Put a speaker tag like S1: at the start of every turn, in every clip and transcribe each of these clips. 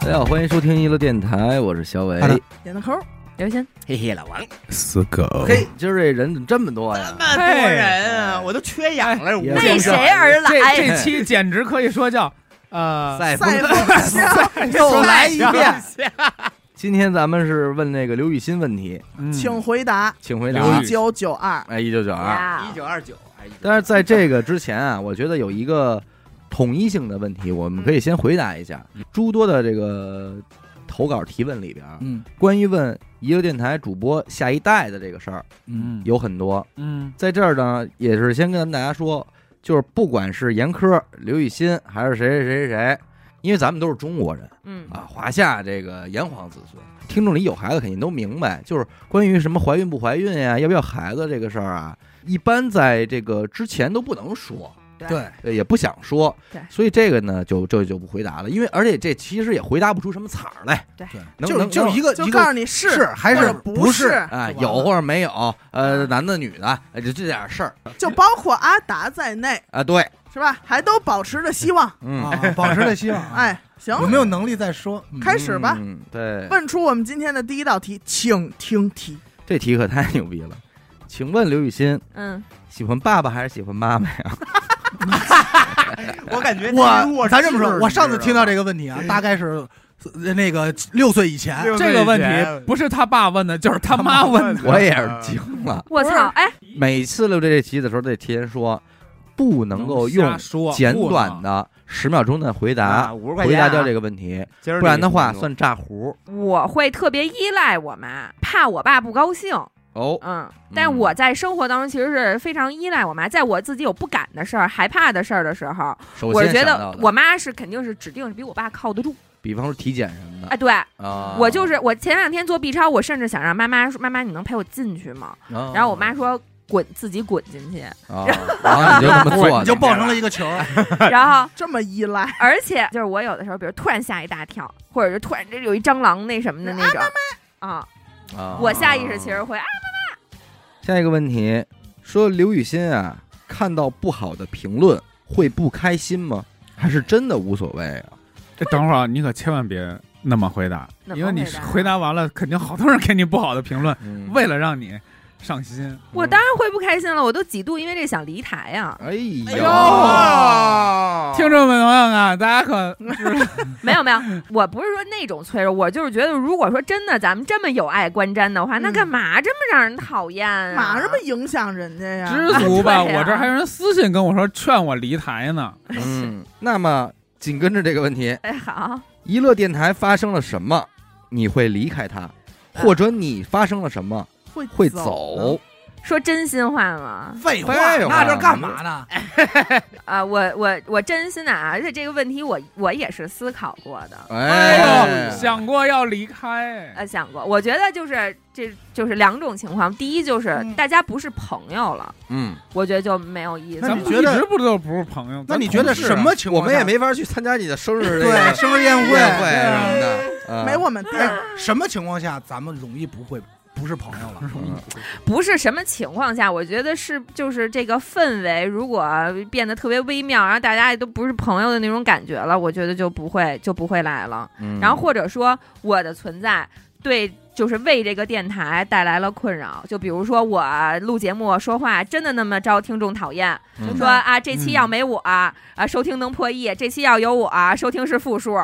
S1: 大家好，欢迎收听娱乐电台，我是小伟
S2: 好。的
S3: 点个扣，
S4: 刘鑫，
S5: 嘿嘿，老王，
S2: 死狗，
S1: 嘿，今儿这人怎么这么多呀？
S3: 那哎多人啊，我都缺氧了，吴
S1: 也
S3: 先
S4: 为
S1: 是
S3: 生。
S4: 谁而
S2: 这
S4: 来？
S2: 这期简直可以说叫呃
S1: 赛
S3: 赛
S1: 风
S2: 赛
S3: 又来一遍，
S1: 今天咱们是问那个刘雨欣问题，
S6: 嗯
S3: 嗯请回答
S1: 请回
S2: 刘
S1: 答
S3: 一
S2: 雨。
S3: 九九二。
S1: 哎，一九九二。
S4: 呀
S5: 一，九二九，哎
S1: 但是在这个之前啊，我觉得有一个统一性的问题，我们可以先回答一下。诸多的这个投稿提问里边，
S2: 嗯
S1: 关于问一个电台主播下一代的这个事儿
S2: 嗯
S1: 有很多。
S2: 嗯
S1: 在这儿呢，也是先跟咱们大家说，就是不管是严科、刘雨欣，还是谁谁谁谁谁，因为咱们都是中国人
S4: 嗯，
S1: 啊，华夏这个炎黄子孙，听众里有孩子肯定都明白，就是关于什么怀孕不怀孕啊呀、要不要孩子这个事儿啊，一般在这个之前都不能说。
S2: 嗯对，
S1: 呃也不想说
S4: 对，
S1: 所以这个呢，就就就不回答了，因为而且这其实也回答不出什么彩儿来，
S4: 对
S2: 对
S1: 能
S2: 就是
S1: 能
S2: 就是一个
S3: 就
S2: 一
S3: 告诉
S2: 个
S3: 你是
S2: 是还
S3: 或
S2: 是
S3: 者不
S2: 是？
S1: 啊，
S2: 就完了
S1: 有或者没有，呃，男的女的，呃就这点事儿
S3: 就包括阿达在内，
S1: 啊，对，
S3: 是吧？还都保持着希望。
S1: 嗯，
S2: 啊，保持着希 望。，
S3: 哎，行，
S2: 有没有能力再说？嗯
S3: 开始吧。
S1: 嗯，对，
S3: 问出我们今天的第一道题，请听题。
S1: 这题可太牛逼了。请问刘雨欣
S4: 嗯，
S1: 喜欢爸爸还是喜欢妈妈呀？
S5: 我感觉
S2: 我咱这么说，我上次听到
S5: 个
S2: 这个问题啊，大概是呃那个六岁以前，
S5: 六岁
S6: 这个问题不是他爸问的，就是他妈问的。
S1: 我也是惊了。
S4: 我操，哎，
S1: 每次录这题的时候得提前说，不能够用
S6: 瞎说
S1: 简短的十秒钟的回答
S5: 五十块
S1: 回
S5: 钱
S1: 答
S5: 啊
S1: 掉这个问题，
S5: 今儿
S1: 不然的话
S5: 这个
S1: 算炸胡
S4: 我会特别依赖我妈，怕我爸不高兴。
S1: 哦。
S4: 嗯，但我在生活当中其实是非常依赖我妈，在我自己有不敢的事儿、害怕的事儿的时候，
S1: 首
S4: 我
S1: 先
S4: 觉
S1: 想
S4: 得
S1: 到
S4: 我
S1: 的，
S4: 妈是肯定是指定是比我爸靠得住。
S1: 比方说体检什么的
S4: 哎，对
S1: 啊，
S4: 我就是我前两天做 B 超，我甚至想让妈妈说：“妈妈，你能陪我进去吗？”
S1: 啊，
S4: 然后我妈说。滚，自己滚进去。
S1: 啊，然后你就这么做的，
S2: 你就抱成了一个球。
S4: 然后，
S3: 这么依赖，
S4: 而且就是我有的时候，比如突然吓一大跳，或者是突然这有一蟑螂那什么的那种，啊，
S1: 啊。
S4: 我下意识其实会啊，
S1: 下一个问题，说刘雨欣啊，看到不好的评论会不开心吗？还是真的无所谓啊？
S6: 这等会儿你可千万别那么回答，
S4: 那么
S6: 因为你
S4: 回答
S6: 回答完了，肯定好多人给你不好的评论，
S1: 嗯
S6: 为了让你上心。
S4: 我当然会不开心了，我都几度因为这想离台啊呀、
S1: 哎
S3: 哎
S4: 哎
S1: 呦，
S6: 听众们朋友们啊，大家可
S4: 没有没有， 我不是说那种脆弱，我就是觉得，如果说真的咱们这么有爱观瞻的话，那
S3: 嗯
S4: 干嘛这么让人讨厌啊？
S3: 哪那么影响人家呀？
S6: 知足吧。
S4: 对呀啊
S6: 我这儿还有人私信跟我说劝我离台呢。
S1: 嗯，那么紧跟着这个问题，
S4: 哎好，
S1: 娱乐电台发生了什么，你会离开它，
S4: 啊
S1: 或者你发生了什么
S3: 会
S1: 会
S3: 走，
S1: 走？
S4: 说真心话吗？
S2: 废话，
S1: 废话
S2: 那这干嘛呢？
S4: 啊、我我我真心的啊，而且这个问题我我也是思考过的，
S6: 哎
S1: 哎
S6: 呦，，想过要离开，
S4: 呃，想过，我觉得就是这就是两种情况，第一就是
S2: 嗯
S4: 大家不是朋友了，
S2: 哎
S1: 嗯，
S4: 我觉得就没有意思
S2: 那
S6: 咱
S2: 你
S4: 了。
S6: 们
S2: 觉得
S6: 一直不都不是朋友？
S2: 那
S6: 咱
S2: 你觉得
S6: 同事啊
S2: 什么情
S1: 我
S2: 况下？
S1: 们也没法去参加你的生日
S2: 对生日宴
S1: 宴会
S2: 会对
S1: 什
S2: 啊
S1: 么的，呃
S3: 没我们地儿。
S2: 哎，什么情况下咱们容易不会不是朋
S6: 啊
S2: 友了？
S1: 嗯
S4: 不是什么情况下，我觉得是就是这个氛围，如果变得特别微妙，然后大家也都不是朋友的那种感觉了，我觉得就不会就不会来了。
S1: 嗯
S4: 然后或者说我的存在对。就是为这个电台带来了困扰，就比如说我录节目说话真的那么招听众讨厌，
S1: 嗯
S4: 说啊这期要没我啊收听能破亿，这期要有我啊收听是 负数，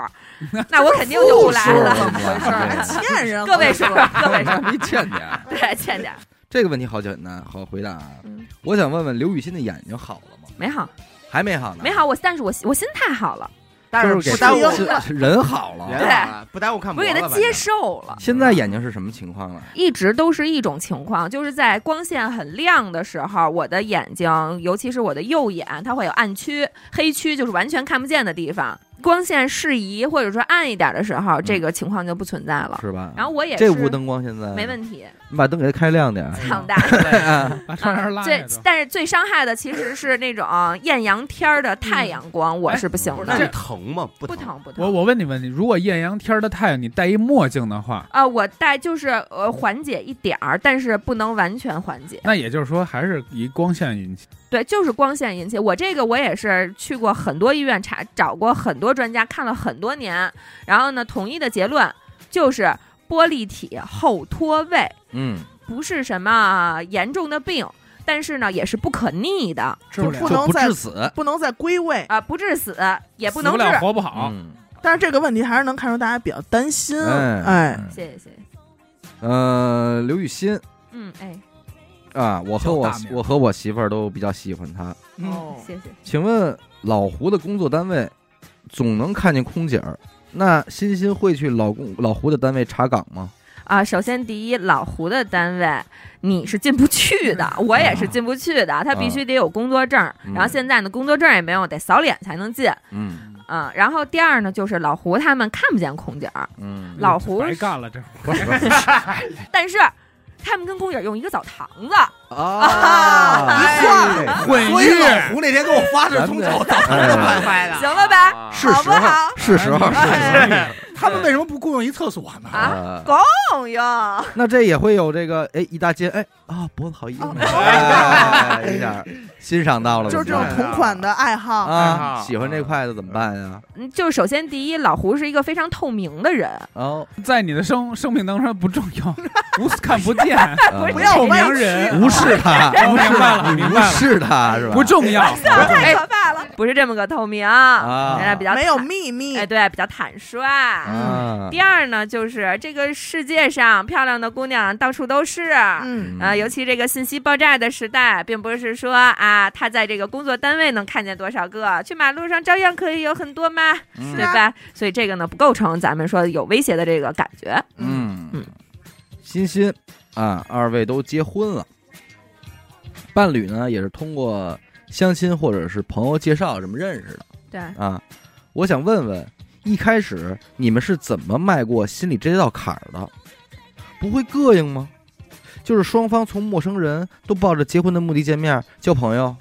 S4: 那我肯定就不嗯来了。
S1: 怎么回事
S3: 还欠人，
S4: 各位数，各位数，
S1: 你欠点。
S4: 对，欠点儿
S1: 这个问题好简单，好回答啊
S4: 嗯！
S1: 我想问问刘雨欣的眼睛好了吗？
S4: 没好
S1: 还没好呢，
S4: 没，好，我但是我我心态好了。
S5: 但
S1: 就是
S5: 不
S1: 给
S5: 耽误
S1: 是是人好了。
S5: 人啊，不耽误看
S4: 我
S5: 摩
S4: 给
S5: 了，
S4: 他接受了，
S1: 现在眼睛是什么情况了？
S4: 一直都是一种情况，就是在光线很亮的时候，我的眼睛，尤其是我的右眼，它会有暗区、黑区，就是完全看不见的地方。光线适宜或者说暗一点的时候，这个情况就不存在了。
S1: 是吧？
S4: 然后我也
S1: 这
S4: 是嗯
S1: 屋灯光现在
S4: 没问题，哎
S1: 你把灯给它开亮点儿。
S4: 烫大。
S6: 把窗啊帘拉下
S4: 最
S6: 来都。
S4: 但是最伤害的其实是那种艳阳天儿的太阳光，哎我是不行
S5: 那你
S4: 的，
S5: 疼吗？不
S4: 不。疼不疼。
S6: 我我问你问题，如果艳阳天的太阳，你戴一墨镜的话，
S4: 啊，我戴就是呃呃缓解一点儿，但是不能完全缓解。
S6: 那也就是说还是以光线引起。
S4: 对，就是光线引起。我这个我也是去过很多医院查，找过很多专家，看了很多年，然后呢，统一的结论就是玻璃体后脱位
S1: 嗯，
S4: 不是什么严重的病，但是呢，也是不可逆的啊、
S2: 治不
S3: 就
S2: 了
S3: 不。
S1: 就
S3: 能
S1: 不
S3: 再
S1: 致死，
S3: 不能再归位。
S4: 不致死，也不
S6: 死
S4: 能
S6: 不
S4: 治。
S6: 了活不好。
S1: 嗯，
S3: 但是这个问题还是能看出大家比较担心。哎，
S4: 谢谢谢谢，
S1: 嗯呃，刘雨欣
S4: 嗯，哎，
S1: 啊，我和我
S2: 叫大名
S1: 我和我媳妇儿都比较喜欢她。
S2: 嗯，
S4: 谢谢。
S1: 请问老胡的工作单位总能看见空姐儿，那欣欣会去老公老胡的单位查岗吗？
S4: 啊，首先第一，老胡的单位你是进不去的，我
S6: 啊
S4: 也是进不去的，他必须得有工作证儿，
S1: 嗯
S4: 然后现在呢，工作证儿也没有，得扫脸才能进。
S1: 嗯
S4: 嗯，然后第二呢，就是老胡他们看不见空姐儿，
S1: 嗯
S4: 老胡
S6: 白干了这
S1: 不是不是哎
S4: 但是他们跟空姐儿用一个澡堂子，
S1: 啊，
S2: 哎
S6: 混
S2: 所以
S6: 浴
S2: 老胡那天给我发是从小到
S1: 哎
S5: 坏了
S4: 行了吧？
S1: 是
S4: 好
S1: 时
S4: 不
S1: 候
S4: 好，
S1: 是时候。
S4: 哎
S2: 他们为什么不雇佣一厕所呢？
S4: 啊
S1: 呃
S4: 共用。
S1: 那这也会有这个哎，一大街哎啊，脖子好硬啊，哎一下欣赏到了，
S3: 就是这种
S1: 怎么办
S3: 同款的爱好，
S6: 哎
S1: 啊，
S5: 啊
S1: 喜欢这筷子怎么办呀？
S4: 嗯就首先第一，老胡是一个非常透明 的人，
S1: 哦，
S6: 在你的生生命当中不重要，无看不见，
S1: 呃
S3: 不要
S6: 透
S3: 歪
S6: 明
S3: 曲
S6: 人
S1: 无 视他，
S6: 哦明白了，
S1: 你
S6: 明
S1: 无
S6: 白了，
S1: 视他是吧？
S6: 不重要。
S4: 太可怕了，哎不是这么个透明，
S1: 哎啊
S4: 哎比较
S3: 没有
S4: 坦
S3: 秘密
S4: 哎，。对，比较坦率。
S1: 啊，
S4: 第二呢，就是这个世界上漂亮的姑娘到处都是。
S3: 嗯，
S4: 啊，尤
S1: 其
S4: 其这个信息爆炸的时代，并不是说啊，她在这个工作单位能看见多少个，去马路上照样可以有很多嘛，
S1: 嗯
S4: 对
S3: 啊
S4: 吧？所以这个呢，不构成咱们说有威胁的这个感觉。
S1: 嗯
S4: 嗯，
S1: 欣欣啊，二位都结婚了，伴侣呢也是通过相亲或者是朋友介绍什么认识的
S4: 对，
S1: 啊。我想问问，一开始你们是怎么迈过心里这道坎儿的？不会膈应吗？就是双方从陌生人都抱着结婚的目的见面交朋友，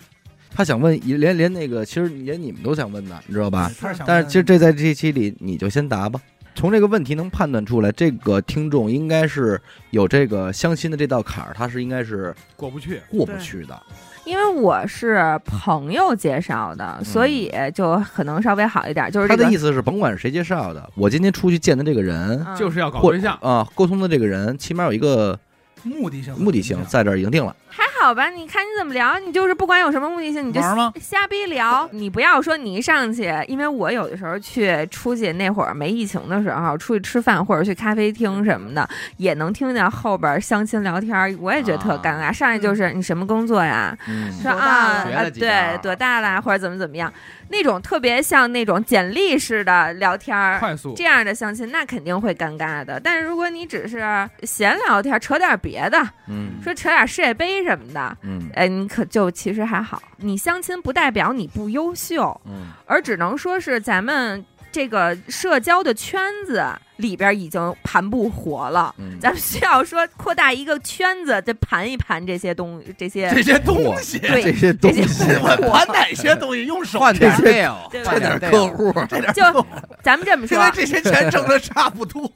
S1: 他想问，连连那个，其实连你们都想问的，你知道吧？
S2: 哎他是想问，
S1: 但是其实这在这一期里你就先答吧。从这个问题能判断出来，这个听众应该是有这个相亲的这道坎儿，他是应该是
S2: 过不去，
S1: 过不去的。
S4: 因为我是朋友介绍的，所以就可能稍微好一点。就是
S1: 他
S4: 这
S1: 的
S4: 个
S1: 意，思是，甭管是谁介绍的，我今天出去见的这个人
S4: 嗯
S6: 就是要搞
S1: 或
S6: 对象，
S1: 啊，沟通的这个人，起码有一个
S2: 目的性，
S1: 目的性，在这儿已经定了。
S4: 还好吧？你看你怎么聊，你就是不管有什么目的性，你就
S6: 玩吗？
S4: 瞎逼聊，你不要说你一上去，因为我有的时候去出去那会儿没疫情的时候，出去吃饭或者去咖啡厅什么的，也能听见后边相亲聊天儿，我也觉得特尴尬。上来就是你什么工作呀？
S1: 嗯
S4: 说
S3: 多大了
S4: 啊
S5: 学
S4: 啊
S5: 了几年
S4: 对
S5: 啊
S4: 多大啦，或者怎么怎么样，那种特别像那种简历式的聊天儿，
S6: 快速
S4: 这样的相亲那肯定会尴尬的。但是如果你只是闲聊天，扯点别的，
S1: 嗯
S4: 说扯点世界杯什么的，
S1: 嗯
S4: 哎，你可就其实还好。你相亲不代表你不优秀，
S1: 嗯
S4: 而只能说是咱们这个社交的圈子里边已经盘不活了。
S1: 嗯，
S4: 咱们需要说扩大一个圈子，再盘一盘这些东这些
S2: 这些东西，
S1: 这
S4: 对
S1: 些东西
S4: 这些
S2: 我盘哪些东西用手
S5: 换点
S2: 钱
S5: 队友，
S4: 对吧
S5: 换
S1: 这
S5: 点
S1: 点
S5: 队
S1: 客
S5: 友。
S1: 户，
S4: 就咱们这么
S2: 现
S4: 说，啊
S2: 在这些钱挣的差不多，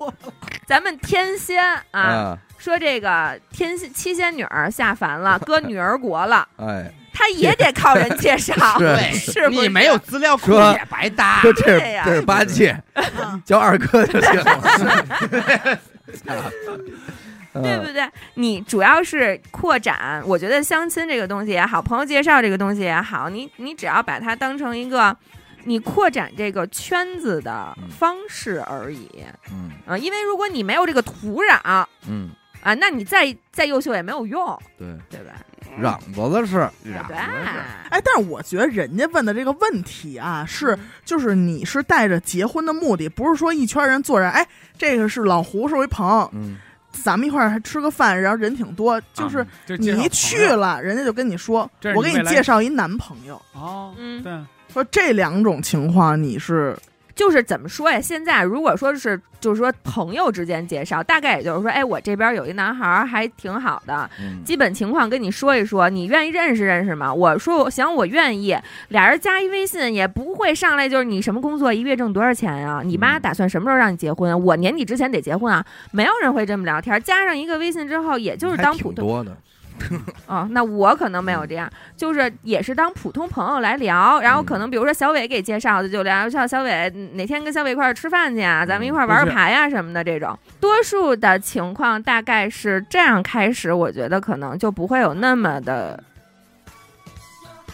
S4: 咱们天仙啊，
S1: 啊，
S4: 说这个天仙七仙女儿下 凡了，搁女儿国了，
S1: 哎，
S4: 她也得靠人介绍，
S1: 是
S4: 是不是？
S5: 你没有资料库
S1: 说
S5: 也白搭。
S1: 说这是
S4: 对呀
S1: 这是八戒，
S3: 嗯
S1: 叫二
S6: 啊
S1: 哥就行了。
S4: 对
S1: 嗯
S4: 不对？你主要是扩展，我觉得相亲这个东西也好，朋友介绍这个东西也好，你你只要把它当成一个你扩展这个圈子的方式而已
S1: 嗯
S4: 啊、因为如果你没有这个土壤啊、
S1: 嗯，
S4: 那你再再优秀也没有用，
S1: 对，
S4: 对吧？
S1: 嚷子的是，啊
S4: 对。
S3: 哎，但是我觉得人家问的这个问题啊，是就是你是带着结婚的目的，不是说一圈人坐着，哎，这个是老胡，是我一朋友，
S1: 嗯。
S3: 咱们一块儿还吃个饭，然后人挺多，就是
S6: 就
S3: 你
S6: 啊介绍朋
S3: 一去
S6: 友
S3: 了，人家就跟你说
S6: 这，是
S3: 我
S6: 你
S3: 给你
S6: 未来
S3: 介绍一男朋友。
S6: 哦，
S4: 嗯
S6: 对，
S3: 说这两种情况你是
S4: 就是怎么说呀？现在如果说是，就是说朋友之间介绍，大概也就是说，哎，我这边有一男孩儿还挺好的，
S1: 嗯
S4: 基本情况跟你说一说，你愿意认识认识吗？我说我想我愿意，俩人加一微信也不会上来就是你什么工作，一个月挣多少钱啊？你妈
S1: 嗯
S4: 打算什么时候让你结婚啊？我年底之前得结婚啊！没有人会这么聊天，加上一个微信之后，也就是
S1: 还
S4: 当
S1: 挺
S4: 普通
S1: 多的，
S4: 啊、那我可能没
S1: 嗯
S4: 有这样，就是也是当普通朋友来聊，然后
S1: 嗯
S4: 可能比如说小伟给介绍的就聊，像小伟哪天跟小伟一块儿吃饭去啊，咱们
S1: 嗯
S4: 一块儿玩
S6: 不
S4: 玩
S6: 是
S4: 牌呀、什么的这种。多数的情况大概是这样开始，我觉得可能就不会有那么的，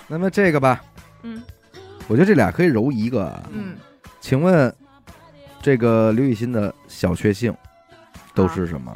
S1: 那么这个吧，
S4: 嗯，
S1: 我觉得这俩可以揉一个。啊。
S3: 嗯，
S1: 请问这个刘雨欣的小确幸都
S4: 啊
S1: 是什么？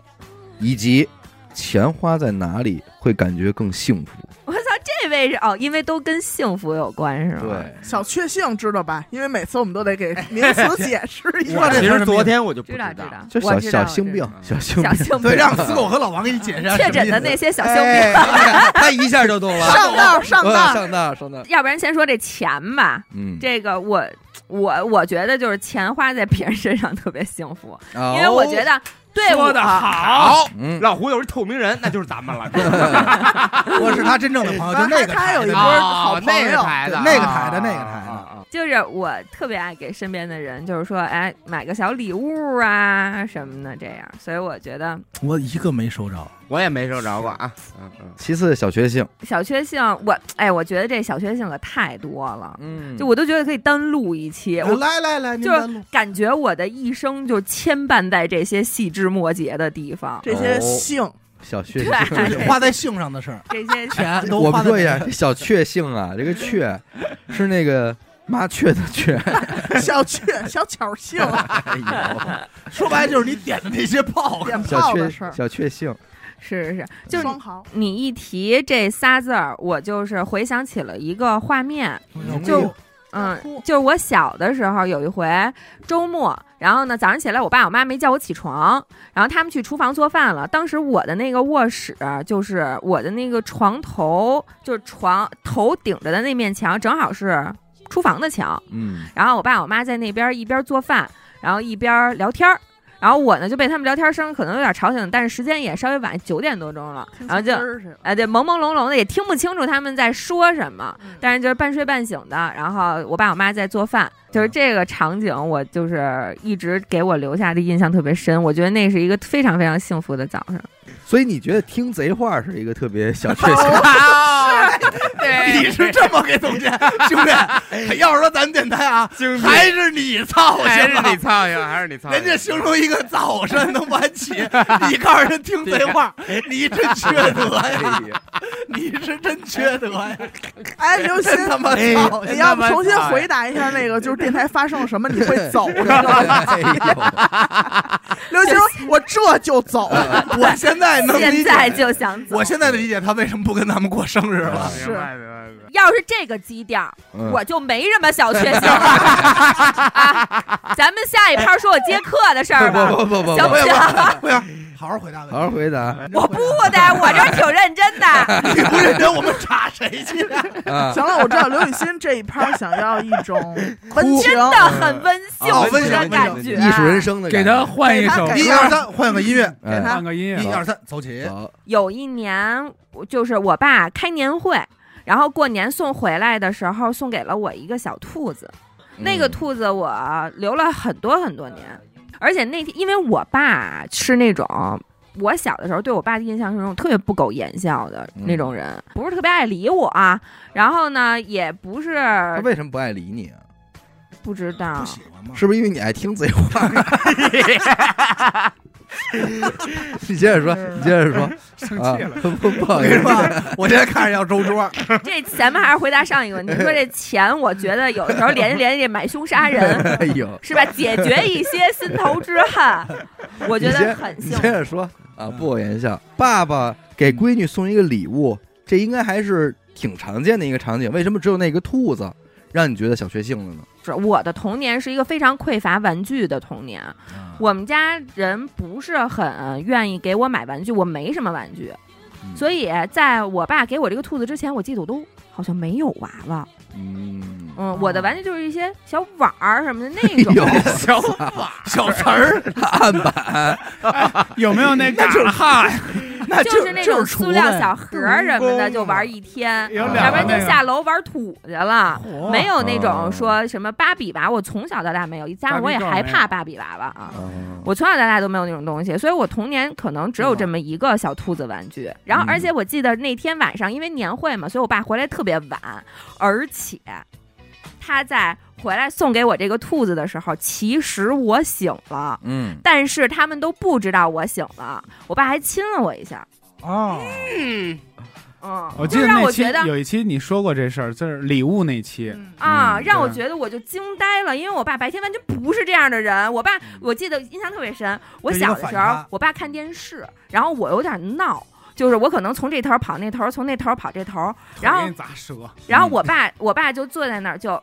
S1: 以及钱花在哪里会感觉更幸福？
S4: 我操，这位是哦，因为都跟幸福有关是吗？，
S3: 小确幸知道吧？因为每次我们都得给名词解释一
S5: 我
S3: 下。
S5: 这其实昨天我就不
S4: 知道知道，
S1: 就
S4: 我
S1: 小
S4: 知道
S1: 小性病，
S6: 我知
S1: 小
S6: 道
S1: 性病。
S4: 小性病
S2: 对， 让死狗和老王给你解释一下
S4: 确诊的那些小性病。
S1: 哎哎他一下就懂了，
S3: 上道上
S1: 哎
S3: 道，
S1: 上当上当。
S4: 要不然先说这钱吧，
S1: 嗯，
S4: 这个我我我觉得就是钱花在别人身上特别幸福，
S1: 因
S4: 因为我觉哦得对我
S5: 说的好，
S1: 嗯，
S5: 老胡有是透明人，那就是咱们了。
S2: 我是他真正的朋友，就那个
S3: 他
S2: 台
S3: 有
S2: 的
S3: 一波
S2: 那个
S3: 好朋友，
S5: 台
S2: 对那个台啊的那个台的
S5: 的，
S4: 就是我特别爱给身边的人，就是说，哎，买个小礼物啊什么的，这样。所以我觉得
S2: 我一个没收着，
S5: 我也没收着过啊。嗯嗯，
S1: 其次小确幸，
S4: 小确幸，我哎，我觉得这小确幸可太多了，
S1: 嗯
S4: 就我都觉得可以单录一期，我
S2: 来来来，您
S4: 就
S2: 来
S4: 是
S2: 录。
S4: 感觉我的一生就牵绊在这些细枝末节的地方，
S3: 这些性
S1: 小确
S4: 对
S1: 幸。
S2: 就是花在性上的事儿，
S4: 这些
S2: 钱都
S1: 我
S2: 花
S1: 们
S2: 在
S1: 说一下，这小确幸啊，这个 确是那个麻雀的雀，
S3: 小确小巧啊性
S5: 哎
S2: 说白了就是你点的那些啊炮，
S3: 点
S1: 小
S3: 炮的事
S1: 确
S3: 儿，
S1: 小确幸，
S4: 是是是，就是
S3: 双豪
S4: 你一提这仨字儿，我就是回想起了一个画面，
S5: 啊
S4: 就嗯
S3: 大哭，
S4: 就是我小的时候有一回周末，然后呢早上起来，我爸我妈没叫我起床，然后他们去厨房做饭了。当时我的那个卧室就是我的那个床头，就是床头顶着的那面墙，正好是厨房的墙。
S1: 嗯，
S4: 然后我爸我妈在那边一边做饭，然后一边聊天儿。然后我呢就被他们聊天声可能有点吵醒，但是时间也稍微晚，九点多钟了，然后就哎，对，朦朦胧胧的，也听不清楚他们在说什么，
S3: 嗯
S4: 但是就是半睡半醒的。然后我爸我妈在做饭，就是
S2: 嗯
S4: 这个场景，我就是一直给我留下的印象特别深。我觉得那是一个非常非常幸福的早上。
S1: 所以你觉得听贼话是一个特别小确幸？
S4: 对，
S2: 你是这么给总 结，兄弟，要是说咱们电台啊，
S5: 经
S2: 还是你操
S5: 还
S2: 心
S5: 是
S2: 吧。
S5: 你操心，还是你操 心。
S2: 人家形容一个早晨能晚起，你告诉人听贼话，你真缺德 哎呀！你是真缺德呀！
S3: 哎，刘鑫，
S2: 真他妈
S5: 哎
S2: 操
S3: 你
S2: 心！
S3: 要不重新回答一下那个，就是电台发生了什么，你会走是吗？
S1: 哎呦，
S3: 刘鑫，我这就走。
S2: 我现在能理
S4: 现
S2: 解，
S4: 在就想走。
S2: 我现在理解他为什么不跟咱们过生日了。
S5: 明白明白明白
S4: 要是这个基调，
S1: 嗯
S4: 我就没什么小确 幸了。啊，咱们下一趴说我接客的事儿吧，
S1: 不不不不
S4: 行
S1: 不
S4: 哎不
S1: 不，
S4: 行？
S2: 不行， 好好回答问题
S1: 好好回答
S4: 我不的，我这儿挺认真的。
S2: 你不认真，我们查谁去？
S1: 啊！
S3: 行了，我知道刘雨欣这一趴想要一种温情
S4: 真，的很温
S1: 啊
S4: 幸福
S2: 嗯温馨
S4: 的
S2: 温馨
S4: 感觉，嗯
S1: 艺术人生的
S6: 给
S1: 感
S6: 他
S1: 觉，
S6: 换一首
S3: 给，
S2: 一二三，换个音乐，
S3: 给他
S1: 哎
S6: 换个音乐
S2: 一。二三，走起。
S1: 好嗯
S4: 有一年，我就是我爸开年会，然后过年送回来的时候，送给了我一个小兔子。那个
S1: 嗯
S4: 兔子我留了很多很多年，而且那天因为我爸是那种。我小的时候对我爸的印象是那种特别不苟言笑的
S1: 嗯
S4: 那种人，不是特别爱理我、啊然后呢，也不是
S1: 他为什么不爱理你啊？
S4: 不知道
S2: 不，喜欢 吗？
S1: 是不是因为你爱听贼话？你接着说，你接着说
S6: 生
S1: 啊！不不不好
S2: 我
S1: 意
S2: 跟你
S1: 思
S2: 说，我现在看着要周桌，
S4: 这咱们还是回答上一个问题。说这钱，我觉得有的时候联系联系买凶杀人，
S1: 哎呦，
S4: 是吧？解决一些心头之恨，我觉
S1: 你
S4: 得
S1: 先
S4: 很
S1: 你
S4: 幸
S1: 接
S4: 福。
S1: 着说啊！不苟言笑，爸爸给闺女送一个礼物，这应该还是挺常见的一个场景。为什么只有那个兔子让你觉得小确幸了呢？
S4: 是我的童年是一个非常匮乏玩具的童年，我们家人不是很愿意给我买玩具，我没什么玩具，
S1: 嗯
S4: 所以在我爸给我这个兔子之前，我记得我都好像没有娃娃。
S1: 嗯，
S4: 嗯，我的玩具就是一些小碗儿什么的那种。
S1: 小
S2: 小词儿，
S6: 有没有那嘎哈呀？
S3: 那
S4: 就
S3: 这
S4: 是那
S3: 这
S4: 种
S3: 是
S4: 塑
S3: 厨
S4: 料
S3: 子
S4: 小盒儿什么
S5: 公
S4: 的，
S5: 公
S4: 就玩一天，
S6: 有
S1: 两
S4: 要不然
S1: 个
S4: 就下楼玩土去了。
S3: 嚯
S4: 没有那种
S1: 哦
S4: 说什么芭比娃娃，我从小到大没有，加上我也
S6: 芭比 girl
S4: 害
S6: 没有
S4: 怕芭比娃娃啊。
S1: 嗯
S4: 我从小到大都没有那种东西，所以我童年可能只有这么
S6: 嗯
S4: 一个小兔子玩具。然后，而且我记得那天晚上，因为年会嘛，所以我爸回来特别晚，而且他在回来送给我这个兔子的时候，其实我醒了，
S1: 嗯，
S4: 但是他们都不知道我醒了。我爸还亲了我一下，
S6: 哦，
S5: 嗯，
S4: 嗯，
S6: 我记
S4: 就
S6: 得
S4: 让
S6: 那
S4: 我
S6: 期
S4: 觉得
S6: 有一期你说过这事儿，就是礼物那期，
S3: 嗯
S4: 啊，
S1: 嗯
S4: 让我
S6: 对
S4: 觉得我就惊呆了，因为我爸白天完全不是这样的人。我爸，我记得印象特别深，我
S2: 就一个
S4: 小的
S2: 反
S4: 时候
S2: 差，
S4: 我爸看电视，然后我有点闹。就是我可能从这头跑那头，从那头跑这头，然后
S6: 你咋折？
S4: 然后我爸我爸就坐在那儿就，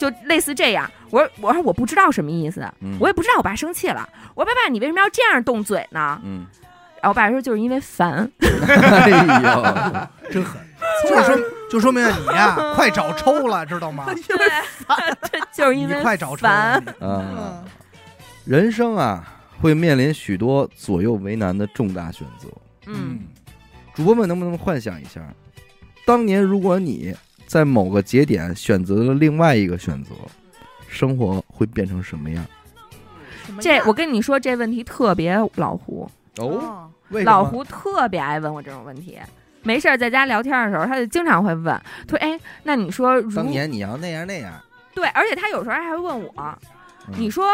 S4: 就类似这样。我说我说我不知道什么意思，
S1: 嗯
S4: 我也不知道我爸生气了。我说爸爸你为什么要这样动嘴呢？
S1: 嗯，
S4: 然后我爸说就是因为烦。
S1: 哎 呦，
S2: 真狠， 就说就说明你呀，快找抽了，知道吗？
S4: 对，这就是 因
S2: 你
S4: 为
S2: 快找抽了
S4: 烦。
S2: 你
S1: 啊，
S3: 嗯
S1: 人生啊，会面临许多左右为难的重大选择。
S4: 嗯，
S1: 主播们能不能幻想一下，当年如果你在某个节点选择了另外一个选择，生活会变成什么样？
S4: 这我跟你说这问题特别老胡。
S3: 哦，
S1: 为什么
S4: 老胡特别爱问我这种问题。没事儿，在家聊天的时候，他就经常会问，他说：“哎，那你说如
S1: 当年你要那样那样，
S4: 对，而且他有时候还会问我，
S1: 嗯
S4: 你说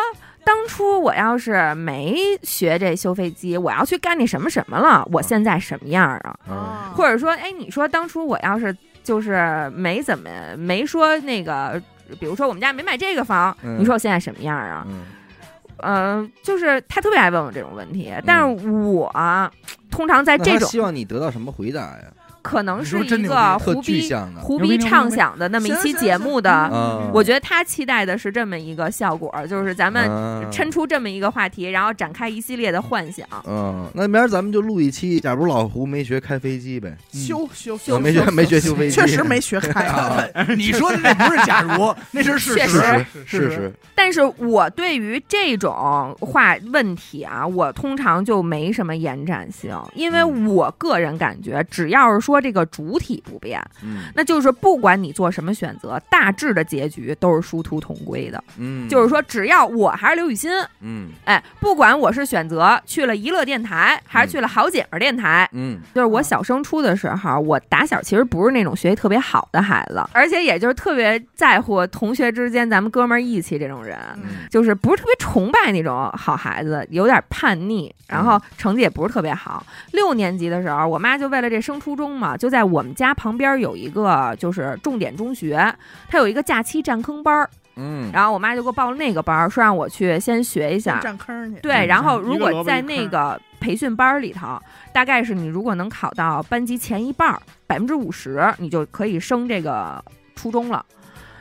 S4: 当初我要是没学这修飞机，我要去干那什么什么了，我现在什么样啊？
S1: 嗯
S4: 或者说，哎，你说当初我要是就是没怎么没说那个，比如说我们家没买这个房，
S1: 嗯
S4: 你说我现在什么样啊？
S1: 嗯
S4: 呃，就是他特别爱问我这种问题，但是我、通常在
S1: 嗯那
S4: 哎这
S1: 他
S4: 种
S1: 希望你得到什么回答呀？
S4: 可能
S2: 你
S4: 是
S2: 说真
S4: 一
S2: 牛逼
S4: 个
S1: 特
S4: 胡
S1: 具
S4: 逼
S1: 象的，
S4: 胡
S6: 牛逼
S4: 逼
S6: 牛逼
S4: 畅
S6: 牛逼
S4: 想的那么一期节目
S3: 行
S4: 的，
S1: 啊
S4: 我觉得他期待的是这么一个效果，就是咱们
S1: 们
S4: 抻出这么一个话题，然后展开一系列的幻想。
S1: 嗯，那明儿咱们就录一期，假如老胡没学开飞机呗，
S3: 修修
S1: 啊
S3: 修，
S1: 没学没学修飞机，
S3: 确实没学开。啊
S2: 嗯你说的那不是假如，那是事
S4: 确
S1: 事
S2: 实
S4: 实。
S1: 实
S2: 是
S1: 事
S2: 是
S1: 实，
S4: 但是我对于这种话问题啊，我通常就没什么延展性，因为
S1: 嗯
S4: 我个人感觉，只要是说这个主体不变，
S1: 嗯
S4: 那就是不管你做什么选择，大致的结局都是殊途同归的。
S1: 嗯，
S4: 就是说，只要我还是刘雨欣，
S1: 嗯
S4: 哎，不管我是选择去了娱乐电台，
S1: 嗯
S4: 还是去了好姐们儿电台，
S1: 嗯
S4: 就是我小升初的时候，我打小其实不是那种学习特别好的孩子，而且也就是特别在乎同学之间咱们哥们儿义气这种人。
S1: 嗯
S4: 就是不是特别崇拜那种好孩子，有点叛逆，然后成绩也不是特别好。六年级的时候，我妈就为了这升初中嘛，就在我们家旁边有一个就是重点中学，它有一个假期占坑班儿，
S1: 嗯，
S4: 然后我妈就给我报了那个班儿，说让我去先学一下。
S3: 占坑去。
S4: 对，
S6: 嗯
S4: 然后
S6: 一
S4: 如
S6: 个
S4: 果
S6: 萝卜
S4: 在
S6: 一
S4: 那
S6: 坑
S4: 个培训班儿里头，大概是你如果能考到班级前一半儿，百分之五十，你就可以升这个初中了。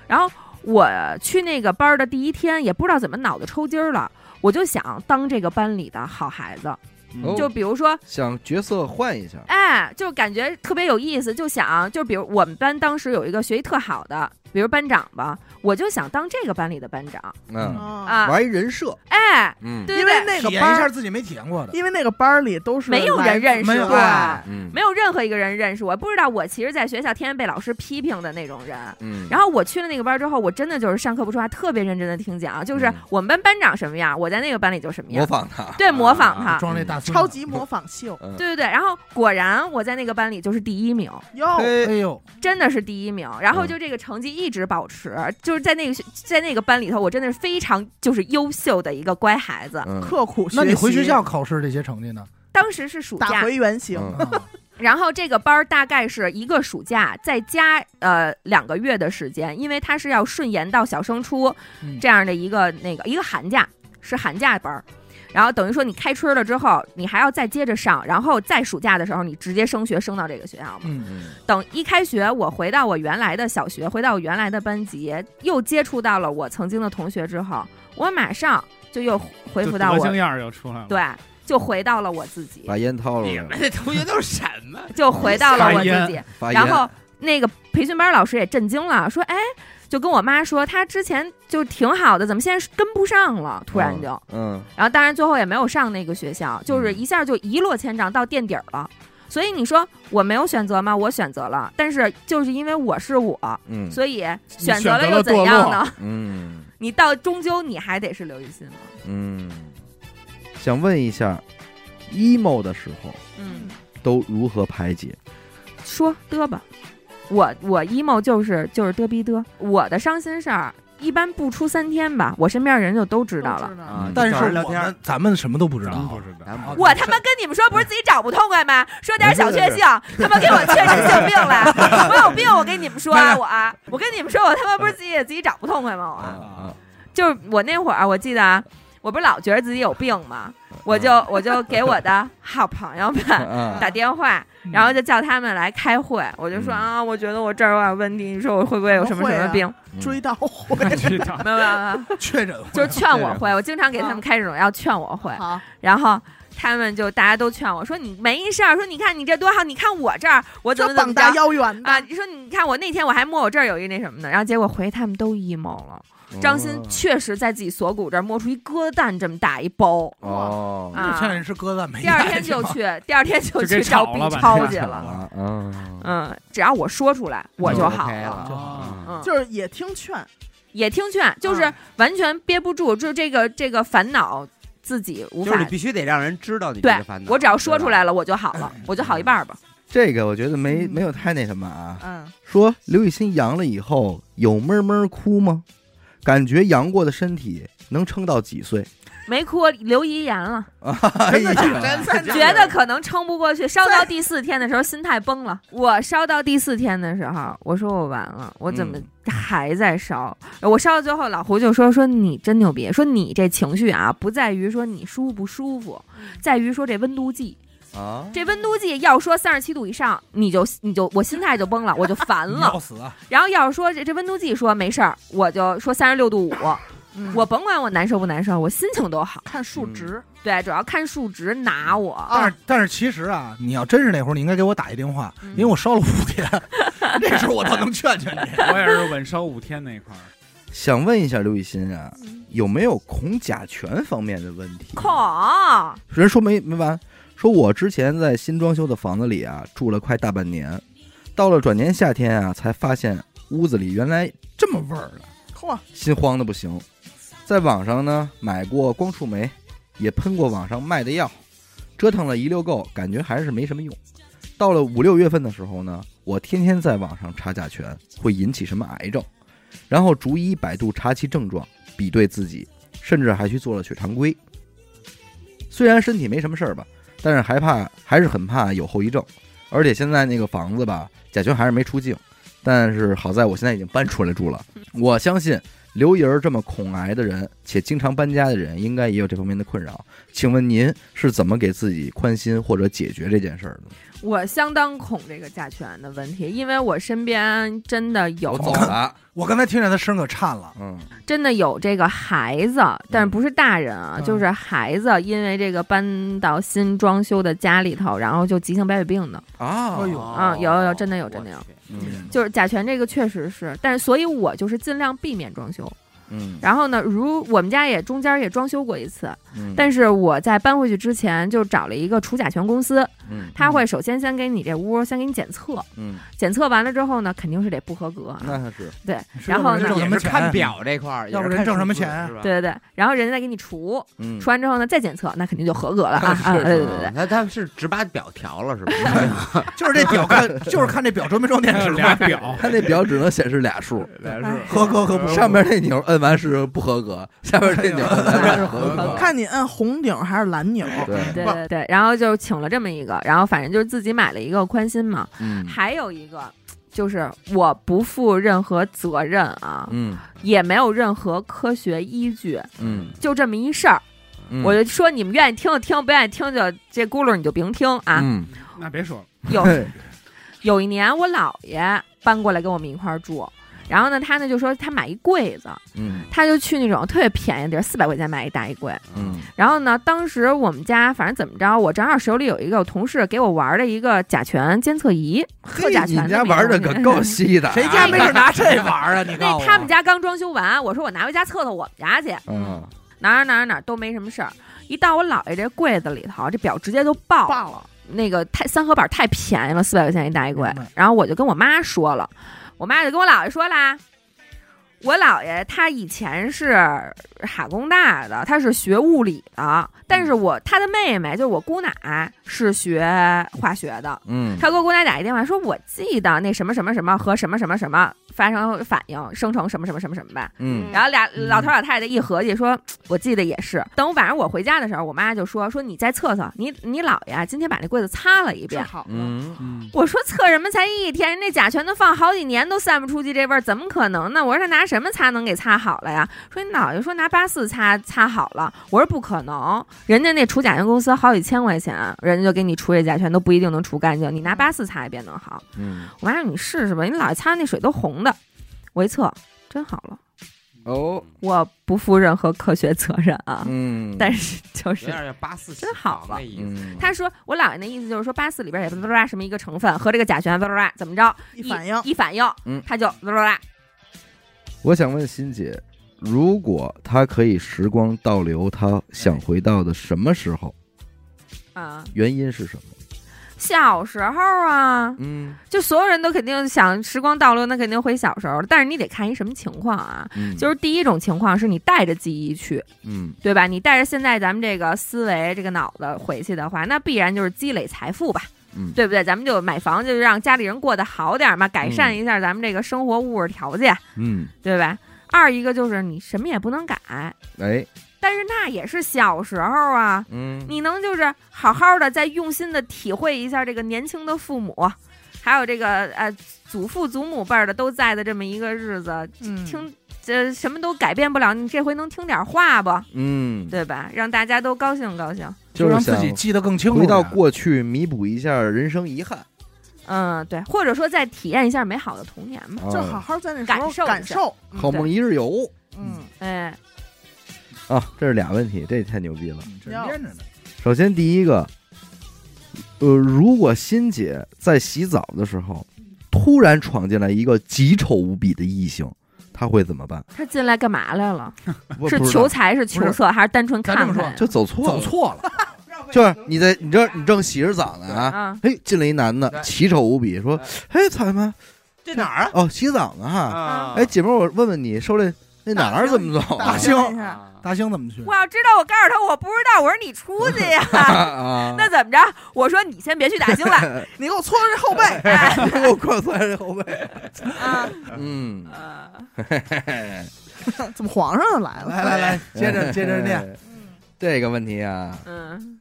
S4: 然后我去那个班儿的第一天，也不知道怎么脑子抽筋儿了，我就想当这个班里的好孩子，
S6: 嗯
S1: 哦
S4: 嗯就比如说
S1: 想角色换一下，
S4: 哎，就感觉特别有意思，就想就比如我们班当时有一个学习特好的，比如班长吧，我就想当这个班里的班长
S1: 嗯，
S3: 啊，
S4: 啊，
S1: 玩一人设，
S4: 哎，
S1: 嗯
S4: 对
S3: 因
S4: 对
S3: 为
S4: 对，
S3: 那个
S2: 体验一
S3: 班
S2: 下
S3: 儿，
S2: 自己没体验过的，
S3: 因为那个班儿里都是
S4: 没有
S3: 来啊
S4: 人认
S2: 没
S4: 识
S2: 有
S4: 我。
S2: 哎
S1: 嗯
S4: 没有任何一个人认识我，不知道我其实，在学校天天被老师批评的那种人。
S1: 嗯，
S4: 然后我去了那个班之后，我真的就是上课不说话，特别认真的听讲，就是
S1: 嗯
S4: 我们班班长什么样，我在那个班里就什么
S1: 模
S4: 样，
S1: 仿他，
S4: 对，模仿
S1: 啊
S4: 他，
S2: 装那大孙子
S3: 超级模仿秀
S1: 嗯
S4: 对对对。然后果然我在那个班里就是第一名，
S3: 哟。
S2: 哎呦，
S4: 真的是第一名。然
S1: 嗯
S4: 后就这个成绩一直保持，就是在那个学在那个班里头，我真的是非常就是优秀的一个乖孩子。
S1: 嗯
S3: 刻苦学习，
S2: 那你回学校考试这些成绩呢？
S4: 当时是暑
S3: 打
S4: 假，
S3: 回原形，
S1: 嗯
S2: 啊
S4: 然后这个班儿大概是一个暑假，再加呃两个月的时间，因为它是要顺延到小升初
S2: 嗯
S4: 这样的一个那个一个寒假，是寒假班儿。然后等于说你开春了之后，你还要再接着上，然后在暑假的时候你直接升学升到这个学校嘛。
S2: 嗯，
S1: 嗯
S4: 等一开学，我回到我原来的小学，回到我原来的班级，又接触到了我曾经的同学之后，我马上就又恢复到
S6: 德
S4: 我
S6: 行样儿又出来了。，
S4: 对，就回到了我自己，哎
S1: 把烟掏出
S5: 你
S1: 来
S5: 们，这同学都是什么？
S4: 就回到了我
S6: 撒
S4: 自
S6: 烟
S4: 己。
S1: 把烟嗯
S4: 然后那个培训班老师也震惊了，说：“哎，就跟我妈说，她之前就挺好的，怎么现在跟不上了？突然就，
S1: 嗯，
S4: 然后当然最后也没有上那个学校，就是一下就一落千丈到垫底儿了。所以你说我没有选择吗？我选择了，但是就是因为我是我，
S1: 嗯嗯
S4: 所以
S6: 选
S4: 选
S6: 择
S4: 择
S6: 了
S4: 了又怎
S6: 堕
S4: 样
S6: 落
S4: 呢？
S1: 嗯
S4: 你到终究你还得是刘雨欣嘛。
S1: 嗯，想问一下，emo 的时候
S4: 嗯，
S1: 都如何排解？
S4: 说嘚吧，我我 emo 就是就是嘚逼嘚，我的伤心事儿一般不出三天吧，我身边人就都知道了。
S5: 啊
S1: 嗯，
S2: 但是
S5: 找
S2: 我
S5: 人聊天
S2: 们咱们什么都不知
S6: 真
S2: 道
S6: 不，知道
S5: 咱们
S4: 我他妈跟你们说，不是自己找不痛快吗？说点小确
S5: 没事
S4: 幸，他妈给我确实性病了，我有病，我跟你们说啊，我啊，我跟你们说，我他妈不是自己自己找不痛快吗？我啊
S1: 啊，
S4: 就是我那会儿，我记得啊，我不是老觉得自己有病吗？我就我就给我的好朋友们
S1: 嗯
S4: 打电话，然后就叫他们来开会，我就
S1: 嗯
S4: 说啊，我觉得我这儿有点问题，你说我会不会有啊什么什么病？
S3: 追悼 会，
S6: 知道
S4: 没有没有没有，
S2: 嗯确诊会
S4: 就是劝我会，我经常给他们开这种要劝我会，
S3: 好，
S4: 然后。他们就大家都劝我说你没事儿，说你看你这多好，你看我这儿我怎么
S3: 这
S4: 怎么
S3: 膀
S4: 着
S3: 大腰圆的
S4: 啊？，你说你看我那天我还摸我这儿有一那什么呢，然后结果回他们都 emo 了。张
S1: 嗯
S4: 鑫确实在自己锁骨这儿摸出一疙瘩这么大一包
S1: 哦
S4: 啊，
S2: 确诊是疙瘩没
S4: 第二
S2: 带
S4: 天
S2: 去
S4: 就
S2: 吗
S4: 去，第二天就
S6: 就
S4: 去
S6: 给
S4: 照
S6: 炒
S4: B
S6: 了吧
S4: 超
S6: 就
S4: 去
S6: 给炒
S4: 了。
S1: 啊嗯
S4: 嗯，只要我说出来，我就好了。
S6: 啊
S4: 嗯，
S3: 就是也听劝，
S4: 也听劝，就是
S3: 啊
S4: 完全憋不住，就这个这个烦恼自己无
S5: 就
S1: 嗯
S5: 是
S4: 法
S5: 你。必须得让人知道你这
S4: 对
S5: 个烦恼。
S4: 我只要说出来了，我就好了，我就好一半儿吧。
S1: 这个我觉得没
S3: 嗯
S1: 没有太那什么啊。
S3: 嗯，
S1: 说刘雨欣阳了以后有闷闷哭吗？感觉阳过的身体能撑到几岁？
S4: 没哭，留遗言了，
S1: 真的
S5: 真的
S3: 真的
S4: 觉得可能撑不过去，烧到第四天的时候心态崩了。我烧到第四天的时候，我说我完了，我怎么还在烧？我烧到最后，老胡就说说你真牛逼，说你这情绪啊，不在于说你舒不舒服，在于说这温度计。
S1: 啊？
S4: 这温度计要说三十七度以上，你就你就我心态就崩了，我就烦
S2: 你
S4: 了
S2: 要。死啊！
S4: 然后要是说这这温度计说没事儿，我就说三十六度五，
S3: 嗯
S4: 我甭管我难受不难受，我心情都好。
S3: 看数值，
S4: 对，主要看数值拿我。
S2: 但是但是其实啊，你要真是那会儿，你应该给我打一电话，
S4: 嗯
S2: 因为我烧了五 天，那时候我倒能劝劝你。
S6: 我也是稳烧五天那一 块儿，
S1: 想问一下刘雨欣啊
S4: 嗯，
S1: 有没有恐甲醛方面的问题？
S4: 恐，
S1: 人说没没完，说我之前在新装修的房子里啊住了快大半年，到了转年夏天啊才发现屋子里原来这么味儿了，
S3: 嚯，
S1: 心慌的不行。在网上呢买过光触媒，也喷过网上卖的药，折腾了一溜够，感觉还是没什么用。到了五六月份的时候呢，我天天在网上查甲醛会引起什么癌症，然后逐一百度查其症状，比对自己，甚至还去做了血常规。虽然身体没什么事儿吧，但是害怕还是很怕有后遗症。而且现在那个房子吧，甲醛还是没出境，但是好在我现在已经搬出来住了。我相信刘姨儿这么恐癌的人，且经常搬家的人，应该也有这方面的困扰。请问您是怎么给自己宽心或者解决这件事儿的？
S4: 我相当恐这个甲醛的问题，因为我身边真的有
S1: 我走了，
S2: 我刚才听见他声可颤了，
S1: 嗯
S4: 真的有这个孩子，但是不是大人啊，
S2: 嗯
S4: 就是孩子，因为这个搬到新装修的家里头，然后就急性白血病的，
S1: 啊
S2: 哎呦
S4: 啊有有有真的有真的有
S5: 我去
S1: 嗯
S4: 就是甲醛这个确实是，但是所以我就是尽量避免装修。
S1: 嗯，
S4: 然后呢，如我们家也中间也装修过一次，
S1: 嗯
S4: 但是我在搬回去之前就找了一个除甲醛公司，
S1: 嗯
S4: 他会首先先给你这屋先给你检测，
S1: 嗯，
S4: 检测完了之后呢，肯定是得不合格啊，
S1: 那是
S4: 对，
S2: 是
S4: 然后
S2: 这
S4: 呢
S2: 种，
S5: 也
S2: 什么
S5: 是
S2: 钱
S5: 看表这块儿，
S2: 要不
S5: 也是
S2: 然挣
S5: 看
S2: 什么
S5: 数字
S2: 钱
S5: 是吧？
S4: 对对对，然后人家再给你除，
S1: 嗯
S4: 除完之后呢再检测，那肯定就 合格了啊啊，对对对对
S5: 啊，他他是只把表调了是吧？
S2: 就是这表 看，就是看这表装没装电
S6: 还有
S2: 池
S6: 俩
S2: 了。
S6: 表，
S1: 他那表只能显示俩数，
S6: 俩
S4: 哎
S6: 呃是
S2: 合格可不
S1: 上面那钮摁完是不合格，下边这钮摁完是合格。
S3: 看你摁红钮还是蓝钮，
S1: 嗯对，
S4: 对对对，然后就请了这么一个，然后反正就是自己买了一个宽心嘛，
S1: 嗯
S4: 还有一个就是我不负任何责任啊，
S1: 嗯
S4: 也没有任何科学依据，
S1: 嗯，
S4: 就这么一事儿，
S1: 嗯
S4: 我就说你们愿意听就听，不愿意听就这轱辘你就别听啊。
S1: 嗯
S6: 那别说了，
S4: 有
S1: 嘿
S4: 有一年我姥爷搬过来跟我们一块儿住，然后呢，他呢就说他买一柜子，
S1: 嗯
S4: 他就去那种特别便宜的地儿，四百块钱买一大衣柜。
S1: 嗯
S4: 然后呢，当时我们家反正怎么着，我正好手里有一个我同事给我玩的一个甲醛监测仪，
S1: 嘿
S4: 测甲
S1: 你
S4: 醛
S1: 家
S4: 的那
S1: 玩的
S4: 种
S1: 可够细的啊，
S2: 谁家没事拿这玩儿啊？你告
S4: 那
S2: 诉我，
S4: 他们家刚装修完，我说我拿回家测测我们家去，
S1: 嗯
S4: 哪儿哪儿哪儿都没什么事儿。一到我姥爷这柜子里头，这表直接就爆了。
S3: 爆了，
S4: 那个太三合板太便宜了，四百块钱一大衣柜
S6: 明白。
S4: 然后我就跟我妈说了，我妈就跟我姥爷说啦。我姥爷他以前是哈工大的，他是学物理的，但是我他的妹妹就是我姑奶是学化学的，
S1: 嗯
S4: 他给我姑奶打一电话，说我记得那什么什么什么和什么什么什么发生反应，生成什么什么什么什么吧。
S1: 嗯
S4: 然后俩
S6: 嗯
S4: 老头老太太一合计说，我记得也是。等我晚上我回家的时候，我妈就说说你再测测，你你姥爷啊今天把那柜子擦了一
S3: 治
S4: 遍。
S3: 好了，
S1: 嗯
S6: 嗯，
S4: 我说测什么才一天，人那甲醛都放好几年都散不出去这味儿，怎么可能呢？我说他拿什么擦能给擦好了呀？说你姥爷说拿八四擦擦好了，我说不可能，人家那除甲醛公司好几千块钱，人家就给你除这甲醛都不一定能除干净，你拿八四擦一遍能好。
S1: 嗯
S4: 我妈说你试试吧，你姥爷擦那水都红的，我一测真好了。
S1: 哦
S4: 我不负任何科学责任啊，
S1: 嗯，
S4: 但
S1: 是
S4: 是就
S5: 有
S4: 是
S5: 点像八四
S4: 真好嗯了
S5: 那意思。
S4: 他说我姥爷那意思就是说八四里边也叭叭叭什么一个成分和这个甲醛叭叭叭怎么着
S3: 一反应
S4: 一反应，
S1: 嗯
S4: 他就叭叭叭。
S1: 我想问欣姐，如果她可以时光倒流，她想回到的什么时候？
S4: 啊，
S1: 原因是什么？
S4: 小时候啊，
S1: 嗯
S4: 就所有人都肯定想时光倒流，那肯定回小时候。但是你得看一什么情况啊，
S1: 嗯
S4: 就是第一种情况是你带着记忆去，
S1: 嗯
S4: 对吧？你带着现在咱们这个思维、这个脑子回去的话，那必然就是积累财富吧，
S1: 嗯
S4: 对不对？咱们就买房，就是让家里人过得好点儿嘛，改善一下咱们这个生活物质条件，
S1: 嗯，
S4: 对吧？二一个就是你什么也不能改，
S1: 哎
S4: 但是那也是小时候啊，
S1: 嗯
S4: 你能就是好好的再用心的体会一下这个年轻的父母，还有这个呃祖父祖母辈儿的都在的这么一个日子，
S3: 嗯，
S4: 听这什么都改变不了，你这回能听点话不？
S1: 嗯，
S4: 对吧？让大家都高兴高兴。
S1: 就
S2: 就是让自
S1: 想
S2: 己记得更清楚
S1: 回
S2: 点
S1: 到
S2: 儿。
S1: 过去，弥补一下人生遗憾，
S4: 嗯，对，或者说再体验一下美好的童年嘛。
S1: 嗯
S3: 就好，好在那时
S4: 感
S3: 候
S4: 受一
S3: 感
S4: 下
S3: 受，
S1: 啊好梦一日游
S3: 嗯，
S4: 哎，
S1: 啊，这是俩问题，这太牛逼了。
S6: 嗯这连着呢，
S1: 首先第一个，呃，如果欣姐在洗澡的时候突然闯进来一个极丑无比的异性，她会怎么办？
S4: 他进来干嘛来了？
S1: 我
S4: 是
S1: 不知道
S4: 求财是求色，还是单纯看
S6: 咱这么
S4: 看？
S1: 就走错
S2: 走
S1: 了，
S2: 错了，
S1: 就是你在你这你正洗着澡呢啊，
S4: 啊，
S1: 嘿，进来一男的，
S5: 对
S1: 奇丑无比，说
S5: 对：“
S1: 嘿，操你妈！
S5: 这哪儿
S1: 哦，洗澡呢
S5: 啊
S1: 哈。
S5: 啊？
S1: 哎，姐妹儿，我问问你，受累那哪儿怎么走
S2: 大
S1: 啊？
S2: 兴
S3: 看一下
S5: 啊
S2: 大兴怎么去？
S4: 我要知道，我告诉他我不知道，我说你出去呀。
S1: 啊，
S4: 那怎么着？我说你先别去打星了。
S3: 你给我搓这后背，
S4: 哎
S1: 给我扩散这后背。
S4: 啊
S1: 嗯，
S4: 呃
S3: 怎么皇上又来了？
S2: 来来来，接着接着念。
S1: 哎。 这个问题啊，
S4: 嗯，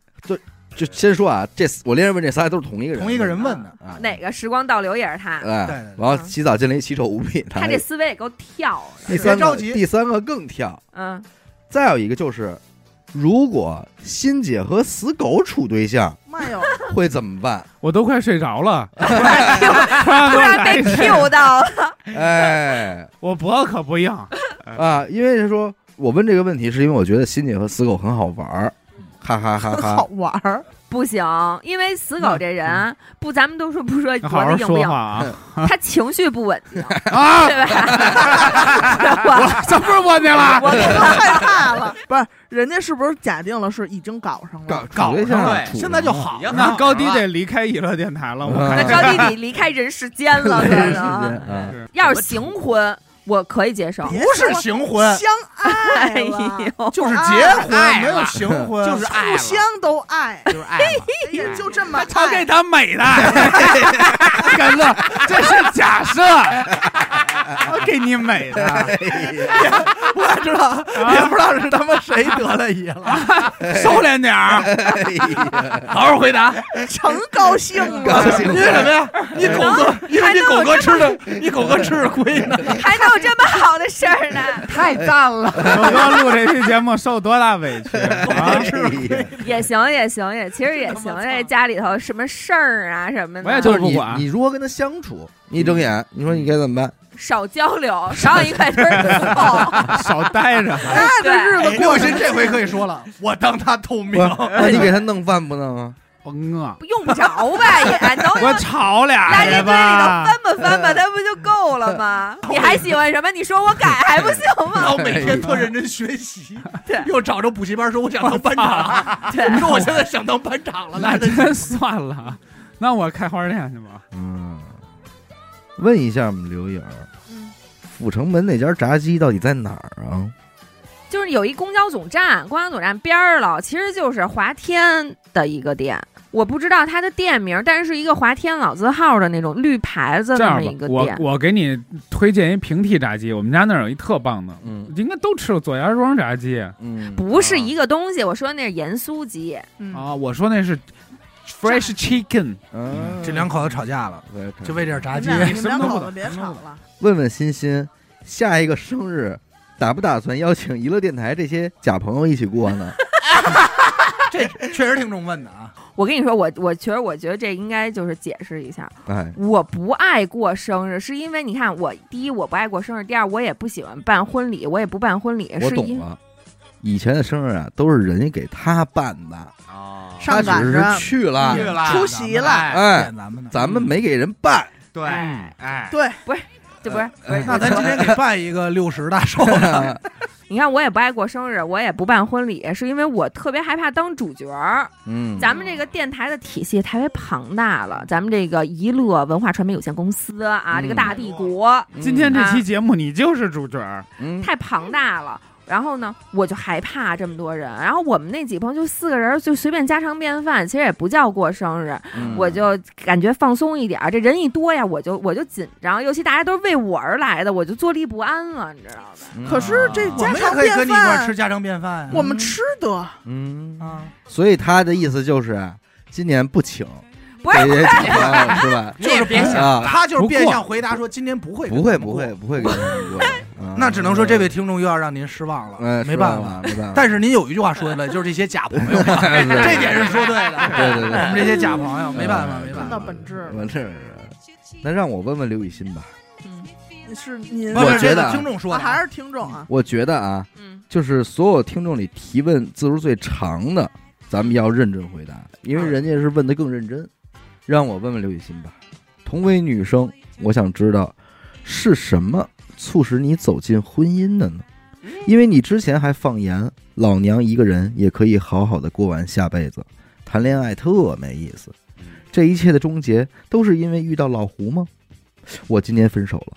S1: 就先说啊，这我连着问这仨都是同一个人，
S2: 同一个人问的，
S1: 啊？
S4: 哪个时光倒流也是他，
S2: 对
S1: 哎
S2: 对，对
S1: 然后洗澡进来一奇丑无比的，
S4: 啊嗯他这思维也够跳
S1: 第
S4: 的。
S1: 三
S2: 别
S1: 个
S2: 着急
S1: 第三个更跳。
S4: 嗯，
S1: 再有一个就是，如果欣姐和死狗处对 象
S3: 妈哟，
S1: 会怎么办？
S6: 我都快睡着了，
S4: 哎
S6: 哎
S4: 突 然被 Q 到 了。
S1: 哎。
S6: 我脖子可不 硬，
S1: 啊，因为是说我问这个问题，是因为我觉得新姐和死狗很好玩儿，
S4: 嗯
S1: 哈哈啊哈
S3: 很好
S1: 哈。
S3: 玩儿，
S4: 不行，因为死狗这人，啊不，咱们都说不说
S6: 那
S4: 脖
S6: 好
S4: 子
S6: 好
S4: 硬不
S6: 说
S4: 硬
S6: 话， 啊！
S4: 他情绪不稳定，
S6: 啊，
S4: 对吧？
S6: 怎么不问你了？
S3: 我都害怕了。 不是，人家是不是假定了是已经搞上了？
S1: 搞对象
S5: 搞
S1: 了
S5: 对，
S1: 处
S2: 现在就
S1: 了
S2: 好
S5: 已经
S2: 了
S5: 好
S6: 那高低得离开娱乐电台了，我
S1: 嗯
S4: 那
S6: 看
S4: 高低你离开人世间 了，可嗯
S1: 对是
S4: 能。
S1: 啊
S4: 要是行婚，我可以接受。
S2: 不是行婚，
S3: 相爱
S4: 哎
S3: 了，
S4: 呦，
S2: 就是结婚，没有行婚，
S5: 就是爱
S3: 互
S5: 了，
S3: 相都爱，
S5: 就是爱了。
S3: 哎呀，就这么
S6: 他给
S3: 爱。
S6: 他美 的，根子，这是假设，我给你美的，
S2: 我也知道， 也不知道是他妈谁得了意 了。
S6: 收敛点儿，
S1: 哎呀
S6: 好好回 答。
S3: 成高兴
S1: 高
S3: 了，
S1: 兴
S2: 因为什么 呀？你狗 哥，因为你狗哥吃的，你狗哥吃的亏呢。
S4: 还能有这么好的事儿 呢？
S6: 太赞了！我哥录这期节目受多大委屈 啊！
S1: 哎呀
S4: 也行，也行，也其实也行。这家里头什么事儿啊什么的，
S6: 我也
S1: 就是
S6: 不
S1: 你，
S6: 管
S1: 你如何跟他相处？你一睁眼，你说你该怎么办？
S4: 少交流，少有一块堆儿不 够。
S6: 少待着。
S3: 那这日
S2: 哎
S3: 子
S2: 刘
S3: 过
S2: 雨
S3: 得
S2: 欣这回可以说了，我当他透明
S1: 不，是，那哎你给他弄饭不弄啊？
S6: 我饿，
S4: 用不着吧，也能
S6: 我炒俩
S4: 垃圾堆
S6: 去
S4: 里头
S6: 吧。
S4: 翻吧翻吧，它不就够了吗？你还喜欢什么？你说我改还不行
S2: 然
S4: 吗？
S2: 后每天特认真学习
S4: 对，
S2: 又找着补习班说我想当班长，
S4: 对
S2: 你说我现在想当班长了，
S6: 那
S2: 那
S6: 真算了，那我开花店去吧。
S1: 嗯，问一下我们刘颖儿，
S4: 嗯
S1: 阜成门那家炸鸡到底在哪儿啊？
S4: 就是有一公交总站，公交总站边儿了，其实就是华天的一个店。我不知道它的店名，但是是一个华天老字号的那种绿牌子
S6: 这
S4: 那
S6: 样
S4: 么一
S6: 吧
S4: 个，
S6: 我
S4: 店。
S6: 我给你推荐一平替炸鸡，我们家那儿有一特棒的，
S1: 嗯
S6: 应该都吃了左家庄炸鸡啊、
S1: 嗯，
S4: 不是一个东西，我说那是盐酥鸡，
S3: 嗯，
S6: 啊我说那是 fresh chicken，
S1: 嗯
S2: 这两口子吵架了，
S1: 对
S2: 就为点炸
S3: 你
S2: 鸡
S3: 们，俩你
S6: 什
S3: 们
S6: 么都
S3: 两
S6: 不
S3: 口
S6: 懂
S3: 子别吵了，
S1: 问问欣欣，下一个生日打不打算邀请娱乐电台这些假朋友一起过 呢？
S2: 这 确实听众问的啊，
S4: 我跟你说，我我觉得我觉得这应该就是解释一下，
S1: 哎，
S4: 我不爱过生日，是因为你看我第一我不爱过生日，第二我也不喜欢办婚礼，我也不办婚礼，
S1: 我
S4: 是
S1: 懂
S4: 因
S1: 了。以前的生日啊，都是人家给他办的，
S5: 啊，
S1: 他
S3: 上赶
S1: 只
S3: 着
S1: 是去了，
S2: 去了
S3: 出席了
S1: 哎
S2: 见啊咱们呢
S1: 咱们没给人办。哎
S5: 对，
S4: 哎
S5: 哎，
S3: 对，
S4: 这不
S6: 哎
S4: 是不是
S2: 嗯那咱今天给办一个六十大 寿，啊
S4: 你看我也不爱过生日，我也不办婚礼，是因为我特别害怕当主角儿。
S1: 嗯，
S4: 咱们这个电台的体系太为庞大了，咱们这个一乐文化传媒有限公司啊，
S1: 嗯
S4: 这个大帝国
S6: 今天这
S4: 嗯
S6: 期节目你就是主角儿，
S1: 嗯
S4: 太庞大了。然后呢，我就害怕这么多人。然后我们那几朋友就四个人，就随便家常便饭，其实也不叫过生日。
S1: 嗯
S4: 我就感觉放松一点儿，这人一多呀，我就我就紧张，尤其大家都是为我而来的，我就坐立不安了，你知道吧？
S1: 嗯
S3: 可是这
S2: 我
S3: 家
S2: 们也
S3: 常
S2: 可以跟
S3: 便
S2: 你一块儿
S3: 饭
S2: 吃，家常便饭呀。
S3: 我们吃得
S1: 嗯，
S2: 啊，
S1: 所以他的意思就是今年不请，
S4: 不是
S1: 这些假朋友是 吧？
S2: 就是
S5: 别想
S1: 啊
S2: 他就是
S6: 不
S2: 变
S6: 过
S2: 相回答说今天不会跟
S1: 不会
S2: 咱们
S1: 不
S2: 过
S1: 会不会给人过， 啊
S2: 那只能说这位听众又要让您失望
S1: 哎
S2: 了，没办法。
S1: 法，没办法。
S2: 但是您有一句话说的对，就是这些假朋友， 这点是说对的。
S1: 对对对
S2: 我们这些假朋友没办法，
S1: 嗯
S2: 没
S3: 真
S2: 办
S3: 的
S2: 法。
S3: 本质。
S1: 我这那让我问问刘雨欣吧，
S3: 是您
S1: 我觉得啊
S2: 这是听众说
S3: 啊
S2: 的
S3: 还
S2: 啊
S3: 是听众啊，
S1: 我觉得啊，
S4: 嗯，
S1: 就是所有听众里提问字数最长的，咱们要认真回答，因为人家是问的更认真。让我问问刘雨欣吧，同为女生，我想知道是什么促使你走进婚姻的呢？因为你之前还放言，老娘一个人也可以好好的过完下辈子，谈恋爱特没意思。这一切的终结都是因为遇到老胡吗？我今年分手了，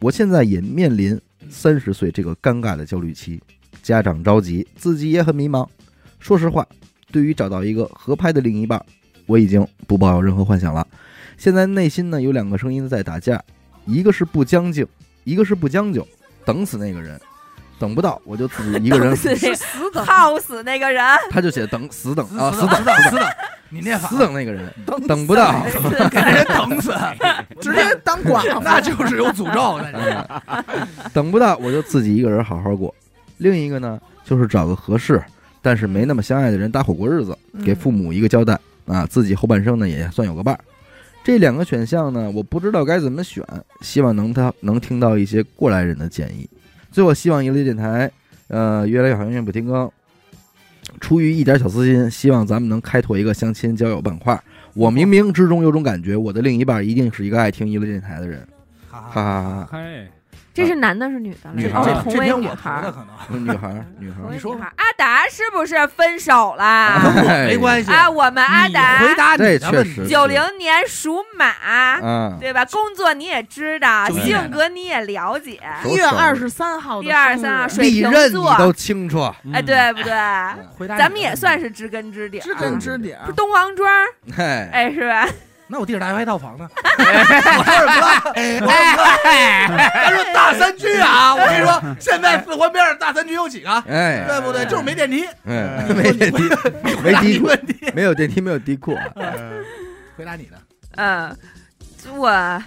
S1: 我现在也面临三十岁这个尴尬的焦虑期，家长着急，自己也很迷茫。说实话，对于找到一个合拍的另一半，我已经不抱有任何幻想了。现在内心呢有两个声音在打架，一个是不将就，一个是不将就，等死那个人，等不到我就自己一个人
S4: 等，死
S3: 是死的。
S4: 耗死那个 人，
S1: 他就写等死等啊死
S2: 死
S1: 等
S2: 等死等，你念法
S1: 死等那个人， 等不到。
S2: 给人 等死，
S3: 直接当寡妇，
S2: 那就是有诅咒的。
S1: 嗯等不到我就自己一个人好好过。另一个呢，就是找个合适但是没那么相爱的人搭伙过日子，
S4: 嗯
S1: 给父母一个交代啊，自己后半生呢也算有个伴儿。这两个选项呢，我不知道该怎么选，希望能他能听到一些过来人的建议。最后，希望一乐电台，呃，越来越好，永远不停更。出于一点小私心，希望咱们能开拓一个相亲交友板块。我冥冥之中有种感觉，我的另一半一定是一个爱听一乐电台的人，
S2: 哈
S1: 哈
S2: 哈
S1: 哈
S4: 啊
S1: 哈
S6: 嘿，
S4: 这是男的，是女的？
S1: 女孩
S4: 这
S1: 儿啊
S2: 这
S4: 是同
S2: 这
S4: 为
S2: 篇
S4: 女
S2: 我
S4: 孩
S2: 读的
S4: 儿，
S2: 可能
S1: 哈！女孩儿，女孩
S4: 同
S1: 儿
S4: 为
S2: 你说
S4: 女孩儿。阿达是不是分手 啦？
S2: 跟我没关系。
S1: 哎
S4: 啊，我们阿
S2: 你回答
S4: 达
S2: 你
S1: 这
S2: 的问
S1: 确实
S2: 题，
S4: 九零年属马，
S1: 啊，
S4: 对吧？工作你也知道，
S2: 九一
S4: 性
S2: 年的
S4: 格你也了解，
S1: 手
S3: 一月
S1: 手
S3: 二十三号的
S4: 一二三啊，
S3: 生日
S4: 水
S1: 利
S4: 瓶
S1: 刃你
S4: 座，
S1: 都清楚，
S2: 嗯
S4: 哎，对不对？
S2: 回答你的
S4: 咱们也
S2: 问题
S4: 算。是知根知底儿，
S3: 知根知底儿
S4: 不是。东王庄儿，
S1: 哎，
S4: 哎，是吧？
S2: 那我地址大学还套房 呢。我说什么？我说
S4: 哎
S2: 他说大三居啊！我跟你说，现在四环边上大三居有几个？
S1: 哎，
S2: 对不对？就是没电梯。
S1: 哎，没电梯，没
S2: 回答
S1: 地
S2: 你
S1: 库
S2: 问题，，
S1: 没有电梯，没有地库 啊，
S2: 回答你的。
S4: 嗯，我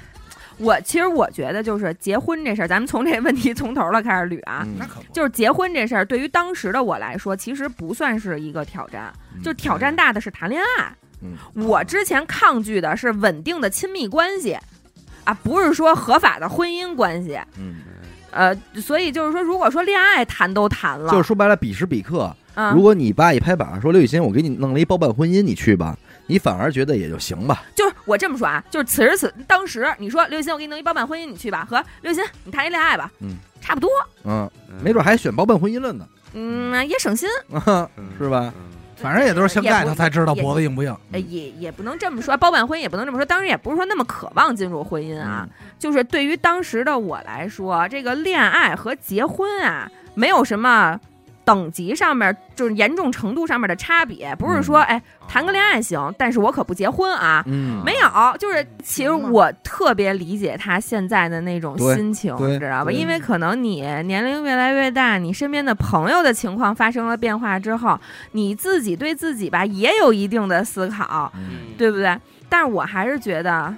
S4: 我其实我觉得就是结婚这事儿，咱们从这问题从头儿了开始捋啊。
S1: 嗯
S2: 那可不，
S4: 就是结婚这事儿，对于当时的我来说，其实不算是一个挑战。就是挑战，大的是谈恋爱
S1: 嗯。
S4: 我之前抗拒的是稳定的亲密关系，啊，不是说合法的婚姻关系。
S1: 嗯，
S4: 呃，所以就是说，如果说恋爱谈都谈了，
S1: 就是说白了，彼时彼刻，
S4: 嗯
S1: 如果你爸一拍板说刘雨欣，我给你弄了一包办婚姻，你去吧，
S4: 嗯
S1: 你反而觉得也就行吧。
S4: 就是我这么说啊，就是此时此当时，你说刘雨欣，我给你弄一包办婚姻，你去吧，和刘雨欣你谈一恋爱吧，
S1: 嗯，
S4: 差不多，
S1: 嗯，没准还选包办婚姻了呢，
S4: 嗯，也省心，
S2: 嗯
S1: 是吧？
S2: 反正也都是现在
S4: 也不
S2: 他才知道
S4: 也
S2: 脖子硬不硬。
S4: 呃也也不能这么说，包办婚姻也不能这么说，当然也不是说那么渴望进入婚姻啊，就是对于当时的我来说，这个恋爱和结婚啊，没有什么。等级上面就是严重程度上面的差别，不是说哎谈个恋爱行，但是我可不结婚啊，
S1: 嗯，
S4: 没有，就是其实
S3: 行吧
S4: 我特别理解他现在的那种
S1: 对
S4: 心情，
S1: 对
S4: 你知道吧？
S1: 对
S4: 因为可能你年龄越来越大，你身边的朋友的情况发生了变化之后，你自己对自己吧也有一定的思考，
S1: 嗯，
S4: 对不对？但是我还是觉得。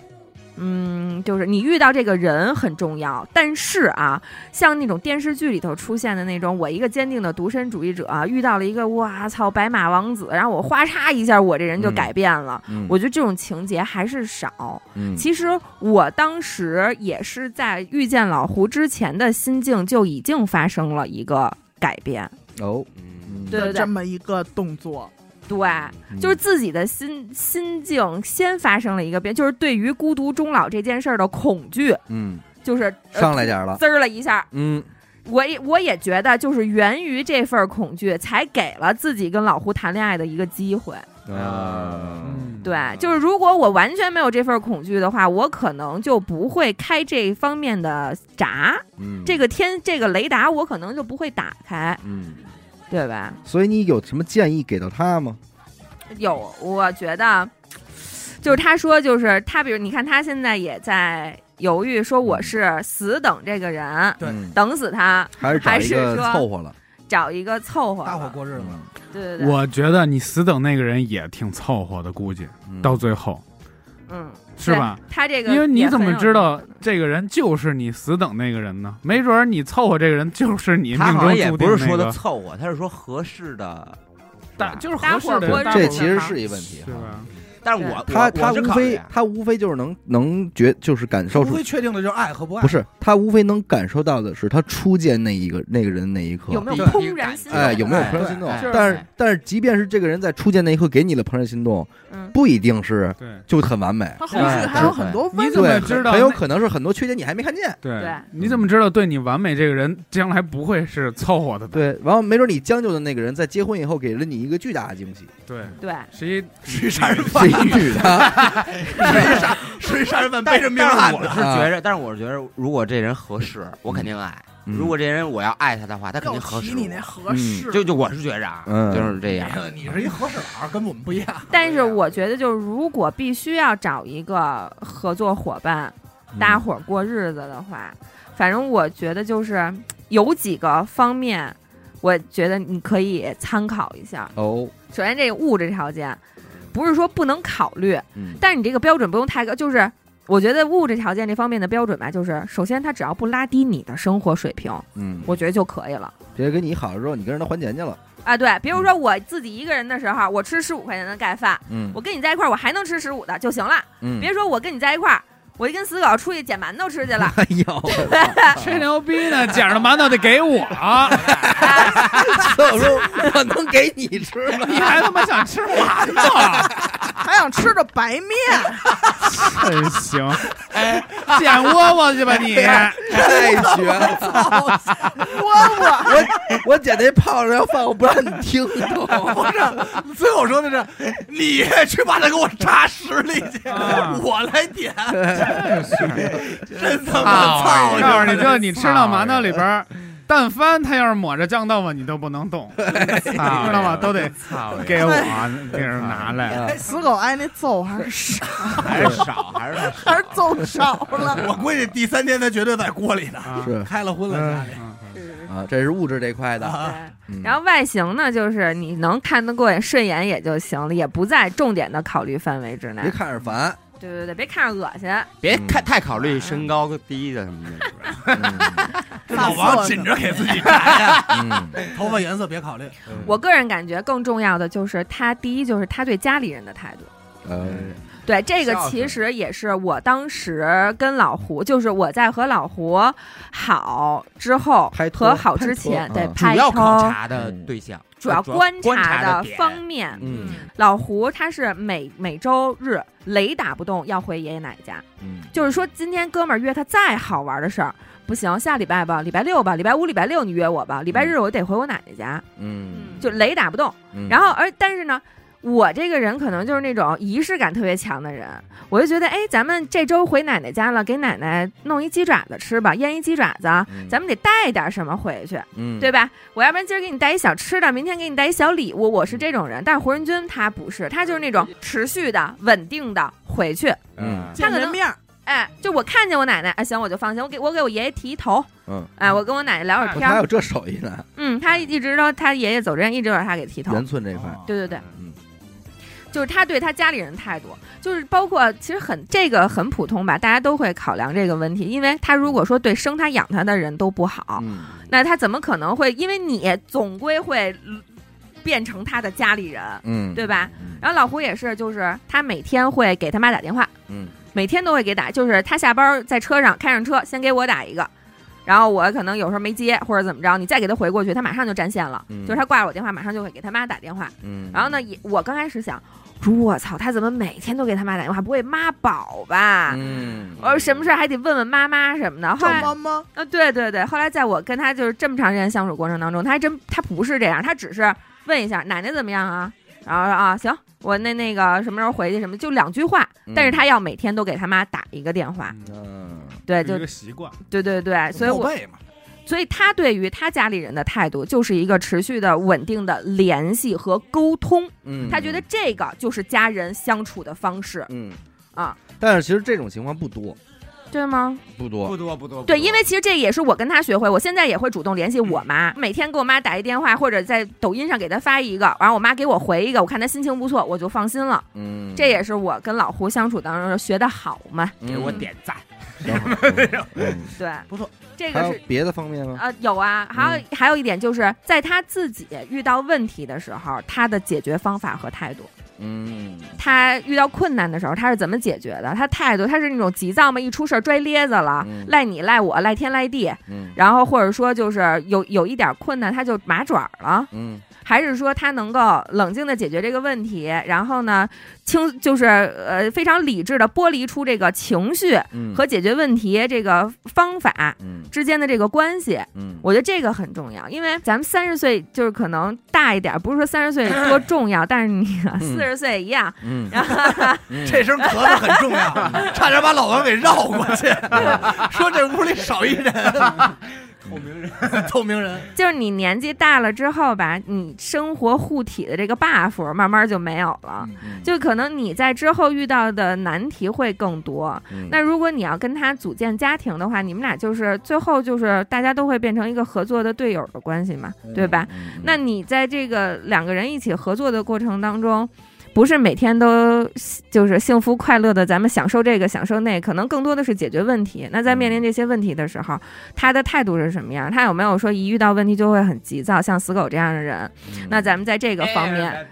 S4: 嗯，就是你遇到这个人很重要，但是啊，像那种电视剧里头出现的那种，我一个坚定的独身主义者啊、遇到了一个哇操白马王子，然后我哗嚓一下，我这人就
S1: 嗯
S4: 改变了。
S1: 嗯，
S4: 我觉得这种情节还是少。
S1: 嗯
S4: 其实我当时也是在遇见老胡之前的心境就已经发生了一个改变，
S1: 哦，
S5: 嗯
S4: 对对
S3: 这么一个动作，
S4: 对，就是
S1: 嗯
S4: 自己的心心境先发生了一个变，就是对于孤独终老这件事儿的恐惧，
S1: 嗯
S4: 就是呃
S1: 上来点儿了，
S4: 滋儿了一下。
S1: 嗯
S4: 我也我也觉得，就是源于这份恐惧，才给了自己跟老胡谈恋爱的一个机会。
S1: 啊，
S4: 对，就是如果我完全没有这份恐惧的话，我可能就不会开这方面的闸，
S1: 嗯
S4: 这个天这个雷达我可能就不会打开，
S1: 嗯，
S4: 对吧？
S1: 所以你有什么建议给到他吗？
S4: 有，我觉得就是他说，就是他，比如你看他现在也在犹豫，说
S2: 嗯
S4: 我是死等这个人，
S2: 对
S1: 嗯
S4: 等死他，
S1: 还是找
S4: 还
S1: 一
S4: 是
S1: 个
S4: 说
S1: 凑合了，
S4: 找一个凑合
S2: 大伙
S4: 的
S2: 过日子，
S1: 嗯
S4: 对对对，
S6: 我觉得你死等那个人也挺凑合的，估计
S1: 嗯
S6: 到最后
S4: 嗯，
S6: 是吧？
S4: 对？他这个
S6: 因为你
S4: 也
S6: 怎
S4: 很
S6: 么
S4: 有
S6: 知道
S4: 意思
S6: 这个人就是你死等那个人呢？没准儿你凑合这个人就是你命
S5: 他好
S6: 中
S5: 像也
S6: 注定
S5: 不是说
S6: 那
S5: 的
S6: 个，
S5: 凑合，他是说合适的。
S6: 但就是
S4: 搭
S6: 合适
S4: 伙
S6: 的
S4: 过
S6: 搭
S4: 日
S6: 伙
S1: 这
S4: 子
S1: 其实
S4: 嘛
S1: 是一问题哈。
S6: 是吧？
S5: 但是我
S1: 他
S5: 我
S1: 他
S5: 我是
S1: 无
S5: 考虑啊
S1: 非他无非就是能能觉就是感受
S2: 无
S1: 出
S2: 非确定的就是爱和不爱。
S1: 不是他无非能感受到的是他初见那一个那个人那一刻
S4: 有没有
S5: 对
S4: 怦然心动？
S1: 哎有没有
S5: 哎
S1: 怦然心动
S5: 哎？
S1: 但是但是即便是这个人在初见那一刻给你了怦然心动，
S4: 嗯
S1: 不一定是
S6: 对
S1: 就很完 美，
S3: 他后续还有很多
S6: 你怎
S3: 问题。
S6: 么
S1: 对，
S6: 知道
S1: 很有
S6: 那
S1: 可能是很多缺点你还没看见。
S6: 对
S4: 对，
S6: 你怎么知道对你完美这个人将来不会是凑合的吧？
S1: 对，然后没准你将就的那个人在结婚以后给了你一个巨大的 惊喜，
S6: 对，
S4: 对，
S6: 是 一
S2: 是杀人犯
S1: 这，一女的，
S2: 是杀人犯
S5: 但
S2: 背着
S5: 是
S2: 命
S5: 但
S2: 案
S5: 是我
S2: 的。
S1: 啊
S5: 是觉着，但是我是觉着，如果这人合适，我
S1: 嗯
S5: 肯定爱。如果这人我要爱他的话，他肯定合
S3: 要
S5: 适
S3: 提
S5: 我。
S3: 你那合适，
S5: 就就我是觉着啊，
S1: 嗯
S5: 就是这样。
S2: 你是一和事佬，跟我们不一样。
S4: 但是我觉得，就是如果必须要找一个合作伙伴，
S1: 嗯
S4: 搭
S6: 嗯
S4: 伙儿过日子的话，反正我觉得就是有几个方面，我觉得你可以参考一下。
S1: 哦，
S4: 首先，这个物质条件不是说不能考虑，
S1: 嗯
S4: 但是你这个标准不用太高，就是。我觉得物质条件这方面的标准吧，就是首先他只要不拉低你的生活水平，
S1: 嗯，
S4: 我觉得就可以了
S1: 别人跟你好了之后，你跟人家还钱去了，
S4: 啊。对，比如说我自己一个人的时候，我吃十五块钱的盖饭，
S1: 嗯
S4: 我跟你在一块儿，我还能吃十五的就行了。
S1: 嗯，。
S4: 别说我跟你在一块儿，我就跟死狗出去捡馒头吃去了
S1: 哎呦，
S6: 吹牛逼呢，捡着馒头得给我，
S1: 所以我说我能给你吃吗？
S6: 你还他妈想吃馒头？
S3: 还想吃着白面，
S6: 真行，哎捡窝窝去吧你！
S1: 哎太绝了！
S3: 我
S1: 我捡那炮仗要放，我不让你听懂。
S2: 最后说的是， 你去把他给我扎十里去，
S6: 啊
S2: 我来点，
S6: 真是。
S2: 真他妈
S5: 操
S2: 操！
S5: 你
S6: 哎告诉你，这你吃到馒头里边儿，但凡他要是抹着酱豆腐，你都不能 动，知道吗？都得
S5: 操呀，
S6: 给我给人拿来，
S3: 我死狗挨那揍还是少，
S6: 哎
S5: 还是少，还是少
S3: 还是揍少 了。
S2: 我估计第三天他绝对在锅里呢，
S6: 啊
S1: 是
S2: 开了荤了家里。
S6: 嗯
S1: 啊，这是物质这块的。
S4: 对
S1: 嗯
S4: 然后外形呢，就是你能看得过眼、顺眼也就行了，也不在重点的考虑范围之内
S1: 别。看着烦，
S4: 对对对，别看着恶心。
S5: 别看太考虑身高低的什么的。
S2: 这老王紧着给自己扎 呀，
S1: 嗯
S2: 头发颜色别考虑。
S4: 我个人感觉更重要的就是他，第一就是他对家里人的态度。
S1: 呃，
S4: 对，这个
S2: 孝顺
S4: 其实也是我当时跟老胡，就是我在和老胡好之后
S1: 拍，拖
S4: 和好之
S1: 拍
S4: 前，
S1: 拖
S4: 对
S1: 嗯
S5: 主
S4: 拍
S5: 要考
S4: 拖，
S5: 察的对象，
S4: 主
S2: 哎
S4: 要观察
S5: 的
S4: 的
S5: 点
S4: 方面。
S1: 嗯
S4: 老胡他是每每周日雷打不动要回爷爷奶奶家，
S1: 嗯，
S4: 就是说今天哥们儿约他再好玩的事儿不行，下礼拜吧，礼拜六吧，礼拜五、礼拜六你约我吧，礼拜日我得回我奶奶家，
S1: 嗯，
S4: 就雷打不动。
S1: 嗯
S4: 然后而但是呢，我这个人可能就是那种仪式感特别强的人，我就觉得，哎，咱们这周回奶奶家了，给奶奶弄一鸡爪子吃吧，腌一鸡爪子，
S1: 嗯
S4: 咱们得带点什么回去，
S1: 嗯
S4: 对吧？我要不然今儿给你带一小吃的，明天给你带一小礼物，我是这种
S1: 嗯
S4: 人。但是胡仁君他不是，他就是那种持续的、稳定的回去。
S1: 嗯
S3: 见
S4: 他可
S3: 人
S4: 能
S3: 面儿，
S4: 哎，就我看见我奶奶，哎，行，我就放心。我给我给我爷爷提一头，
S1: 嗯，
S4: 哎，我跟我奶奶聊会儿
S1: 我
S4: 天
S1: 还
S4: 儿
S1: 有。这手艺呢，
S4: 嗯，他一直到他爷爷走之前，一直把他给提头。
S1: 圆寸这块，
S4: 对对对，
S1: 嗯
S4: 就是他对他家里人态度，就是包括其实很这个很普通吧，大家都会考量这个问题，因为他如果说对生他养他的人都不好，
S1: 嗯
S4: 那他怎么可能会？因为你总归会嗯变成他的家里人，
S1: 嗯，
S4: 对吧？
S1: 嗯
S4: 然后老胡也是，就是他每天会给他妈打电话，
S1: 嗯
S4: 每天都会给打，就是他下班在车上开上车，先给我打一个，然后我可能有时候没接或者怎么着，你再给他回过去，他马上就占线了，
S1: 嗯
S4: 就是他挂了我电话，马上就会给他妈打电话。
S1: 嗯，
S4: 然后呢，也我刚开始想，说我操，他怎么每天都给他妈打电话，不会妈宝吧？
S1: 嗯，
S4: 我说什么事儿还得问问妈妈什么的。后
S3: 叫
S4: 来，
S3: 妈妈，
S4: 啊，对对对，后来在我跟他就是这么长时间相处过程当中，他还真他不是这样，他只是问一下奶奶怎么样啊，然后说啊行，我那那个什么时候回去什么，就两句话，但是他要每天都给他妈打一个电话，
S1: 嗯
S4: 对，
S6: 是
S4: 就
S6: 一个习惯，
S4: 对对对，所以
S2: 后
S4: 我
S2: 背嘛，
S4: 所以他对于他家里人的态度就是一个持续的稳定的联系和沟通。
S1: 嗯，
S4: 他觉得这个就是家人相处的方式，
S1: 嗯
S4: 啊，
S1: 但是其实这种情况不多
S4: 对吗？
S1: 不多，
S5: 多不多。不多
S4: 对，因为其实这也是我跟他学会，我现在也会主动联系我妈，每天给我妈打一电话，或者在抖音上给她发一个，然后我妈给我回一个，我看她心情不错，我就放心了。
S1: 嗯，
S4: 这也是我跟老胡相处当中学的好嘛，
S1: 嗯
S5: 给我点赞，
S1: 行嗯嗯
S4: 对，
S2: 不错，
S4: 这
S1: 还
S4: 个
S1: 有嗯
S4: 是。
S1: 别的方面吗？
S4: 啊，有啊，还有、还有一点就是，在他自己遇到问题的时候，他的解决方法和态度。
S1: 嗯
S4: 他遇到困难的时候，他是怎么解决的？他态度，他是那种急躁吗？一出事儿拽咧子了，
S1: 嗯
S4: 赖你赖我赖天赖地，
S1: 嗯
S4: 然后或者说就是有有一点困难他就麻爪儿了，
S1: 嗯
S4: 还是说他能够冷静的解决这个问题，然后呢清就是呃非常理智的剥离出这个情绪
S1: 嗯
S4: 和解决问题这个方法
S1: 嗯
S4: 之间的这个关系，
S1: 嗯
S4: 我觉得这个很重要，因为咱们三十岁就是可能大一点儿，不是说三十岁多重要，但是你啊四十岁一样，
S1: 嗯，
S4: 然后。
S1: 嗯
S2: 这声咳嗽很重要， 差点把老王给绕过去，说这屋里少一人，
S6: 透明人，
S2: 透明人，
S4: 就是你年纪大了之后吧，你生活护体的这个 buff 慢慢就没有了，
S1: 嗯
S4: 就可能你在之后遇到的难题会更多。
S1: 嗯
S4: 那如果你要跟他组建家庭的话，你们俩就是最后就是大家都会变成一个合作的队友的关系嘛，对吧？
S1: 嗯
S4: 那你在这个两个人一起合作的过程当中，不是每天都就是幸福快乐的，咱们享受这个享受那，可能更多的是解决问题。那在面临这些问题的时候，他的态度是什么样？他有没有说一遇到问题就会很急躁，像死狗这样的人？那咱们在这个方面，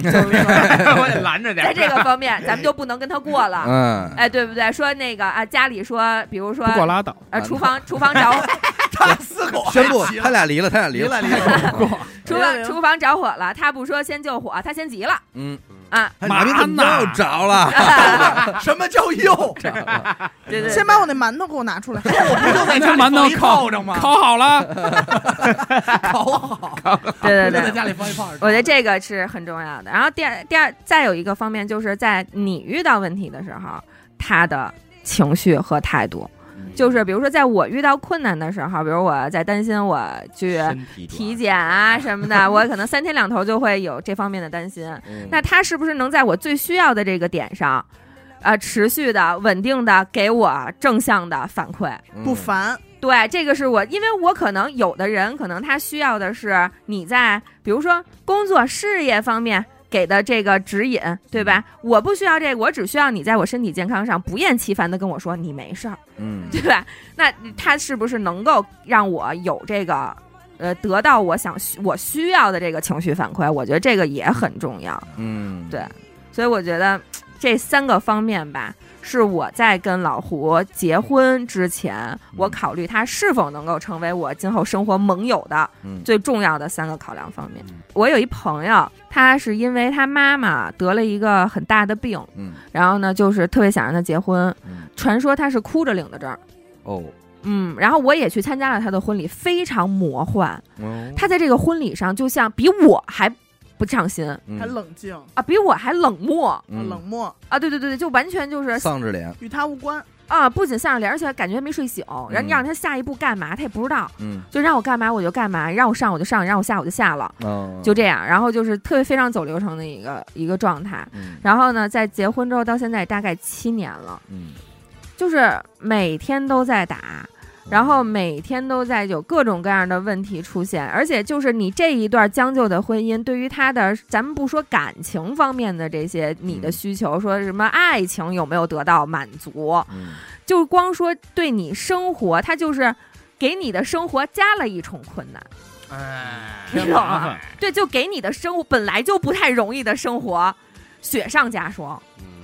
S5: 就是说我得拦着点
S4: 在
S5: 儿。
S4: 这个方面，咱们就不能跟他过了。
S1: 嗯
S4: 哎，对不对？说那个啊，家里说，比如说
S6: 不，过拉倒。
S4: 呃，厨房厨房 着火，
S2: 他 死狗
S1: 宣布
S2: 还急了
S1: 他俩离了，他俩
S2: 离
S1: 离了，
S2: 了离了，
S4: 厨房厨房着火了，他不说先救火，他先急了
S1: 嗯，
S4: 啊。
S2: 哎
S1: 马斌怎么
S6: 妈
S1: 又
S6: 呢
S1: 着了？
S2: 什么叫又？
S4: 对对对
S3: 先把我那馒头给我 拿出来。
S2: 我不就在家
S6: 这
S2: 里
S6: 馒
S2: 放
S6: 头
S2: 一
S6: 烤
S2: 炮仗吗？
S6: 烤好了，
S2: 烤好，就
S4: 对对对
S2: 在，家里放一炮仗。
S4: 我觉得这个是很重要的。然后第二、第二，再有一个方面，就是在你遇到问题的时候，他的情绪和态度，
S1: 嗯
S4: 就是比如说，在我遇到困难的时候，比如我在担心我去
S5: 身体主要
S4: 体检啊什么的，我可能三天两头就会有这方面的担心。
S5: 嗯
S1: 嗯
S4: 那他是不是能在我最需要的这个点上，呃，持续的、稳定的给我正向的反馈？
S1: 嗯
S3: 不烦，
S4: 对，这个是我，因为我可能有的人可能他需要的是你在比如说工作事业方面给的这个指引，对吧？我不需要这个，我只需要你在我身体健康上不厌其烦的跟我说你没事儿，
S1: 嗯，
S4: 对吧？那他是不是能够让我有这个？呃，得到我想我需要的这个情绪反馈，我觉得这个也很重要。
S1: 嗯嗯，
S4: 对所以我觉得这三个方面吧，是我在跟老胡结婚之前，我考虑他是否能够成为我今后生活盟友的
S1: 嗯
S4: 最重要的三个考量方面
S5: 嗯。
S4: 我有一朋友，他是因为他妈妈得了一个很大的病，
S1: 嗯
S4: 然后呢，就是特别想让他结婚
S1: 嗯，
S4: 传说他是哭着领的证儿。
S1: 哦，
S4: 嗯，然后我也去参加了他的婚礼，非常魔幻。
S1: 哦
S4: 他在这个婚礼上，就像比我还不上心
S3: 还
S1: 嗯
S3: 冷静、
S4: 啊，比我还冷漠
S1: 嗯
S3: 冷漠，
S4: 啊！对对对对，就完全就是
S1: 丧着脸，
S3: 与他无关。
S4: 啊，不仅丧着脸，而且还感觉还没睡醒。然后你
S1: 嗯
S4: 让他下一步干嘛，他也不知道，
S1: 嗯
S4: 就让我干嘛我就干嘛，让我上我就上，让我下我就下了，
S1: 哦，
S4: 就这样。然后就是特别非常走流程的一个一个状态。
S1: 嗯
S4: 然后呢，在结婚之后到现在大概七年了，
S1: 嗯
S4: 就是每天都在打，然后每天都在有各种各样的问题出现，而且就是你这一段将就的婚姻，对于他的，咱们不说感情方面的这些你的
S1: 嗯
S4: 需求，说什么爱情有没有得到满足，
S1: 嗯
S4: 就光说对你生活，他就是给你的生活加了一重困难，
S2: 哎，
S6: 添麻烦，
S4: 对，就给你的生活本来就不太容易的生活雪上加霜，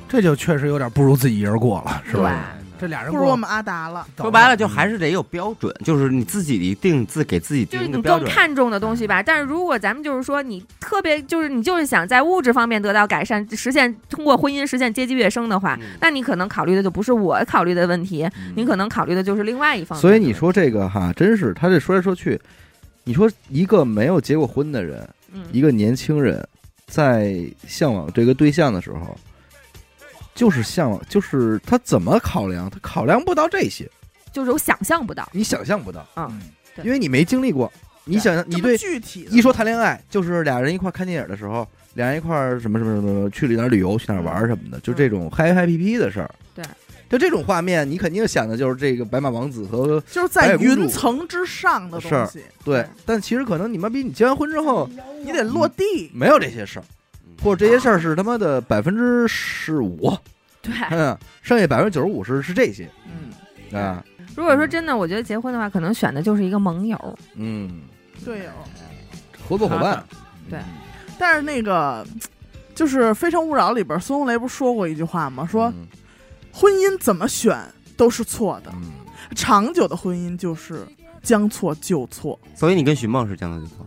S2: 这就确实有点不如自己一人过
S1: 啊
S2: 了，是吧？
S5: 嗯
S2: 这
S1: 哎
S2: 俩人
S3: 不如我们阿达了，
S2: 倒
S5: 说白了，就
S2: 嗯
S5: 还是得有标准，就是你自己一定自给自己
S4: 就是
S5: 定一个
S4: 你
S5: 标
S4: 更
S5: 准。
S4: 看重的东西吧。但是如果咱们就是说你特别就是你就是想在物质方面得到改善，实现通过婚姻实现阶级跃升的话，
S5: 嗯
S4: 那你可能考虑的就不是我考虑的问题，
S1: 嗯
S4: 你可能考虑的就是另外一方面。
S1: 所以你说这个哈，真是他这说来说去，你说一个没有结过婚的人，一
S4: 嗯，
S1: 个年轻人在向往这个对象的时候，就是向往，就是他怎么考量，他考量不到这些，
S4: 就是我想象不到，
S1: 你想象不到，
S4: 嗯对
S1: 因为你没经历过，你想象
S3: 这
S1: 你
S3: 么
S1: 对
S3: 具体的
S1: 一说谈恋爱，就是俩人一块儿看电影的时候，俩人一块儿什么什么什么去哪儿旅游，去哪儿玩儿什么的，就
S3: 嗯
S1: 这种嗨嗨皮皮的事儿。
S4: 对，
S1: 就这种画面，你肯定想的就是这个白马王子和
S3: 就是在
S1: 白雪公主
S3: 云层之上的东西，
S1: 对，但其实可能你妈逼你结完婚之后
S3: 你
S1: 嗯
S3: 得落地。
S1: 没有这些事儿，或者这些事儿是他妈的百分之十五，
S4: 对。
S1: 嗯，剩下百分之九十五是是这些
S3: 嗯，
S1: 啊，
S4: 如果说真的，我觉得结婚的话，可能选的就是一个盟友。
S1: 嗯，
S3: 队友。
S1: 合作伙伴，嗯
S4: 对
S3: 哦但是那个就是《非诚勿扰》里边，孙红雷不是说过一句话吗？说
S1: 嗯，
S3: 婚姻怎么选都是错的，
S1: 嗯
S3: 长久的婚姻就是将错就错。
S5: 所以你跟许梦是这样的情况。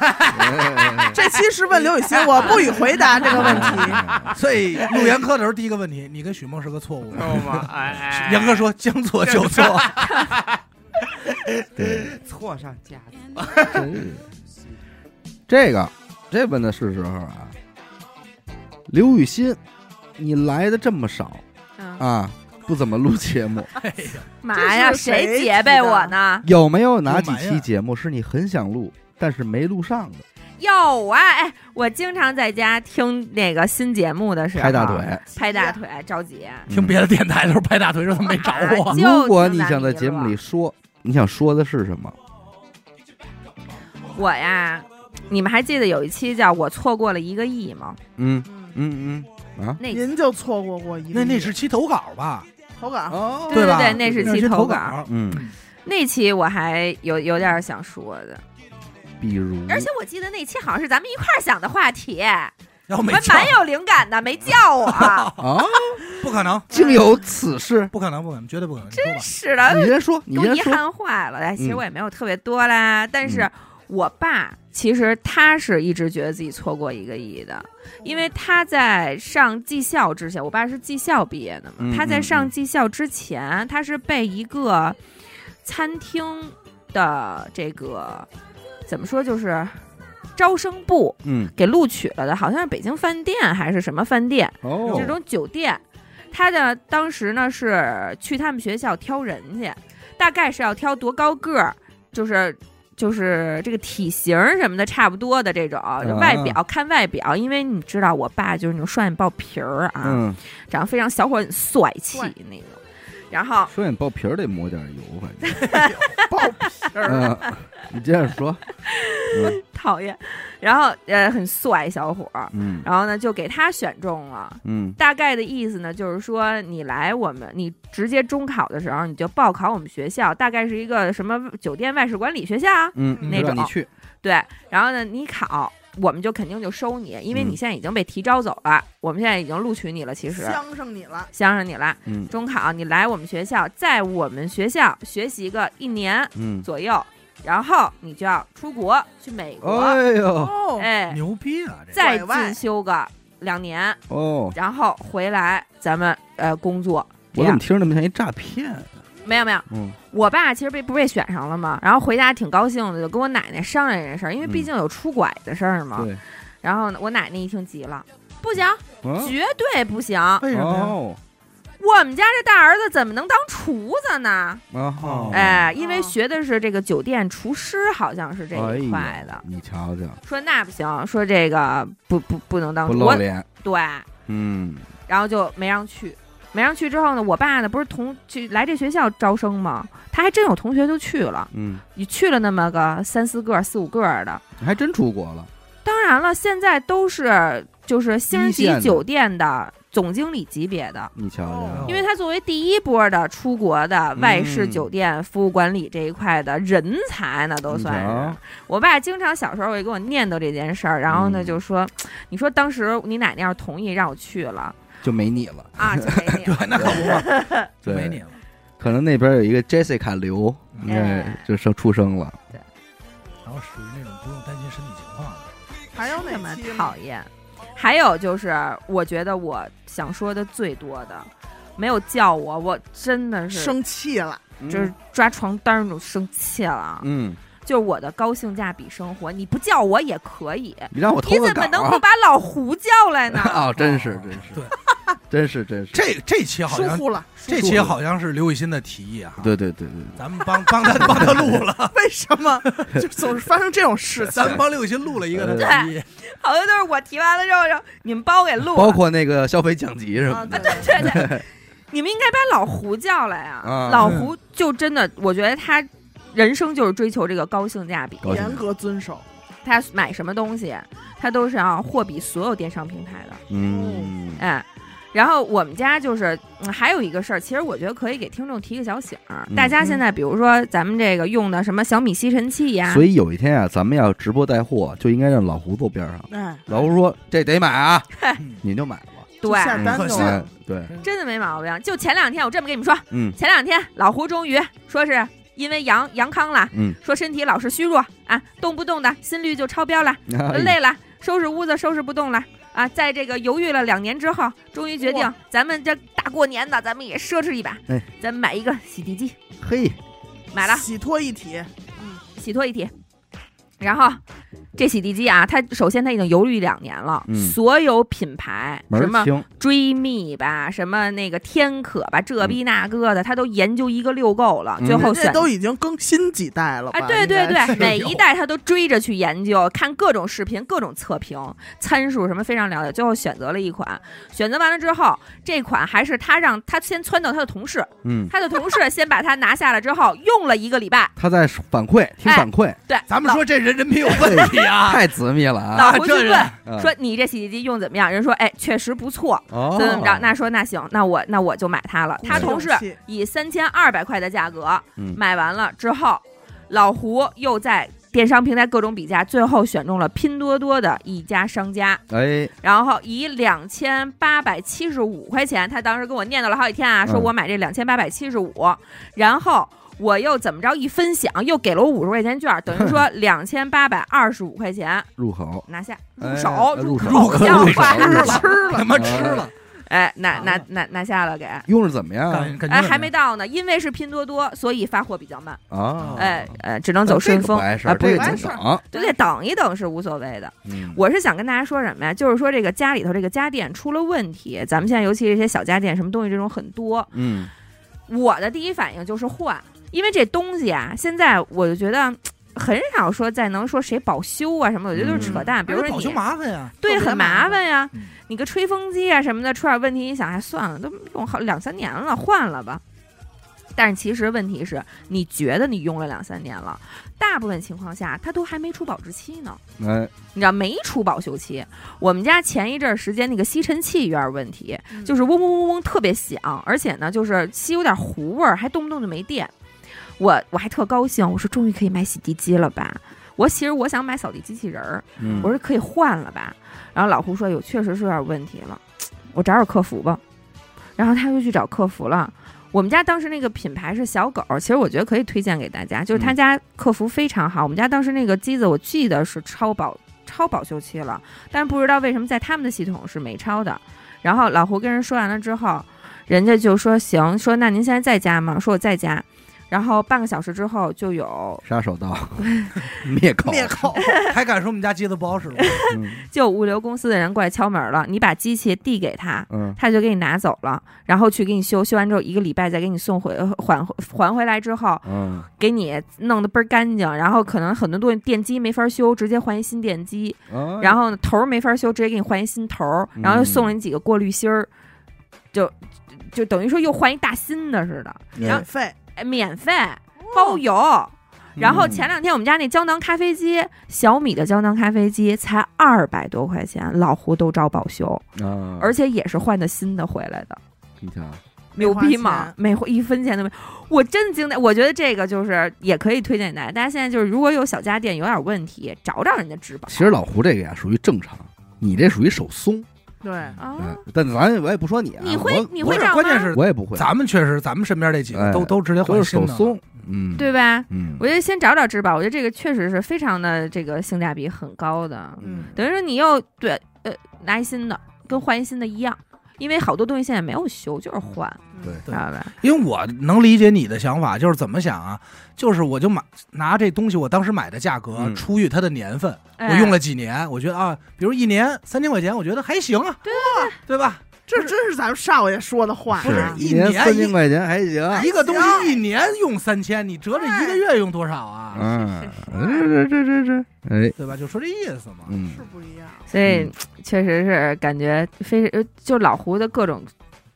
S1: 哎
S3: 这期是问刘雨欣，我不予回答 这个 问题。
S2: 所以录严科的时候，第一个问题，你跟许梦是个错误吗。
S5: 吗？哎
S2: 严哥说将错就错，
S1: 对，
S5: 错上加
S1: 真是 这个这问的是时候啊，刘雨欣，你来的这么少
S4: 嗯，
S1: 啊，不怎么录节目，
S4: 嘛呀，
S3: 这是谁
S4: 谁
S3: 提
S4: 结拜
S3: 的
S4: 我呢？
S1: 有没有哪几
S2: 有埋
S1: 期
S2: 怨
S1: 节目是你很想录但是没录上的？
S4: 有啊，哎，我经常在家听那个新节目的时候，啊
S1: 拍大腿，嗯
S4: 拍大腿，着急。呃
S2: 听别的电台的时候拍大腿说他没找我
S4: 就，
S1: 如果
S4: 听
S1: 你
S4: 咱
S1: 想在
S4: 迷
S1: 节目
S4: 了
S1: 里说，你想说的是什么？
S4: 我呀，你们还记得有一期叫我错过了一个亿吗？
S1: 嗯嗯嗯啊，
S4: 那期
S3: 您就错过过一个，
S2: 那那是期投稿吧？
S3: 投稿，
S1: 哦
S4: 对
S2: 吧？
S4: 对对那是期
S2: 期
S4: 投稿
S2: 稿。
S1: 嗯，
S4: 那期我还有有点想说的，
S1: 比如，
S4: 而且我记得那期好像是咱们一块儿想的话题，
S2: 然后
S4: 我
S2: 没叫，
S4: 蛮有灵感的，没叫我，
S1: 啊，
S2: 不可能，
S1: 竟有此事，
S2: 不可能，不可能，绝对不可能。你
S4: 真
S2: 说吧，
S4: 是的，
S1: 你先说，你
S4: 给我
S1: 先
S4: 遗
S1: 说，
S4: 憾坏了。哎，其实
S1: 嗯
S4: 我也没有特别多啦，但是
S1: 嗯
S4: 我爸其实他是一直觉得自己错过一个亿的，因为他在上技校之前，我爸是技校毕业的嘛，
S1: 嗯
S4: 他在
S1: 嗯
S4: 上
S1: 嗯
S4: 技校之前，他是被一个餐厅的这个怎么说就是招生部
S1: 嗯，
S4: 给录取了的，好像是北京饭店还是什么饭店。
S1: 哦
S4: 这种酒店，他的当时呢是去他们学校挑人去，大概是要挑多高个儿，就是就是这个体型儿什么的差不多的这种，
S1: 啊
S4: 就外表、看外表，因为你知道我爸就是那种双眼爆皮儿啊，
S1: 嗯，
S4: 长得非常小伙很帅气
S3: 帅
S4: 那种，然后
S1: 双眼爆皮儿得抹点油，反正，
S3: 爆皮儿，
S1: 嗯，你接着说，
S4: 讨厌，然后呃很帅小伙儿，
S1: 嗯
S4: 然后呢就给他选中了。
S1: 嗯
S4: 大概的意思呢，就是说你来我们，你直接中考的时候你就报考我们学校，大概是一个什么酒店外事管理学校啊，
S1: 嗯，
S4: 那
S1: 让
S4: 种
S1: 你去，
S4: 对。然后呢，你考我们就肯定就收你，因为你
S1: 嗯
S4: 现在已经被提招走了，我们现在已经录取你了，其实啊
S3: 相上你了，
S4: 相上你了。
S1: 嗯
S4: 中考你来我们学校，在我们学校学习个一年
S1: 嗯，
S4: 左右，然后你就要出国去美国，
S1: 哎呦
S3: 哦，
S4: 哎，
S2: 牛逼啊！这
S4: 再
S3: 拐弯
S4: 进修个两年，
S1: 哦，
S4: 然后回来咱们呃工作。这
S1: 我怎
S4: 样
S1: 么听着那么像一诈骗？
S4: 没有没有，
S1: 嗯
S4: 我爸其实被不被选上了嘛，然后回家挺高兴的，就跟我奶奶商量这事儿，因为毕
S1: 嗯
S4: 竟有出拐的事儿嘛。
S1: 对嗯
S4: 然后呢，我奶奶一听急了，不行，
S1: 啊
S4: 绝对不行！
S2: 为什么呀？
S1: 哦
S4: 我们家这大儿子怎么能当厨子呢？
S1: 哦，
S4: 哎，因
S3: 哦
S4: 为学的是这个酒店厨师，好像是这
S1: 哎
S4: 一块的。
S1: 你瞧瞧，
S4: 说那不行，说这个不不不能当
S1: 不
S4: 厨
S1: 露
S4: 啊我
S1: 脸，
S4: 对，
S1: 嗯
S4: 然后就没让去。没让去之后呢，我爸呢不是同去来这学校招生吗？他还真有同学就去了，
S1: 嗯，
S4: 你去了那么个三四个、四五个的。
S1: 还真出国了，
S4: 当然了，现在都是就是星
S1: 一
S4: 级
S1: 线的
S4: 酒店的总经理级别的，
S1: 你瞧
S2: 哦
S1: 瞧，
S4: 因为他作为第一波的出国的外事酒店服务管理这一块的人才呢，
S1: 嗯
S4: 都算
S1: 你瞧
S4: 是。我爸经常小时候也给我念叨这件事儿，然后呢
S1: 嗯
S4: 就说：“ 你说当时你奶奶要是同意让我去了
S1: 就没你了，
S4: 啊，就没你了。
S2: 对，那可不嘛，
S1: 对，
S2: 没你了。
S1: 可能那边有一个 Jessica 刘，
S2: 嗯
S1: 哎，就生出生了，
S2: 然后属于那种不用担心身体情况的。
S3: 还有
S4: 这
S3: 哪
S4: 么
S3: 期吗
S4: 讨厌。”还有就是，我觉得我想说的最多的，没有叫我，我真的是
S3: 生气了，
S4: 就是抓床单儿那种生气了。
S1: 嗯，
S4: 就是我的高性价比生活，你不叫我也可以。
S1: 你让我
S4: 你
S1: 偷个
S4: 怎
S1: 稿
S4: 么
S1: 啊
S4: 能不把老胡叫来呢？
S1: 哦，真是
S2: 哦
S1: 真是，
S2: 对，
S1: 真是真是，
S2: 这这期好
S3: 疏
S2: 像
S3: 忽了，
S2: 这期好像是刘雨欣的提议哈，，
S1: 对对对对对，
S2: 咱们帮帮他帮他录 了，
S3: 为什么就总是发生这种事 情？
S2: 咱们帮刘雨欣录了一个
S1: 对
S2: 他的提议，
S4: 好多都是我提完了之后，让你们帮我给录了。
S1: 包括那个消费降级什
S3: 啊
S1: 么的，
S3: 对
S4: 对对，你们应该把老胡叫来啊！
S1: 啊
S4: 老胡就真的，我觉得他人生就是追求这个高性价比，
S1: 高兴
S3: 严，格遵守，
S4: 他买什么东西，他都是要货比所有电商平台的，
S1: 嗯，
S4: 哎。然后我们家就是、嗯还有一个事儿，其实我觉得可以给听众提个小醒儿。
S1: 嗯
S4: 大家现在比如说咱们这个用的什么小米吸尘器呀、
S1: 所以有一天啊，咱们要直播带货，就应该让老胡坐边上。
S3: 哎，
S1: 老胡说：“这得买啊，
S2: 嗯
S1: 你就买吧。
S3: 就
S4: 对，嗯
S3: 下单
S2: 可
S3: 就
S2: 惜
S1: 哎
S3: 完”
S1: 对，
S4: 真的没毛病。就前两天我这么跟你们说，
S1: 嗯
S4: 前两天老胡终于说是因为阳阳康了，
S1: 嗯，
S4: 说身体老是虚弱啊，动不动的心率就超标了，
S1: 哎
S4: 累了，收拾屋子收拾不动了啊，在这个犹豫了两年之后，终于决定
S3: 哇
S4: 咱们这大过年的，咱们也奢侈一把，
S1: 哎
S4: 咱们买一个洗涤机，
S1: 嘿，
S4: 买了
S3: 洗脱一体，
S4: 洗脱一体。然后，这洗涤机啊，它首先它已经犹豫两年了，
S1: 嗯
S4: 所有品牌
S1: 门
S4: 什
S1: 儿
S4: 么
S1: 清，
S4: 追觅吧，什么那个天可吧，这逼那个的，他都研究一个溜够了，
S1: 嗯
S4: 最后
S3: 人家
S4: 选。
S3: 都已经更新几代了吧
S4: 哎，？对对
S3: 应该
S4: 对，
S3: 是
S4: 每
S3: 有
S4: 一代他都追着去研究，看各种视频、各种测评、参数什么非常了解，最后选择了一款。选择完了之后，这款还是他让他先撺掇他的同事，
S1: 嗯，
S4: 他的同事先把它拿下来之后，用了一个礼拜，
S1: 他在反馈，听
S4: 哎
S1: 反馈，
S4: 对，
S2: 咱们说这人人品有问题 啊，
S1: 太缜密了
S4: 老
S1: 啊！
S4: 老胡去
S2: 这人
S4: 问
S1: 嗯
S4: 说你这洗涤机用怎么样？人说哎，确实不错，
S1: 哦，
S4: 怎么怎么着？那说那行，那我那我就买它了。他
S3: 鼓起
S4: 同事
S3: 勇气
S4: 以三千二百块的价格
S1: 嗯
S4: 买完了之后，老胡又在电商平台各种比价，最后选中了拼多多的一家商家，
S1: 哎，
S4: 然后以两千八百七十五块钱，他当时跟我念叨了好几天啊，说
S1: 嗯
S4: 我买这两千八百七十五，然后。我又怎么着一分享，又给了我五十块钱券，等于 说两千八百二十五块钱
S1: 入口，
S4: 拿下入
S1: 哎
S4: 手，
S1: 入
S4: 口哎
S1: 口
S2: 入口
S4: 像
S2: 入手
S4: 话
S2: 入
S4: 了
S2: 手
S4: 吧，
S2: 他妈吃了，
S4: 哎，拿拿拿拿下了给，
S1: 用着怎么样
S2: 感感觉
S4: 哎，
S2: 怎么
S4: 还
S2: 样
S4: 没到呢，因为是拼多多，所以发货比较慢，
S1: 啊？
S4: 哎呃，只
S1: 那
S4: 能走顺
S1: 这个
S4: 丰
S1: 不，哎碍事
S4: 啊
S1: 儿，
S4: 不
S1: 这
S4: 是
S1: 个
S3: 碍
S1: 能
S3: 事儿
S1: 等。
S4: 就得等一等是无所谓的。
S1: 嗯，
S4: 我是想跟大家说什么呀？就是说这个家里头这个家电出了问题，咱们现在尤其这些小家电，什么东西这种很多，
S1: 嗯，
S4: 我的第一反应就是换，因为这东西啊，现在我就觉得。嘖很少说再能说谁保修啊什么的，我觉得都是扯淡。比如
S2: 而且
S4: 说
S2: 保修
S4: 你
S2: 麻烦呀，
S4: 对
S3: 特别
S4: 很麻
S3: 麻
S4: 烦呀，
S2: 嗯
S4: 你个吹风机啊什么的出点问题，你想哎算了，都用好两三年了，换了吧。但是其实问题是，你觉得你用了两三年了，大部分情况下它都还没出保质期呢，
S1: 哎，
S4: 你知道没出保修期。我们家前一阵儿时间那个吸尘器有点问题，
S3: 嗯
S4: 就是嗡嗡嗡嗡特别响，而且呢就是吸有点糊味儿，还动不动就没电。我我还特高兴，我说终于可以买洗涤机了吧。我其实我想买扫地机器人儿，
S1: 嗯
S4: 我说可以换了吧。然后老胡说有确实是有点问题了，我找找客服吧。然后他就去找客服了。我们家当时那个品牌是小狗，其实我觉得可以推荐给大家，就是他家客服非常好。我们家当时那个机子，我记得是超保超保修期了，但是不知道为什么在他们的系统是没超的。然后老胡跟人说完了之后，人家就说行，说那您现在在家吗？说我在家。然后半个小时之后就有
S1: 杀手刀 灭口，
S2: 灭口，还敢说我们家机子不好使吗？
S1: 嗯
S4: 就有物流公司的人过来敲门了，你把机器递给他，
S1: 嗯
S4: 他就给你拿走了，然后去给你修，修完之后一个礼拜再给你送回呃还还回来之后，
S1: 嗯
S4: 给你呃弄得倍儿干净，然后可能很多东西电机没法修，直接换一新电机，
S1: 嗯，
S4: 然后呢头儿没法修，直接给你换一新头儿，然后又送了你几个过滤芯儿，就就等于说又换一大新的似的，然后
S3: 免费，
S4: 哎免费
S1: 哦
S4: 包邮。然
S1: 嗯
S4: 后前两天我们家那胶囊咖啡机，小米的胶囊咖啡机才二百多块钱，老胡都找保修，
S1: 嗯，
S4: 而且也是换的新的回来的，
S1: 你瞧，
S3: 没
S4: 牛
S3: 花
S4: 逼吗
S3: 钱？
S4: 没花一分钱都没，我真惊呆。我觉得这个就是也可以推荐给大家，大家现在就是如果有小家电有点问题，找找人家质保。
S1: 其实老胡这个呀属于正常，你这属于手松，
S3: 对，
S4: 啊
S1: 嗯，但咱我也不说你啊，
S4: 你会
S1: 我
S4: 你
S2: 不
S4: 会
S2: 是
S4: 找，吗
S2: 关？键是
S1: 我也不会，
S2: 咱们确实，咱们身边这几个
S1: 哎
S2: 都都直接
S1: 都
S2: 换
S1: 是
S2: 新
S1: 手
S2: 的。
S1: 松，嗯，
S4: 对吧？
S1: 嗯，
S4: 我觉得先找找质保，我觉得这个确实是非常的这个性价比很高的，
S1: 嗯
S4: 等于说你又对呃拿一新的，跟换一新的一样，因为好多东西现在没有修，就是换，
S1: 嗯对
S4: 知道吧？
S2: 因为我能理解你的想法，就是怎么想啊？就是我就买拿这东西，我当时买的价格
S1: 嗯
S2: 除以它的年份，我
S4: 哎
S2: 用了几年，我觉得啊，比如一年三千块钱，我觉得还行啊，对对吧？
S3: 这真是咱们少爷说的话啊，
S2: 不是
S1: 一
S2: 一
S1: 年
S2: 年
S1: 三
S2: 一
S1: 千块钱还行，
S4: 哎
S2: 一个东西一年用三千，你折着一个月用多少啊？
S1: 嗯，
S4: 是
S1: 这这这这，哎，
S2: 对吧？就说这意思嘛。
S1: 嗯
S3: 是，不一样。
S4: 所以确实是感觉非呃就老胡的各种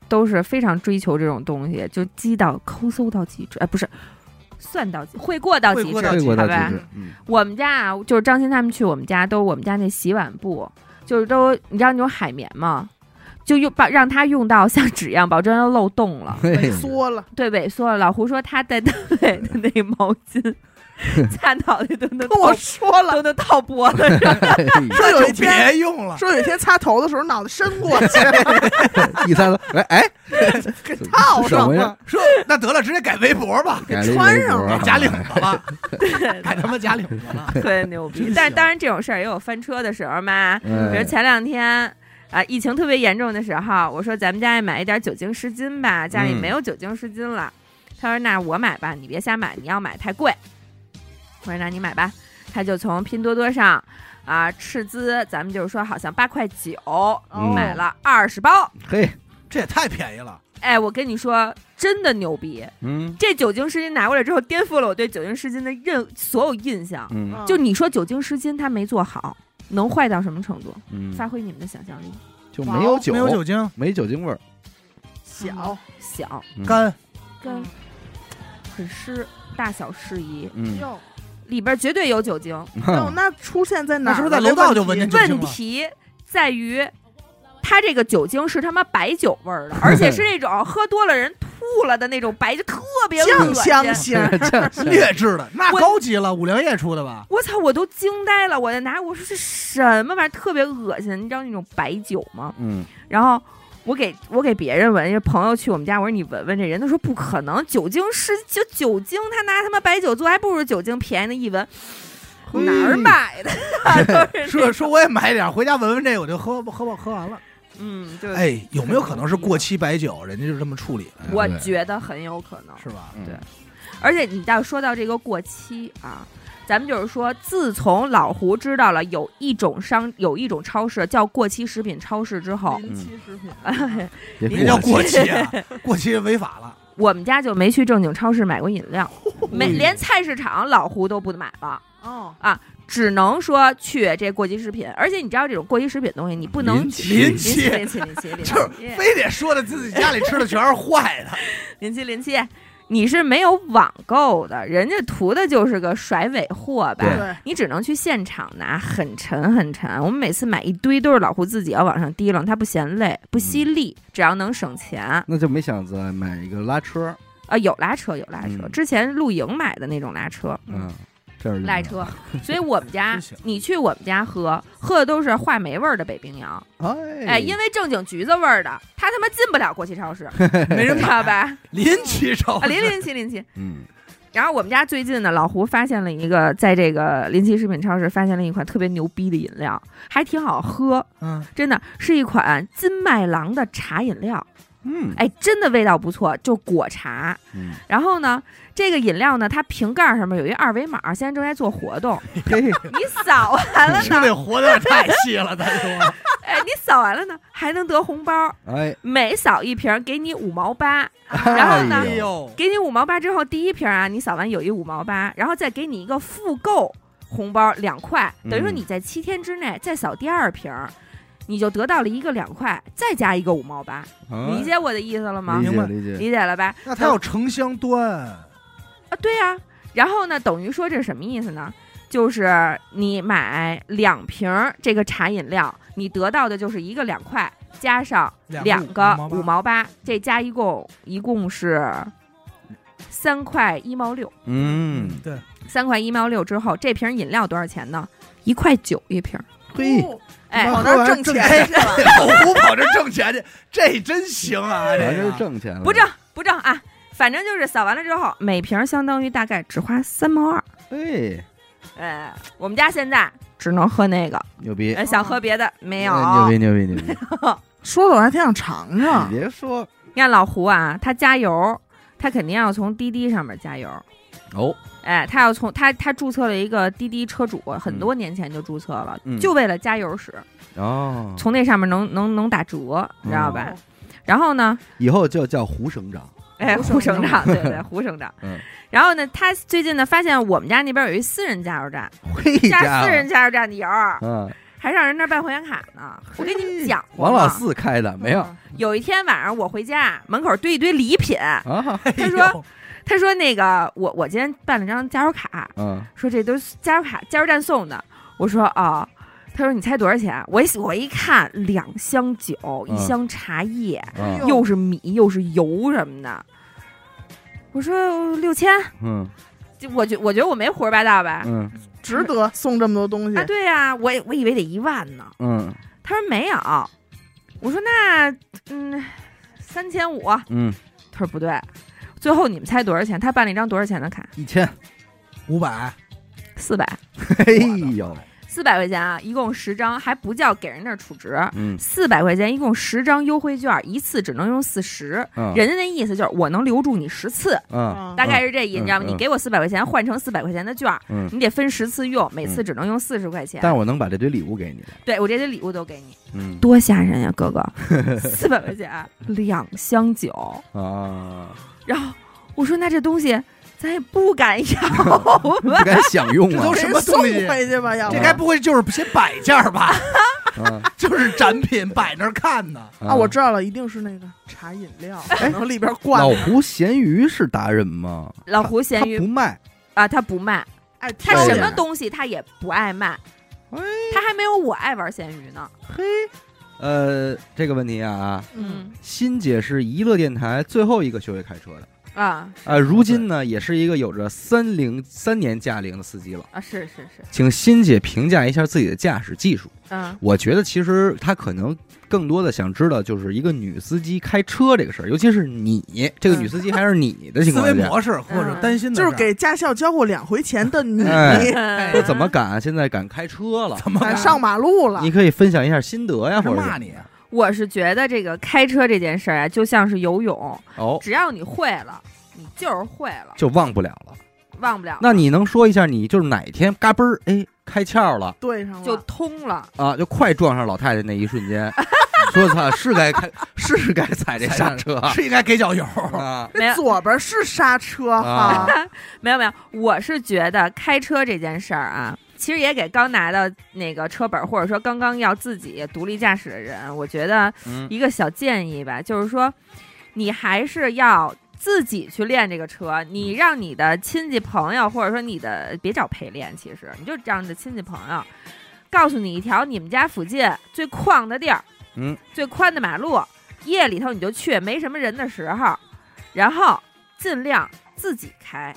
S4: 都是非常追求这种东西，就积到抠搜到极致，哎，不是。算到极会过到极
S2: 会
S4: 致，
S2: 过到
S1: 这
S2: 极致
S1: 国
S4: 好
S1: 大
S4: 吧
S1: 体？制，嗯，
S4: 我们家啊，就是张鑫他们去我们家，都是我们家那洗碗布，就是都你知道那种海绵吗？就用把让他用到像纸一样，保证要漏洞了。
S1: 嘿
S3: 萎，缩了，
S4: 对萎缩了。老胡说他在单位的那个毛巾擦脑袋都能
S3: 跟我
S4: 套
S3: 说了，
S4: 都能套脖子上，
S1: 嘿
S3: 说有一
S2: 就
S3: 天，
S2: 别用了，
S3: 说有一天擦头的时候脑袋伸过去
S1: 一猜到，哎 哎，
S3: 给套
S1: 怎
S3: 上
S1: 么
S3: 了
S1: 样，
S2: 说那得了，直接改围脖吧，
S1: 改了一
S3: 穿
S1: 围
S3: 上
S1: 脖
S3: 了
S1: 啊
S2: 假领子了，
S4: 对
S2: 改他妈假领子了。
S4: 特别牛逼。但是当然这种事儿也有翻车的时候嘛，比如
S1: 哎
S4: 前两天。啊，疫情特别严重的时候，我说咱们家买一点酒精湿巾吧，家里
S1: 嗯
S4: 没有酒精湿巾了。他说那我买吧，你别瞎买，你要买太贵。我说那你买吧，他就从拼多多上啊斥资，咱们就是说好像八块九、
S1: 嗯
S4: 买了二十包。
S1: 嘿，
S2: 这也太便宜了，
S4: 哎，我跟你说，真的牛逼！
S1: 嗯
S4: 这酒精湿巾拿过来之后，颠覆了我对酒精湿巾的任所有印象。
S1: 嗯
S4: 就你说酒精湿巾它没做好，能坏到什么程度？
S1: 嗯，
S4: 发挥你们的想象力，
S1: 就没有酒，
S2: 没有酒精，
S1: 没酒精味儿，
S3: 嗯小
S4: 小
S1: 嗯，
S2: 干
S4: 跟很湿，大小适宜，
S1: 嗯，
S3: 哟
S4: 里边绝对有酒精。
S3: 哟，嗯哦那出现在哪儿
S2: 那是
S3: 了？
S2: 不是在楼道就闻见
S3: 这
S2: 酒精
S4: 问
S2: 了
S4: 题在于，它这个酒精是他妈白酒味儿的，而且是那种喝多了人吐了的那种白，就特别恶
S3: 酱
S4: 心。
S3: 香型儿，
S2: 劣质的，那
S4: 我
S2: 高级了，五粮液出的吧？
S4: 我操！我都惊呆了，我在拿，我说这什么玩意儿，特别恶心。你知道那种白酒吗？
S1: 嗯，
S4: 然后我给我给别人闻，这朋友去我们家，我说你闻闻这人，他说不可能，酒精是就酒精，他拿他妈白酒做，还不如酒精便宜呢。一闻
S1: 嘿
S4: 哪儿买的啊？都是
S2: 说说我也买一点，回家闻闻这个，我就喝喝吧，喝完了。
S4: 嗯，就
S2: 哎，有没有可能是过期白酒，人家就这么处理，
S4: 我
S1: 哎
S4: 觉得很有可能。
S2: 是吧？
S1: 对，
S4: 而且你到说到这个过期啊，咱们就是说，自从老胡知道了有一种商有一种超市叫过期食品超市之后，
S3: 临期食品，
S1: 别
S2: 人
S1: 别
S2: 家过期啊，过期违法 了。
S4: 我们家就没去正经超市买过饮料，没
S2: 哎呦
S4: 连菜市场老胡都不买了。
S3: 哦，
S4: 只能说去这过期食品，而且你知道这种过期食品东西，你不能
S1: 临期
S2: 临
S4: 临期临期临期临期
S2: 就是非得说的自己家里吃的全是坏的，
S4: 临期临期，你是没有网购的，人家图的就是个甩尾货吧？
S3: 对，
S4: 你只能去现场拿，很沉很沉。我们每次买一堆都是老胡自己要往上提楞，他不嫌累，不惜力，只要能省钱啊、
S1: 那就没想再买一个拉车，
S4: 有拉车有拉车，
S1: 嗯
S4: 之前露营买的那种拉车，
S1: 嗯，这是
S4: 赖车。所以我们家
S6: 真行，
S4: 你去我们家喝，喝的都是话梅味儿的北冰洋，
S1: 哎
S4: 哎，因为正经橘子味儿的，他他妈进不了国际超市，
S2: 没人
S4: 知道吧？
S2: 临起手
S6: 哦
S4: 啊，林林奇林奇。
S1: 嗯，
S4: 然后我们家最近呢，老胡发现了一个，在这个临奇食品超市发现了一款特别牛逼的饮料，还挺好喝，
S3: 嗯，
S4: 真的是一款金麦郎的茶饮料，
S1: 嗯
S4: 哎，真的味道不错，就果茶。
S1: 嗯，
S4: 然后呢，这个饮料呢，它瓶盖上面有一二维码，现在正在做活动，
S1: 嘿，
S4: 你扫完了
S2: 兄弟
S4: 呢，
S2: 活的太细了，他 说
S4: 哎，你扫完了呢，还能得红包，
S1: 哎，
S4: 每扫一瓶给你五毛八， 然
S1: 哎
S4: 后呢，
S1: 呦，
S4: 给你五毛八之后，第一瓶啊，你扫完有一五毛八，然后再给你一个复购红包两块，等于说
S1: 嗯
S4: 你在七天之内再扫第二瓶，你就得到了一个两块，再加一个五毛八，理解我的意思了吗
S1: 嗯哎理？
S6: 明
S1: 解
S6: 白
S1: 理解，
S4: 理解了吧？
S6: 那他要城乡端，
S4: 啊，对呀、然后呢，等于说这是什么意思呢？就是你买两瓶儿这个茶饮料，你得到的就是一个两块，加上两个
S6: 两个
S4: 五
S6: 五
S4: 毛八，这加一共一共是三块一毛六，
S1: 嗯，
S6: 对，
S4: 三块一毛六之后，这瓶饮料多少钱呢？一块九一瓶儿。
S1: 嘿，
S4: 哎，
S3: 跑那儿哦挣钱去了，
S2: 老胡跑这挣钱去，这真行啊！
S1: 咱
S2: 这
S1: 这
S2: 个
S1: 是挣钱了，
S4: 哎不挣，不挣啊，反正就是扫完了之后，每瓶儿相当于大概只花三毛二。
S1: 哎，
S4: 哎，我们家现在只能喝那个，
S1: 牛逼，
S4: 哎，想喝别的没有。
S1: 哎牛逼牛逼牛 逼，
S3: 说的我还挺想尝尝
S1: 你。别说
S4: 你看老胡啊，他加油，他肯定要从滴滴上面加油。
S1: 哦，
S4: 哎，他要从他他注册了一个滴滴车主，很多年前就注册了，
S1: 嗯
S4: 就为了加油使，
S1: 哦，
S4: 从那上面能能能打折，
S1: 嗯
S4: 你知道吧？然后呢，
S1: 以后就叫胡省长，
S4: 哎，
S3: 胡
S4: 胡省
S3: 省
S4: 长，对 对，胡省长。
S1: 嗯
S4: 然后呢，他最近呢发现我们家那边有一私人加 油站，
S1: 嘿
S4: 加
S1: 家啊
S4: 私
S1: 伙，
S4: 人加油站的油，
S1: 嗯，
S4: 还让人那儿办会员卡呢。我跟你们讲过
S1: 王老
S4: 嘛
S1: 四开的没有啊？
S4: 有一天晚上我回家，门口堆一堆礼品，
S1: 啊
S4: 他
S2: 哎
S4: 说
S2: 呦。
S4: 他说：“那个，我我今天办了张加油卡，
S1: 嗯，
S4: 说这都是加油卡加油站送的。”我说：“啊、他说：“你猜多少钱？”我一我一看，两箱酒，一
S1: 嗯
S4: 箱茶叶，
S1: 嗯
S4: 又是米又是油什么的。我说六千，
S1: 嗯
S4: 就我觉我觉得我没胡说八道吧？
S1: 嗯
S3: 值得送这么多东西
S4: 啊，，对呀、我也我以为得一万呢。
S1: 嗯
S4: 他说没有，我说那嗯三千五，他
S1: 嗯，
S4: 说不对，最后你们猜多少钱？他办了一张多少钱的卡？
S1: 一千，
S2: 五百，
S4: 四百，
S1: 哎呦，
S4: 四百块钱啊，一共十张，还不叫给人那儿储值。
S1: 嗯
S4: 四百块钱，一共十张优惠券，一次只能用四十。
S1: 嗯
S4: 人家那意思就是我能留住你十次，
S1: 嗯
S3: 啊
S4: 大概是这意思，
S1: 嗯
S4: 你知道吗？
S1: 嗯
S4: 你给我四百块钱换成四百块钱的券，
S1: 嗯，
S4: 你得分十次用，每次只能用四十块钱。
S1: 但是我能把这堆礼物给你了，
S4: 对我这些礼物都给你，
S1: 嗯
S4: 多吓人呀，哥哥！ 四百块钱两箱酒，
S1: 啊，
S4: 然后我说那这东西咱也不敢要
S1: 不
S4: 吧？
S1: 敢享用
S2: 这
S1: 啊
S2: 都
S3: 给
S2: 什
S3: 人
S2: 么
S3: 送
S2: 东西
S3: 回去吧，要不
S2: 这该不会就是些摆件儿 吧？
S1: 啊
S2: 就是展品摆那儿看呢。
S3: 啊，我知道了，一定是那个茶饮料，然后里边灌
S1: 老
S3: 的
S1: 胡咸鱼是达人吗？
S4: 老胡
S1: 他
S4: 咸
S1: 不
S4: 鱼
S1: 卖，
S4: 啊，他不卖，
S3: 哎，
S4: 他
S3: 挑
S4: 什
S3: 的
S4: 么东西他也不爱卖
S1: 哎，
S4: 他还没有我爱玩咸鱼呢。
S1: 嘿，呃，这个问题啊，
S3: 嗯，
S1: 新姐是娱乐电台最后一个学会开车的。
S4: 啊
S1: 呃，如今呢，也是一个有着三零三年驾龄的司机了。
S4: 啊，是是是，
S1: 请欣姐评价一下自己的驾驶技术。
S4: 嗯
S1: 我觉得其实她可能更多的想知道，就是一个女司机开车这个事儿，尤其是你这个女司机还是你的情
S2: 思维
S1: 况下，
S2: 模式或者担心的事
S3: 就
S2: 儿
S3: 是给驾校交过两回钱的你，
S1: 哎
S4: 嗯
S1: 说怎么敢现在敢开车了？
S2: 怎么
S3: 敢
S2: 敢
S3: 上马路了
S1: 你，可以分享一下心得呀，或者
S2: 骂
S1: 是
S2: 你？啊
S4: 我是觉得这个开车这件事儿啊，就像是游泳，
S1: 哦，
S4: 只要你会了，你就是会了，
S1: 就忘不了了。
S4: 忘不了，
S1: 那你能说一下，你就是哪天嘎嘣儿哎开窍了
S3: 对上了，
S4: 就通了。
S1: 啊，就快撞上老太太那一瞬间，说操，是该开， 是该踩这刹车
S2: 是应该给脚油，
S1: 啊，
S4: 没有
S3: 这左边是刹车
S1: 啊
S3: 哈，
S4: 没有没有，我是觉得开车这件事儿啊，其实也给刚拿到那个车本儿，或者说刚刚要自己独立驾驶的人，我觉得
S1: 嗯
S4: 一个小建议吧，就是说，你还是要。自己去练这个车，你让你的亲戚朋友，或者说你的别找陪练，其实你就让你的亲戚朋友，告诉你一条你们家附近最旷的地儿，
S1: 嗯，
S4: 最宽的马路，夜里头你就去，没什么人的时候，然后尽量自己开，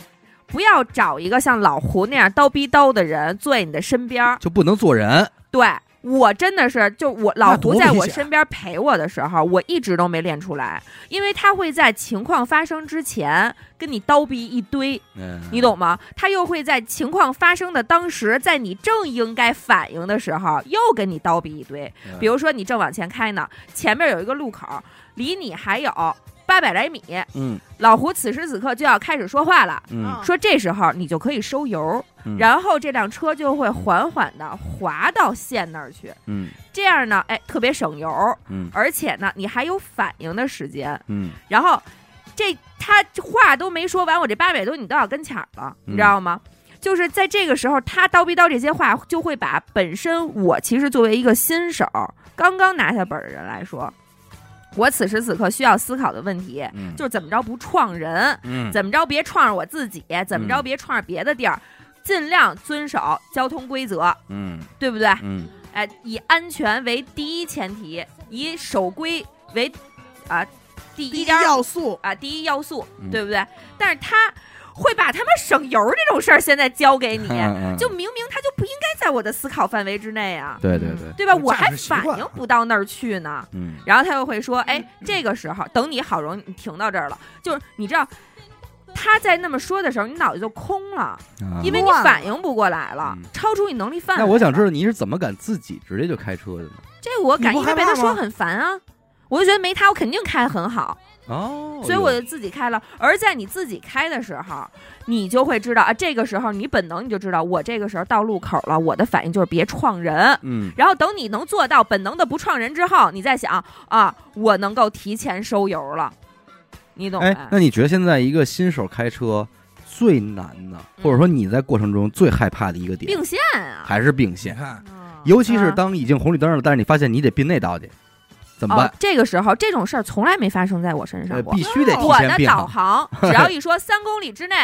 S4: 不要找一个像老胡那样叨逼叨的人坐在你的身边儿。
S1: 就不能做人。
S4: 对我真的是，就我老
S2: 那多
S4: 胡在
S2: 危
S4: 我
S2: 险啊
S4: 身边陪我的时候，我一直都没练出来，因为他会在情况发生之前跟你叨逼一堆，
S5: 嗯，
S4: 你懂吗？他又会在情况发生的当时，在你正应该反应的时候，又跟你叨逼一堆。
S5: 嗯
S4: 比如说你正往前开呢，前面有一个路口，离你还有八百来米，
S5: 嗯
S4: 老胡此时此刻就要开始说话了。
S5: 嗯
S4: 说这时候你就可以收油，
S5: 嗯
S4: 然后这辆车就会缓缓的滑到线那儿去，
S5: 嗯
S4: 这样呢，哎，特别省油，
S5: 嗯
S4: 而且呢，你还有反应的时间。
S5: 嗯
S4: 然后这他话都没说完，我这八百多你到我跟前儿了，
S5: 嗯
S4: 你知道吗？就是在这个时候，他叨逼叨这些话，就会把本身我其实作为一个新手，刚刚拿下本儿的人来说，我此时此刻需要思考的问题，
S5: 嗯，
S4: 就是怎么着不撞人，
S5: 嗯
S4: 怎么着别撞上我自己，怎么着别撞上别的地儿，尽量遵守交通规则，
S5: 嗯
S4: 对不对？
S5: 嗯
S4: 哎，以安全为第一前提，以守规为啊第
S3: 第
S4: 一
S3: 一
S4: 点
S3: 要素
S4: 啊第一要素
S5: 嗯，
S4: 对不对？但是他会把他们省油这种事儿现在交给你，
S5: 嗯，
S4: 就明明他就不应该在我的思考范围之内啊，
S1: 对对对，
S4: 对吧？
S2: 嗯
S4: 我
S2: 驾驶
S4: 还
S2: 习
S4: 反
S2: 惯
S4: 应不到那儿去呢。
S5: 嗯
S4: 然后他又会说：“哎，这个时候等你好容易你停到这儿了，就是你知道他在那么说的时候，你脑子就空了，
S5: 啊
S4: 因为你
S3: 乱了
S4: 反应不过来了
S5: 嗯，
S4: 超出你能力范围。”
S1: 那我想知道你是怎么敢自己直接就开车的呢？
S4: 这个我感
S2: 你
S4: 因
S2: 不
S4: 为
S2: 害
S4: 被他
S2: 怕
S4: 说
S2: 吗
S4: 很烦啊，我就觉得没他我肯定开很好，
S1: 哦
S4: 所以我就自己开了。而在你自己开的时候，你就会知道啊，这个时候你本能你就知道，我这个时候到路口了，我的反应就是别撞人。
S5: 嗯
S4: 然后等你能做到本能的不撞人之后，你再想啊，我能够提前收油了，你懂
S1: 哎，
S4: 吧？
S1: 那你觉得现在一个新手开车最难的，或者说你在过程中最害怕的一个点，
S4: 并线啊，
S1: 还是并
S2: 你
S1: 线？
S2: 看，
S4: 嗯嗯
S1: 尤其是
S4: 啊
S1: 当已经红绿灯了，但是你发现你得并那道去，怎么
S4: 哦
S1: 办？，
S4: 这个时候这种事儿从来没发生在我身上
S1: 呃
S4: 过，
S1: 必须得提
S4: 我
S1: 前
S4: 的
S1: 并
S4: 导
S1: 好。
S4: 航只 要一说三公里之内，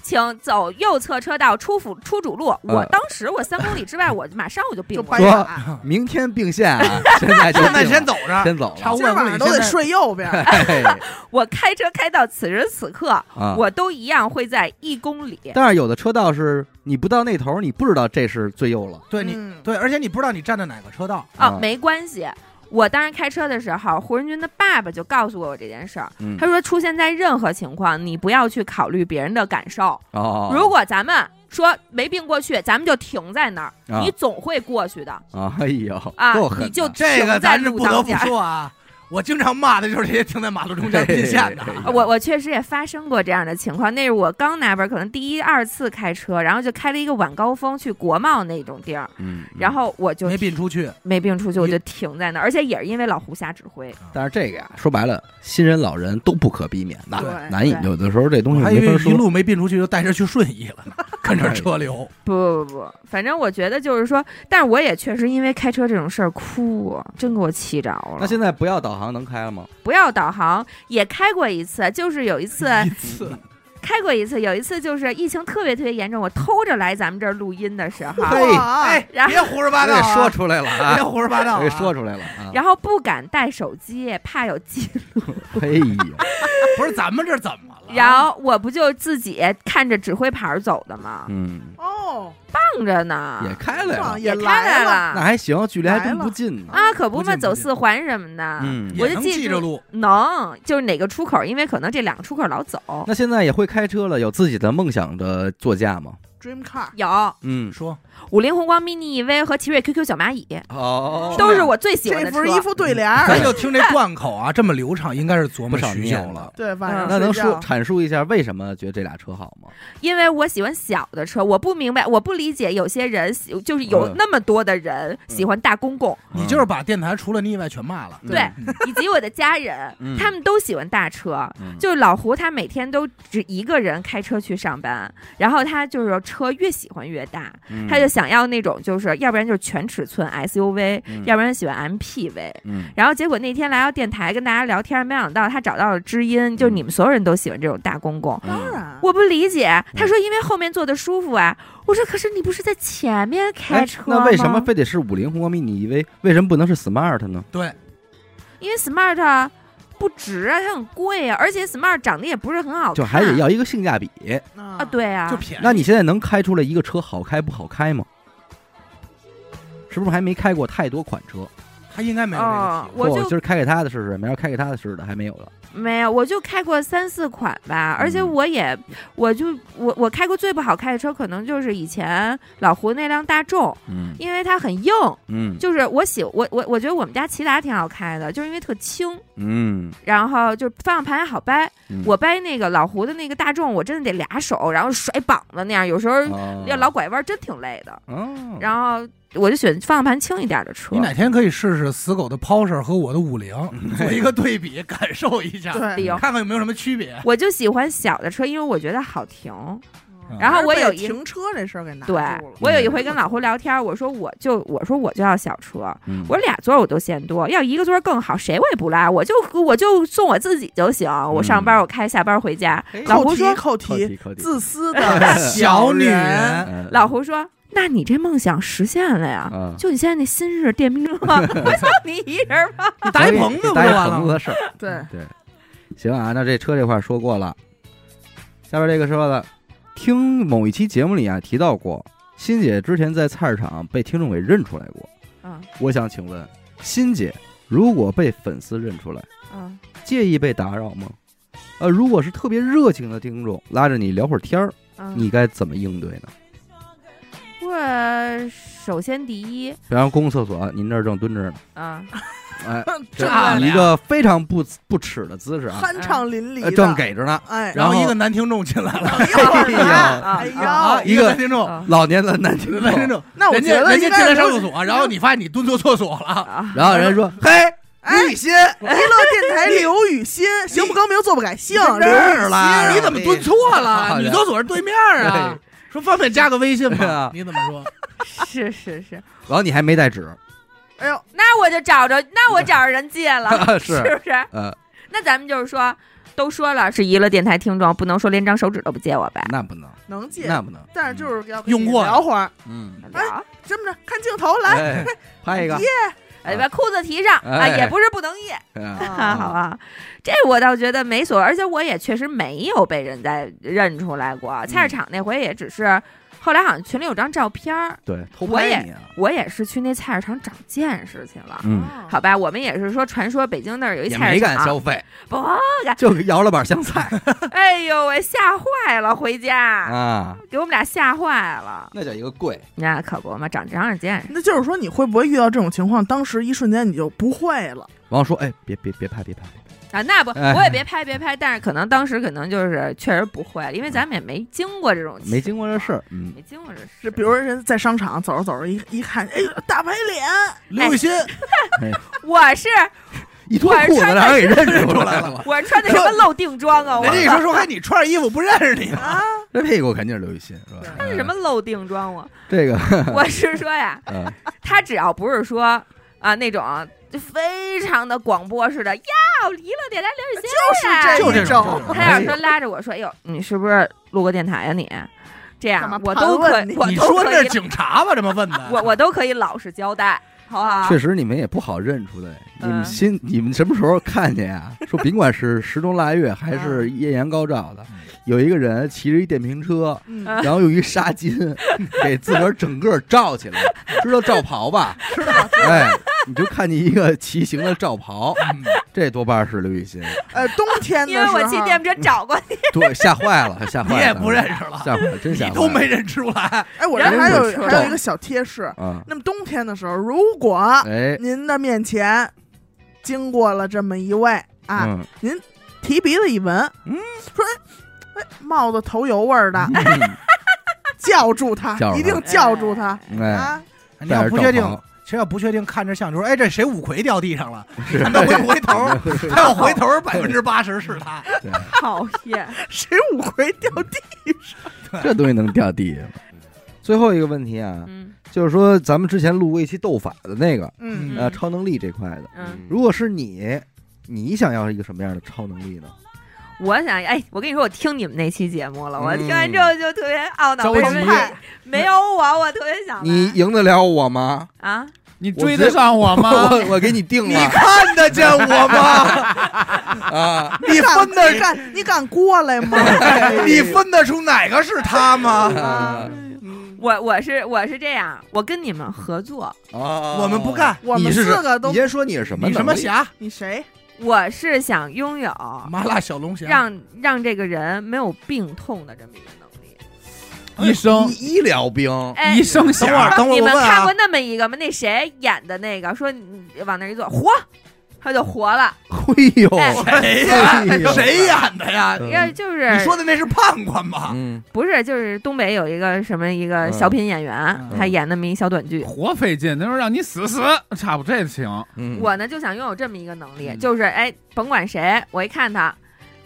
S4: 请走右侧车道出辅出主路。我
S2: 呃
S4: 当时我三公里之外，我马上我就并
S3: 就
S4: 了
S3: 掰。卡，
S1: 明天并线 啊，现在就
S2: 现在
S1: 并
S2: 先
S1: 了
S2: 走着，
S1: 先走
S2: 差
S1: 了
S2: 五
S3: 今
S2: 百
S3: 儿
S2: 公
S3: 晚上
S2: 里
S3: 都得
S2: 现在
S3: 睡右边。
S1: 嘿
S4: 我开车开到此时此刻，
S1: 啊。
S4: 我都一样会在一公里。哦
S1: 但是有的车道是你不到那头，你不知道这是最右了。
S2: 对你
S3: 嗯
S2: 对，而且你不知道你站在哪个车道，
S4: 哦，没关系。我当时开车的时候，胡仁军的爸爸就告诉过我这件事儿。
S5: 嗯
S4: 他说，出现在任何情况，你不要去考虑别人的感受。
S2: 啊
S1: 哦，
S4: 如果咱们说没并过去，咱们就停在那儿，
S1: 啊
S4: 你总会过去的
S1: 啊，哎呦，
S4: 啊
S1: 够！狠的，
S4: 你就
S2: 这个
S4: 停在
S2: 咱是
S4: 路
S2: 不得
S4: 当
S2: 不
S4: 间儿
S2: 说啊，我经常骂的就是这些停在马路中间并线的
S1: 嘿嘿嘿
S4: 呃我我确实也发生过这样的情况，那是我刚拿本儿，可能第一二次开车，然后就开了一个晚高峰去国贸那种地儿，
S5: 嗯，
S4: 然后我就
S2: 没并出去，
S4: 没并出去，我
S2: 你
S4: 就停在那儿，而且也是因为老胡瞎指挥，
S1: 但是这个呀，说白了，新人老人都不可避免的，
S4: 对
S1: 难以
S4: 哎对
S1: 有的时候这东
S2: 我
S1: 西
S2: 还以
S1: 没法
S2: 为一
S1: 说。
S2: 路没并出去就带着去顺义了呢， 跟着车流。
S4: 不不不不，反正我觉得就是说，但是我也确实因为开车这种事儿哭过，真给我气着了。
S1: 那现在不要导航能开了吗？
S4: 不要导航，也开过一次，就是有一次
S2: 一次
S4: 开过一次，有一次就是疫情特别特别严重，我偷着来咱们这儿录音的时候，
S1: 嘿
S2: 哎，
S4: 然 后
S2: 别胡说八
S1: 我
S2: 道啊，
S1: 给哎说出来了
S2: 别
S1: 啊，
S2: 胡说八道
S1: 我
S2: 啊，
S1: 给说出来了啊。
S4: 然后不敢带手机，怕有记
S1: 嘿呀，
S2: 不是咱们这怎么了？
S4: 然后我不就自己看着指挥牌儿走的吗？
S5: 嗯
S3: 哦，
S4: 放着呢，
S1: 也开了呀，
S3: 也
S4: 开
S3: 来
S4: 了
S1: 那还行，距离还
S3: 来
S1: 真
S3: 了
S1: 不近呢。
S4: 啊，可不
S2: 不
S4: 嘛，
S2: 进不
S4: 走
S2: 进
S4: 四环什么的，
S5: 嗯，
S4: 我
S2: 也
S4: 就
S2: 能
S4: 记
S2: 记
S4: 住
S2: 着路，
S4: 能就是哪个出口，因为可能这两个出口老走，
S1: 那现在也会开车了，有自己的梦想的座驾吗？
S3: Dream Car，
S4: 有
S1: 嗯，
S2: 说
S4: 五菱宏光 mini EV 和奇瑞 QQ 小蚂蚁，
S1: 哦
S4: 都是我最喜欢
S3: 这
S4: 的
S3: 不
S4: 车
S3: 是。一副对联
S2: 咱
S3: 儿，
S2: 就听这贯口啊，这么流畅，应该是琢
S1: 不
S2: 磨
S1: 少
S2: 许久
S1: 念
S2: 了。
S3: 对，晚
S4: 嗯
S3: 上
S1: 那能
S3: 睡觉
S1: 说阐述一下为什么觉得这俩车好吗？
S4: 因为我喜欢小的车，我不明白，我不理解有些人喜，就是有
S1: 嗯
S4: 那么多的人喜欢大公共，
S2: 你就是把电台除了你以外全骂了，
S4: 对，以及我的家人，
S5: 嗯
S4: 他们都喜欢大车，
S5: 嗯
S4: 就是老胡他每天都只一个人开车去上班，然后他就是车越喜欢越大，
S5: 嗯
S4: 他就想要那种就是要不然就是全尺寸 SUV，、
S5: 嗯
S4: 要不然喜欢 MPV。
S5: 嗯
S4: 然后结果那天来到电台跟大家聊天，没想到他找到了知音，就是你们所有人都喜欢这种大公共。
S3: 当然，
S4: 我不理解，他说因为后面坐的舒服啊。我说可是你不是在前面开
S1: 哎
S4: 车，吗？
S1: 那为什么非得是五菱宏光 mini EV？为什么不能是 smart 呢？
S2: 对，
S4: 因为 smart 啊不值啊，它很贵啊，而且 smart 长得也不是很好看，
S1: 就还得要一个性价比。
S4: 啊，
S3: 啊，
S4: 对啊，
S6: 就便宜。
S1: 那你现在能开出来一个车好开不好开吗？是不是还没开过太多款车？
S6: 他应该没有这个
S4: 哦，
S6: 题。
S4: 我
S1: 我
S4: 就
S1: 今儿开给他的试试，明儿开给他的试试的还没有了。
S4: 没有，我就开过三四款吧，而且
S1: 嗯
S4: 我也，我就我我开过最不好开的车，可能就是以前老胡那辆大众，
S1: 嗯
S4: 因为它很硬，
S1: 嗯
S4: 就是我喜我我我觉得我们家骐达挺好开的，就是因为特轻，
S1: 嗯，
S4: 然后就方向盘也好掰。
S1: 嗯
S4: 我掰那个老胡的那个大众，我真的得俩手，然后甩膀子那样，有时候要老拐弯真挺累的。
S1: 哦，
S4: 然后我就选方向盘轻一点的车
S6: 你。哪天可以试试死狗的 Porsche 和我的五菱，做一个对比，感受一下，
S4: 理
S3: 对，
S4: 由
S6: 看看有没有什么区 别。
S4: 我就喜欢小的车，因为我觉得好停。
S6: 嗯
S4: 然后我有
S3: 被
S4: 一
S3: 停车这事儿给拿住
S4: 对
S3: 了，
S4: 我有一回跟老胡聊天，我说我就我说我就要小车，
S1: 嗯
S4: 我俩座儿我都嫌多，要一个座儿更好，谁我也不拉，我就我就送我自己就行。我上班我开，下班回家。
S3: 扣
S4: 老胡
S3: 题扣
S4: 说，
S1: 扣
S3: 题，
S1: 题扣题，
S3: 自私
S2: 哎
S3: 的
S6: 小女
S3: 人，
S6: 人，
S1: 嗯
S4: 老胡说，那你这梦想实现了呀？
S1: 啊，
S4: 就你现在那新式电 瓶车，我操你一人吧。
S6: 你搭一棚子不就
S1: 搭一
S6: 完
S1: 棚子
S6: 了？
S1: 的事儿。
S3: 对，
S1: 行啊，那这车这块儿说过了，下边这个说了，听某一期节目里啊提到过，欣姐之前在菜市场被听众给认出来过。
S4: 嗯
S1: 我想请问，欣姐如果被粉丝认出来，
S4: 嗯，
S1: 介意被打扰吗？呃，如果是特别热情的听众拉着你聊会儿天儿，
S4: 嗯
S1: 你该怎么应对呢？
S4: 我首先第一
S1: 比方公共厕所，您这儿正蹲着呢，
S4: 啊，
S1: 哎，
S3: 正
S6: 啊
S3: 在
S1: 一个非常不不耻的姿势啊，
S3: 酣畅淋漓
S1: 呃
S3: 的，
S1: 正给着呢。
S3: 哎，
S1: 然后
S6: 一个男听众进来了，
S1: 哎呀，
S4: 啊
S3: 哎
S4: 啊
S3: 呀，
S1: 一个
S6: 男听众，
S4: 啊
S1: 老年的男听
S6: 男
S1: 众
S6: 听众，
S3: 那我
S6: 人
S3: 觉
S6: 家
S3: 得
S6: 人
S3: 应
S6: 家进
S3: 该
S6: 来上
S3: 留
S6: 厕所，然后你发现你蹲错厕所了，
S4: 啊
S1: 然后人家说：“嘿，
S3: 哎
S1: 李欣，
S3: 娱乐电台刘雨欣，行不更名，坐不改姓，刘雨欣啊
S1: 了
S6: 你怎么蹲错了？女厕所是对面啊。说方便加个微信
S1: 对
S6: 吗
S1: 啊？
S6: 你怎么说？
S4: 是是是，
S1: 然后你还没带纸，
S3: 哎呦，
S4: 那我就找着，那我找着人借了，
S1: 是
S4: 是不是？
S1: 呃，
S4: 那咱们就是说，都说了是娱乐电台听众，不能说连张手指都不借我呗。
S1: 那不能，
S3: 能借，
S1: 那不能，
S3: 但是就是要
S6: 用过了
S3: 聊会儿，
S1: 嗯，
S4: 哎，
S3: 这么着看镜头来，
S1: 来拍一个，
S4: 哎，把裤子提上啊，
S1: 哎
S4: 也不是不能借，
S1: 嗯
S4: 啊，
S3: 啊
S4: 好吧，这我倒觉得没所谓，而且我也确实没有被人在认出来过。菜市
S1: 嗯
S4: 场那回也只是，后来好像群里有张照片儿，
S1: 对，偷
S4: 我
S1: 拍
S4: 也
S1: 你啊，
S4: 我也是去那菜市场长见识去了。
S1: 嗯，
S4: 好吧，我们也是说，传说北京那儿有一
S1: 也
S4: 菜
S1: 没
S4: 市
S1: 敢消
S4: 场，
S1: 费，
S4: 不，
S1: 就摇了把香菜
S4: 哎呦喂，吓坏了，回家
S1: 啊，
S4: 给我们俩吓坏了，
S1: 那叫一个贵，
S4: 那可不嘛，长长长见识。
S3: 那就是说你会不会遇到这种情况？当时一瞬间你就不会了，
S1: 然后说：“哎，别别别拍，别拍，
S4: 啊，那不，
S1: 哎
S4: 我也别拍，别拍。但是可能当时可能就是确实不会，因为咱们也没经过这种，
S1: 没经过这事，儿，嗯，
S4: 没经过这
S3: 这
S4: 事。
S3: 比如人在商场走着走着一一看，哎呦，大白脸，
S6: 刘雨欣
S4: 我是
S1: 一脱裤子让人给认出
S6: 出
S1: 来
S6: 来
S1: 了，
S6: 了，
S4: 我穿的 什么漏定装啊？我
S6: 人家一说说，哎，你穿着衣服不认识你了，
S1: 这屁股肯定是刘雨欣是吧？
S4: 穿什么漏定装我？
S1: 哎这个，
S4: 我是说呀，
S1: 嗯
S4: 他只要不是说啊那种就非常的广播似的，呀，娱乐电台刘雨欣啊，
S3: 就是
S6: 就
S3: 这
S6: 这
S3: 种嗯
S6: 种。
S4: 他要是说拉着我说，哎呦，你是不是路过电台呀、你这
S3: 干嘛
S4: 样我都
S3: 盘
S4: 可
S3: 问你
S4: 我
S6: 你
S4: 都
S6: 说
S4: 可
S6: 这是
S4: 以，
S6: 警察吧？这么问的，
S4: 我我都可以老实交代，好不好
S1: 确？实你们也不好认出来，你们
S4: 嗯
S1: 新你们什么时候看见啊？说甭管是时钟腊月还是艳阳高照的，有一个人骑着一电瓶 车，
S3: 嗯，
S1: 然后用一纱巾 给自个儿整个罩起来，知道罩袍吧？
S3: 知道，
S1: 哎，你就看见一个骑行的罩袍，
S6: 嗯这
S1: 这多半是刘雨欣，
S3: 呃，冬天的啊
S4: 因
S3: 时
S4: 为
S3: 候，
S4: 我骑电瓶车找过你，
S1: 对，吓坏了， 吓坏
S6: 你
S1: 了，
S6: 也不认识 了，
S1: 吓坏了，真吓
S6: 你
S1: 坏了，
S6: 都没认出来，
S3: 哎，我这还
S1: 人
S3: 有
S1: 家
S3: 还有一个小贴士，
S1: 啊？
S3: 那么冬天的时候，如果
S1: 哎，
S3: 您的面前经过了这么一位啊，
S1: 嗯，
S3: 提鼻子一闻，
S1: 嗯，
S3: 说哎哎，帽子头油味儿的，
S1: 嗯
S3: 叫住他
S1: 叫，住他
S3: 一定叫住他
S1: 哎，
S3: 啊！
S6: 你要不确
S1: 戴着
S6: 定
S1: 罩袍。
S6: 其实要不确定，看着像就说，哎，这谁五魁掉地上了？看他回不回头， 他要回头，百分之八十是他。
S4: 讨厌。
S3: 谁五魁掉地？
S1: 这东西能掉地下吗？ 最后一个问题啊，
S4: 嗯
S1: 就是说咱们之前录过一期斗法的那个，
S3: 嗯，
S4: 嗯
S1: 呃，超能力这块的，
S4: 嗯，
S1: 如果是你，你想要一个什么样的超能力呢？
S4: 我想，哎，我跟你说，我听你们那期节目了，我
S1: 嗯
S4: 听完之后就特别懊恼，
S6: 着
S4: 为
S6: 急
S4: 什么没有我？我特别想来
S1: 你赢得了我吗？
S4: 啊，
S6: 你追得上我 吗？
S1: 我我给你定
S2: 你
S1: 了，
S2: 看得见我吗？
S1: 啊，哎
S2: 你分得
S3: 你敢你敢过来吗？
S2: 你分得出哪个是他吗？
S1: 啊
S3: 嗯
S4: 我我是我是这样，我跟你们合作，
S2: 我
S1: 我
S2: 们不干，
S3: 我
S1: 啊你
S3: 们
S1: 是
S3: 四个都
S1: 你先说你是什么
S2: 你什么
S1: 能力？
S2: 侠？
S3: 你谁？
S4: 我是想拥有
S2: 麻辣小龙虾。
S4: 让让这个人没有病痛的这么一个能力。
S6: 医
S1: 哎
S6: 生
S1: 医，医疗兵，
S4: 哎
S6: 医，生
S2: 等会
S6: 侠
S2: 儿，，等会儿
S4: 你
S2: 我
S4: 们
S2: 问
S4: 看
S2: 啊
S4: 过，那么一个吗？那谁演的那个说你往那儿一坐，活，他就活了。
S1: 嘿呦，
S4: 哎
S2: 谁呀
S1: 哎呦？
S2: 谁演的呀？
S1: 嗯
S4: 要就是
S2: 你说的那是判官吗？
S1: 嗯，
S4: 不是就是东北有一个什么一个
S1: 嗯
S4: 小品演员，
S6: 嗯
S4: 他演那么一小短 剧。
S6: 活费劲，那时候让你死死，差不多这行。
S1: 嗯
S4: 我呢就想拥有这么一个能力，
S6: 嗯
S4: 就是哎，甭管谁，我一看他，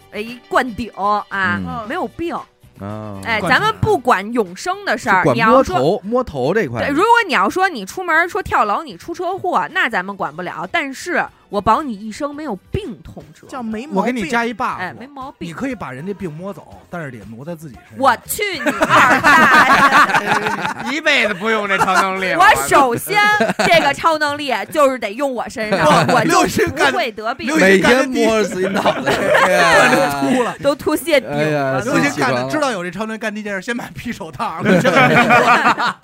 S4: 哎，一灌顶啊，
S2: 哦
S1: 嗯
S4: 没有病。
S1: 啊，
S4: 哎，
S6: 灌
S4: 咱
S6: 顶
S4: 们不管永生的事
S1: 是
S4: 儿，
S1: 管
S4: 你
S1: 摸
S4: 要说。
S1: 头摸头这块
S4: 对，，如果你要说你出门说跳楼，你出车祸，那咱们管不了。但是我保你一生没有病痛折，
S3: 叫没毛病。
S2: 我给你加一 buff，、
S4: 嗯哎，没毛
S2: 你
S4: 病。
S2: 可以把人家病摸走，但是得挪在自己身上。
S4: 我去你二大爷！
S5: 一辈子不用这超能力
S2: 啊
S4: 我首先这个超能力就是得用我身 上，
S2: 哇
S4: 我
S2: 六
S4: 就
S2: 十干
S4: 不会得病
S2: 六，十
S1: 每天摸着自己脑 袋，哎呀
S2: 秃了。
S4: 都吐血顶
S1: 哎呀
S4: 了
S1: 自
S4: 都
S2: 刘
S1: 己
S2: 星
S1: 起
S2: 干
S1: 床
S2: 的
S1: 了
S2: 知道有这超能干这件事， 先买匕首套。跟这个
S1: 啊，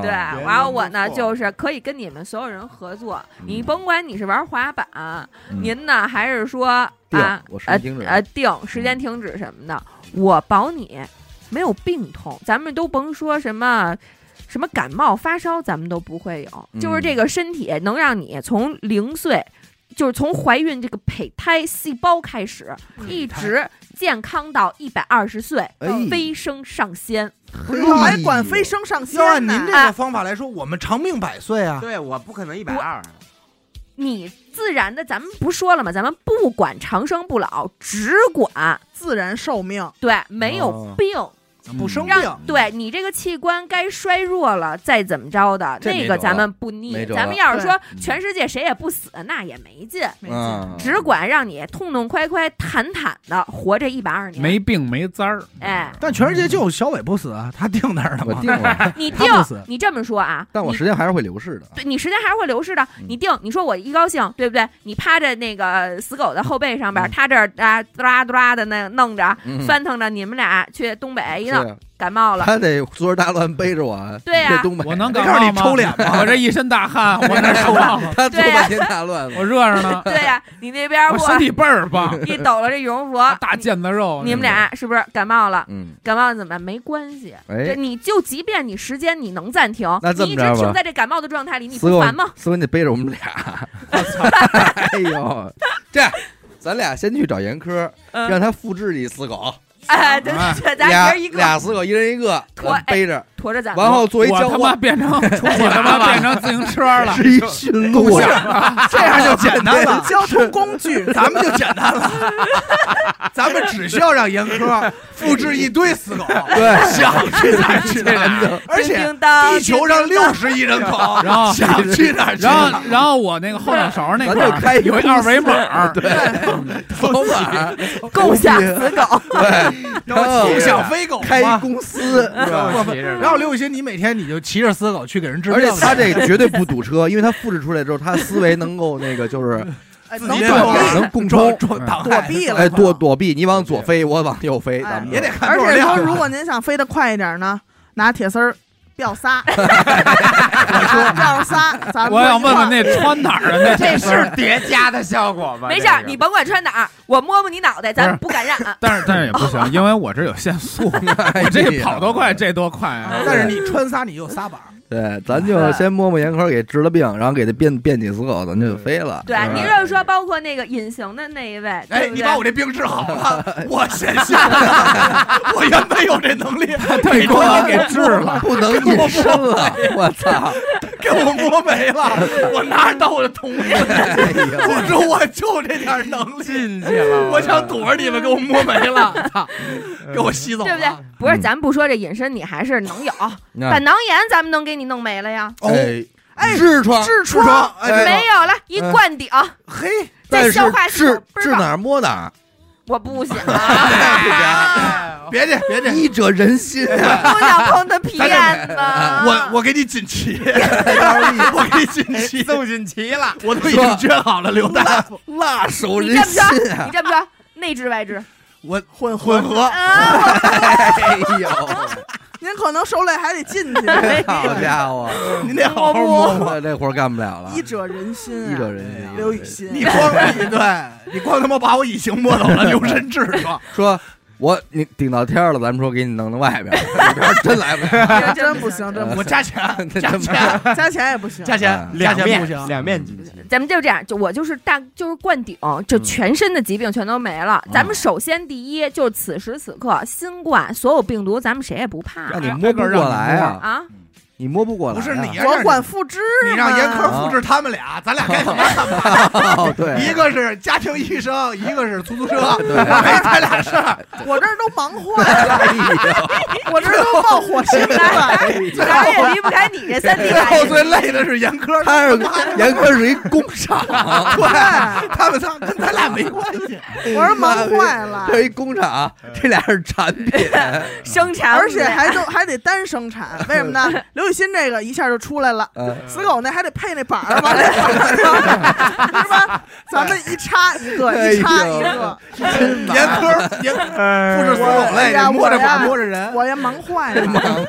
S4: 对，
S2: 人
S4: 然后我呢
S2: 不错
S4: 就是可以跟你们所有人合作，你
S1: 嗯
S4: 甭管你是玩滑板，
S1: 嗯
S4: 您呢还是说啊
S1: 定
S4: 呃
S1: 我时间
S4: 呃
S1: 停止嗯
S4: 定时间停止什么的，我保你没有病痛，咱们都甭说什么。什么感冒发烧，咱们都不会有，就是
S1: 嗯
S4: 这个身体能让你从零岁，就是从怀孕这个胚胎细胞开始，一直健康到一百二十岁，
S1: 哎
S4: 飞升上仙。
S3: 还管飞升上仙
S2: 要按您
S3: 呢
S2: 这个方法来说，我们长命百岁啊！
S5: 对我不可能一百二，
S4: 你自然的，咱们不说了吗？咱们不管长生不老，只管
S3: 自然寿
S2: 啊
S3: 命，
S4: 对没有
S1: 哦
S4: 病，
S2: 不生病，
S4: 让对你这个器官该衰弱了，再怎么着的，
S1: 这没
S4: 那个
S1: 辙
S4: 咱
S1: 了
S4: 们不
S1: 没
S4: 腻。
S1: 辙
S4: 咱们
S1: 了
S4: 要是说
S1: 嗯
S4: 全世界谁也不死，那也没劲，
S3: 没劲
S1: 嗯，
S4: 只管让你痛痛快快、坦坦的活这一百二年。
S6: 没病没灾儿，
S4: 哎，
S2: 但全世界就有小伟不死啊，他定那儿了
S1: 我
S2: 吗？
S1: 定了，
S4: 你
S2: 他
S4: 定
S2: 不死，
S4: 你这么说啊？
S1: 但我
S4: 你
S1: 时间还是会流逝的。啊
S4: 对你时间还是会流逝的。
S1: 嗯
S4: 你定，你说我一高兴，对不对？你趴在那个死狗的后背上边儿，他这儿啊嘟啦嘟啦的那弄着，
S1: 嗯
S4: 翻腾着，你们俩去东北一弄，
S1: 是
S4: 感 冒了。
S1: 他得坐着大乱背着啊我，
S4: 对呀
S1: 这东北，
S6: 我能
S2: 得
S6: 感
S2: 让
S6: 冒
S2: 你
S6: 吗？
S2: 抽脸吗
S6: 我这一身大汗，我哪受到了？
S1: 他坐
S4: 对呀
S1: 半天大乱
S6: 我
S1: 了，
S6: 热着 呢，
S4: 对呀、你那边儿
S6: 我
S4: 我
S6: 身体倍儿棒，
S4: 一抖了这羽绒服，
S6: 大腱子肉。
S4: 你们俩是不是感冒了？
S1: 嗯，
S4: 感冒了怎么办？没关系，
S1: 哎
S4: 对你就即便你时间你能暂停
S1: 那，这
S4: 你
S1: 么着
S4: 一直
S1: 吧
S4: 停在这感冒的状态里，你
S1: 四
S4: 不
S1: 哥
S4: 烦吗？？
S1: 四哥，你得背着我们俩， 哎呦，这样，咱俩先去找严科，
S4: 嗯
S1: 让他复制一死狗，
S4: 哎，对对对，咱
S1: 俩
S4: 人一个哎
S1: 俩死狗，一人一个，
S4: 妥
S1: 咱背着，
S4: 驮着咱们，
S1: 然后做一
S6: 我
S1: 交
S6: 他妈
S1: 换，
S6: 变成我他妈变成自行车了，
S1: 是一驯鹿，
S2: 这样就简单了。，
S3: 交通工具
S2: 咱们就简单了，咱们只需要让严科复制一堆死狗，
S1: 对，
S2: 想去哪儿 去哪儿，而
S4: 叮
S2: 且
S4: 叮当
S2: 地球上六十亿人口，
S6: 然后
S2: 想去 哪儿去
S6: 然
S2: 哪
S6: 后
S2: 儿，
S6: 然后我那个后脑勺那
S1: 咱就
S6: 块儿
S1: 开
S6: 有一二维码 儿，
S1: 对，老板，
S4: 共享死狗，
S1: 对，
S2: 共享飞狗
S1: 开一
S2: 嘛。
S1: 公司，是吧？
S2: 然后刘雨欣，你每天你就骑着死狗去给人治病
S1: 而
S2: 去，
S1: 且他这个绝对不堵车，因为他复制出来之后，他的思维能够那个就是
S3: 哎
S2: 自
S3: 能
S2: 己
S1: 转
S3: 躲
S1: 能
S3: 避，
S1: 共
S2: 撞
S1: 冲
S2: 撞挡
S3: 躲避了，
S1: 哎躲躲避，你往左飞，我往右飞，
S3: 哎
S1: 咱们
S2: 也得看
S3: 而
S2: 多少啊
S3: 且说，
S2: 辆。
S3: 如果您想飞得快一点呢，拿铁丝儿吊 仨，吊仨，咱们
S6: 我想问问那穿哪儿 的那
S4: 这
S6: 事儿，
S5: 叠加的效果吧
S4: 没事儿，你甭管穿哪儿，我摸摸你脑袋，咱不感染。啊
S6: 但是但是也不 行，因为我这有限速，
S1: 哎
S6: 我这跑多快这多快啊！
S2: 哎但是你穿仨，你有仨板儿，
S1: 对，咱就先摸摸严科给治了病，然后给他变变几死狗，咱就飞了。
S4: 对，啊
S1: 是吧
S4: 您就是说，包括那个隐形的那一位，
S2: 哎
S4: 对，不
S2: 你
S4: 对
S2: 把我这病治好 了，我神仙了， 我原本有这能 力，
S6: 对，给我给治了，
S1: 不能隐身了，我操！
S2: 给我摸没了，我拿着刀我就捅你。
S1: 哎
S2: 我
S1: 呦，
S2: 说我就这点能力，
S5: 进去了
S2: 我想躲着你们，给我摸没了，操，给我吸走
S4: 对
S2: 了，
S4: 不对？不是，
S1: 嗯
S4: 咱不说这隐身，你还是能有。
S1: 那
S4: 胆囊炎咱们能给你弄没了呀？
S1: 哎
S3: 哎
S1: 痔疮，
S3: 痔
S2: 痔疮
S3: 疮，
S2: 哎
S4: 没有了，一
S1: 嗯
S4: 灌顶，啊
S2: 嘿，
S1: 但
S4: 在
S1: 是
S4: 消化系统
S1: 治
S4: 倍儿
S1: 治
S4: 棒
S1: 哪儿摸哪儿，
S4: 我不啊想，
S3: 啊哎
S2: 别介别介，
S1: 医者仁心啊！
S4: 不想碰他皮眼子。
S2: 我我给你 锦旗， 我给你锦旗，
S6: 哎送锦旗了，
S2: 我都已经捐好了刘大 夫，
S1: 辣手
S4: 你
S1: 仁
S4: 这么
S1: 心
S4: 着，
S1: 啊
S4: 你！这么着，内置外置
S2: 我
S3: 混
S2: 混合
S4: 啊！
S1: 哎呦，
S3: 您可能手里还得进 去，
S1: 好家伙，
S2: 您得好好摸摸。
S1: 我这活儿干不了了。
S3: 医者仁心、啊，
S1: 医者仁心，医者
S3: 刘雨
S1: 仁心
S3: 欣，
S2: 你光 你对，你光他妈把我隐形摸走了，留神志说，
S1: 说，我你顶到天儿了，咱们说给你弄到外边儿，里边儿真来不了。
S4: 这
S3: 真不行，真不
S2: 我加 钱加钱
S3: 行，加钱也不行。
S2: 加钱加
S5: 啊两
S2: 钱不
S5: 面
S2: 行，
S5: 两面锦旗，
S4: 咱们就这样，就我就是大就是灌顶，就全身的疾病全都没了。咱们首先第一就是此时此刻新冠所有病毒，咱们谁也不怕
S1: 让你摸不过来啊！
S4: 啊！
S1: 你摸不过来、啊，
S2: 不是你
S3: 我
S2: 让
S3: 管复制嘛，
S2: 你让严
S5: 啊
S2: 科复制他们俩，咱 俩该怎么办？
S1: 哦，对，
S2: 一个是家庭医生，一个是出租车， 没咱俩事儿。
S3: 我这儿都忙坏了，我这儿都 冒火星了。
S4: 咱也离不开你这三
S2: 最
S4: 点。
S2: 后最累的是严科，
S1: 他是严哥是一工厂，
S2: 对，他们仨跟咱俩没关 系。
S3: 哎我是忙坏了
S1: 这，是一工厂，这俩是产品，
S4: 生产，
S3: 而且还都还得单生产，为什么呢？刘雨欣这个一下就出来了，
S1: 嗯，
S3: 死狗那还得配那板儿，往那板儿上， 是吧？咱们一插一个，一插一个，
S1: 真
S2: 严科，严科，复制所有
S3: 哎
S2: 类
S3: 呀，，
S2: 摸着
S3: 我呀
S2: 板摸着人，
S3: 我也忙坏了，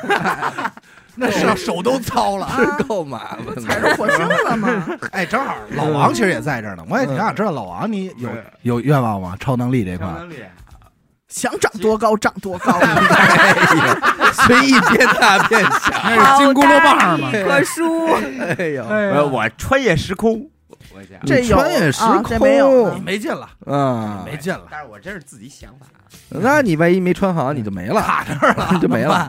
S2: 那手手都糙了。
S1: 是够麻烦
S3: 踩
S1: 的。
S3: 着火星了 嘛。
S2: 哎，正好老王其实也在这儿呢，我也挺想知道老王你有有愿望吗？超能力这块，
S3: 想长多高长多高，
S1: 哎呦，随意变大变
S2: 啊
S1: 小，
S6: 那是金箍
S4: 好
S6: 棒
S4: 大
S6: 棒嘛
S4: 一。棵树，
S1: 哎呦，
S6: 哎
S5: 呃
S6: 呀
S5: 我穿越时空，我想，
S3: 这有
S1: 穿越时
S3: 啊
S1: 空，
S3: 这没有呢
S2: 没劲了，
S1: 嗯，
S2: 没劲了，
S5: 但是我这是自己想法，
S1: 那你万一没穿好，你就没了，
S2: 卡这儿了，
S1: 就没
S2: 怎么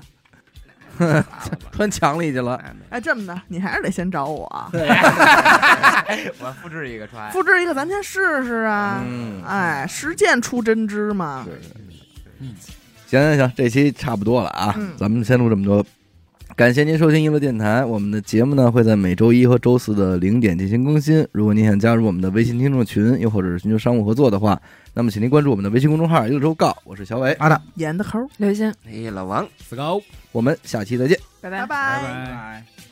S2: 办
S1: 了， 穿墙里去了。
S3: 哎，这么的，你还是得先找我， 啊
S5: 我复制一个穿，
S3: 复制一个，咱先试试啊。
S1: 嗯，
S3: 哎，实践出真知嘛。
S1: 对对对，行行行，这期差不多了啊，
S3: 嗯
S1: 咱们先录这么多。感谢您收听娱乐电台，我们的节目呢会在每周一和周四的零点进行更新。如果您想加入我们的微信听众群，又或者是寻求商务合作的话，那么请您关注我们的微信公众号“娱乐周告”，我是小伟，
S2: 阿达，
S3: 严的抠儿，
S4: 刘鑫，
S5: 哎，老王。
S6: 死狗，
S1: 我们下期再见。
S4: 拜
S3: 拜
S4: 拜。
S6: 拜
S2: 哎
S3: 拜。
S6: 拜。